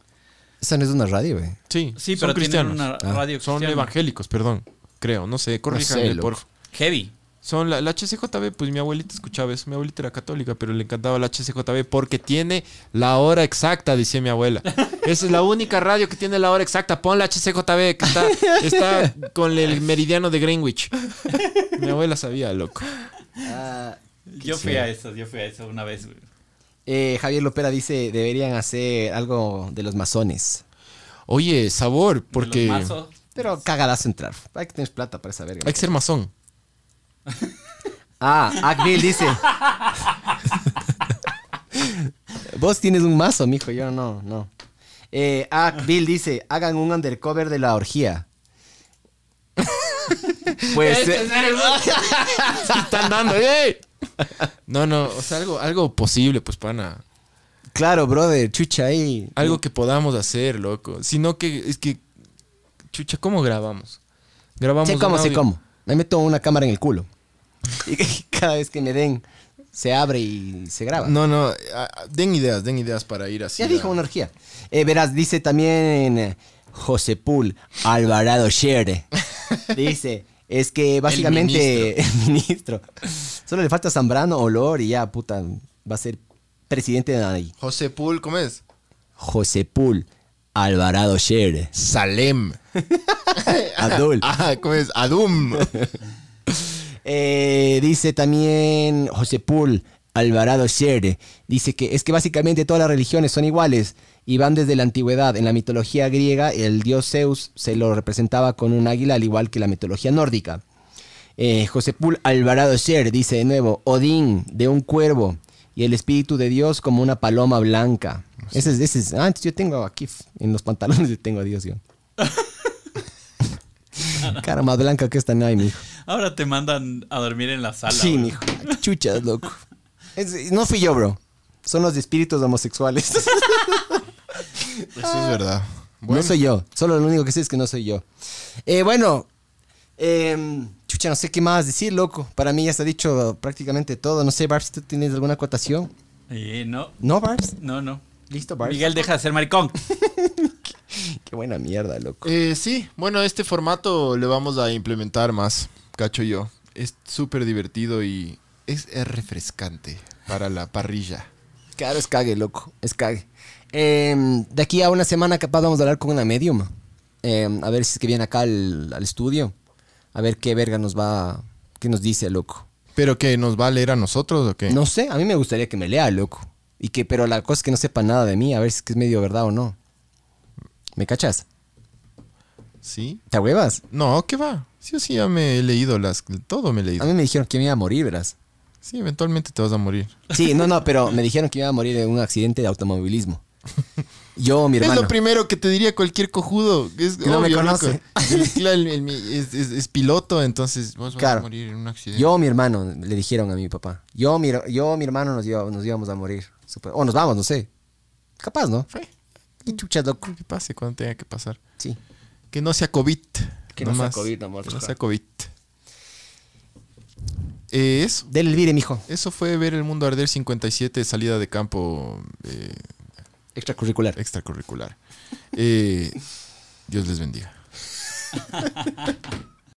S3: Esa no es una radio, güey.
S6: Sí,
S10: Sí,
S6: son
S10: pero tienen
S6: cristianos.
S10: una
S3: Ah.
S10: radio
S6: Son
S10: cristiana.
S6: evangélicos, perdón. Creo, no sé, corríjanme,
S3: loco.
S6: por
S10: Heavy.
S6: Son la, la HCJB, pues mi abuelita escuchaba eso. Mi abuelita era católica, pero le encantaba la HCJB porque tiene la hora exacta, decía mi abuela. Esa es la única radio que tiene la hora exacta. Pon la HCJB, que está, está con el meridiano de Greenwich. Mi abuela sabía, loco.
S3: Ah,
S10: Yo fui a esas, yo fui a esas una vez. güey.
S3: eh, Javier Lopera dice: deberían hacer algo de los masones.
S6: Oye, sabor,
S10: De
S6: porque
S10: los mazos.
S3: Pero cagadas entrar. Hay que tener plata para saber.
S6: hay que ser masón.
S3: Ah, Agbil dice. Vos tienes un mazo, mijo, yo no, no. Eh, Agbil dice, hagan un undercover de la orgía. Pues
S10: Este
S3: eh,
S6: Están dando, ¡ey! No, no, o sea, algo, algo posible, pues, pana.
S3: claro, brother, chucha ahí.
S6: Algo que podamos hacer, loco. Sino que, es que, chucha, ¿cómo grabamos? Grabamos
S3: sé cómo,
S6: un
S3: sé
S6: audio.
S3: cómo. Me meto una cámara en el culo. Y cada vez que me den, se abre y se graba.
S6: No, no, eh, ah, ah, den ideas, den ideas para ir así.
S3: Ya
S6: a-
S3: dijo una orgía. Eh, verás, dice también eh, José Pul Alvarado Sher. Dice, es que básicamente, el ministro. solo le falta Zambrano, olor y ya, puta, va a ser presidente de ahí.
S6: José Pool, ¿cómo es?
S3: José Pul Alvarado Sher.
S6: Salem.
S3: Abdul.
S6: Ah, ¿cómo es? Adum.
S3: Eh, dice también José Pul Alvarado Sher. Dice que es que básicamente todas las religiones son iguales y van desde la antigüedad. En la mitología griega, el dios Zeus se lo representaba con un águila, al igual que la mitología nórdica. Eh, José Pul Alvarado Sher dice de nuevo: Odín de un cuervo y el espíritu de Dios como una paloma blanca. Ese es, ese es. Ah, entonces yo tengo aquí f- en los pantalones, yo tengo a Dios yo. Cara más blanca que esta, no hay, mijo.
S10: Ahora te mandan a dormir en la sala.
S3: Sí,
S10: güey.
S3: mijo. Qué Chuchas, loco. Es- no fui yo, bro. Son los espíritus homosexuales.
S6: Eso es verdad.
S3: No soy yo. Solo lo único que sé es que no soy yo. Eh, bueno. em, chucha, no sé qué más decir, loco. Para mí ya se ha dicho prácticamente todo. No sé, Barbs, ¿tú tienes alguna acotación?
S10: Eh, no,
S3: ¿No, Barbs?
S10: no, no.
S3: Listo, Barbs.
S10: Miguel deja de ser maricón.
S3: Qué buena mierda, loco.
S6: Eh, sí, bueno, este formato le vamos a implementar más, cacho yo. Es súper divertido y es, es refrescante para la parrilla.
S3: Claro, es cague, loco. Es cague. Em, de aquí a una semana capaz vamos a hablar con una medium. Em, a ver si es que viene acá al, al estudio. A ver qué verga nos va... ¿Qué nos dice, loco?
S6: ¿Pero que ¿Nos va a leer a nosotros o qué?
S3: No sé, a mí me gustaría que me lea, loco. Y que, pero la cosa es que no sepa nada de mí, a ver si es que es medio verdad o no. ¿Me cachas?
S6: ¿Sí?
S3: ¿Te huevas?
S6: No, ¿qué va? Sí o sí ya me he leído las... Todo me he
S3: A
S6: leído.
S3: mí me dijeron que me iba a morir, verás.
S6: Sí, eventualmente te vas a morir.
S3: Sí, no, no, pero me dijeron que me iba a morir en un accidente de automovilismo. Yo, mi
S6: Es
S3: hermano.
S6: lo primero que te diría cualquier cojudo. Es
S3: Que no me
S6: obvio,
S3: conoce.
S6: loco. El- claro, el- el- es, es- es piloto, entonces vos vas a
S3: Claro.
S6: morir en un accidente.
S3: Yo, mi hermano, le dijeron a mi papá. Yo, mi, yo, mi hermano, nos, iba- nos íbamos a morir. Supo- O nos vamos, no sé. Capaz, ¿no? Y chuchas, loco.
S6: Que pase cuando tenga que pasar.
S3: Sí.
S6: Que no sea COVID.
S3: Que no sea
S6: nomás.
S3: COVID, nomás,
S6: Que no
S3: claro.
S6: sea COVID. Eh, eso.
S3: Del Elvire, mijo.
S6: Eso fue ver el mundo arder 57, salida de campo. eh,
S3: Extracurricular.
S6: Extracurricular. Eh, Dios les bendiga.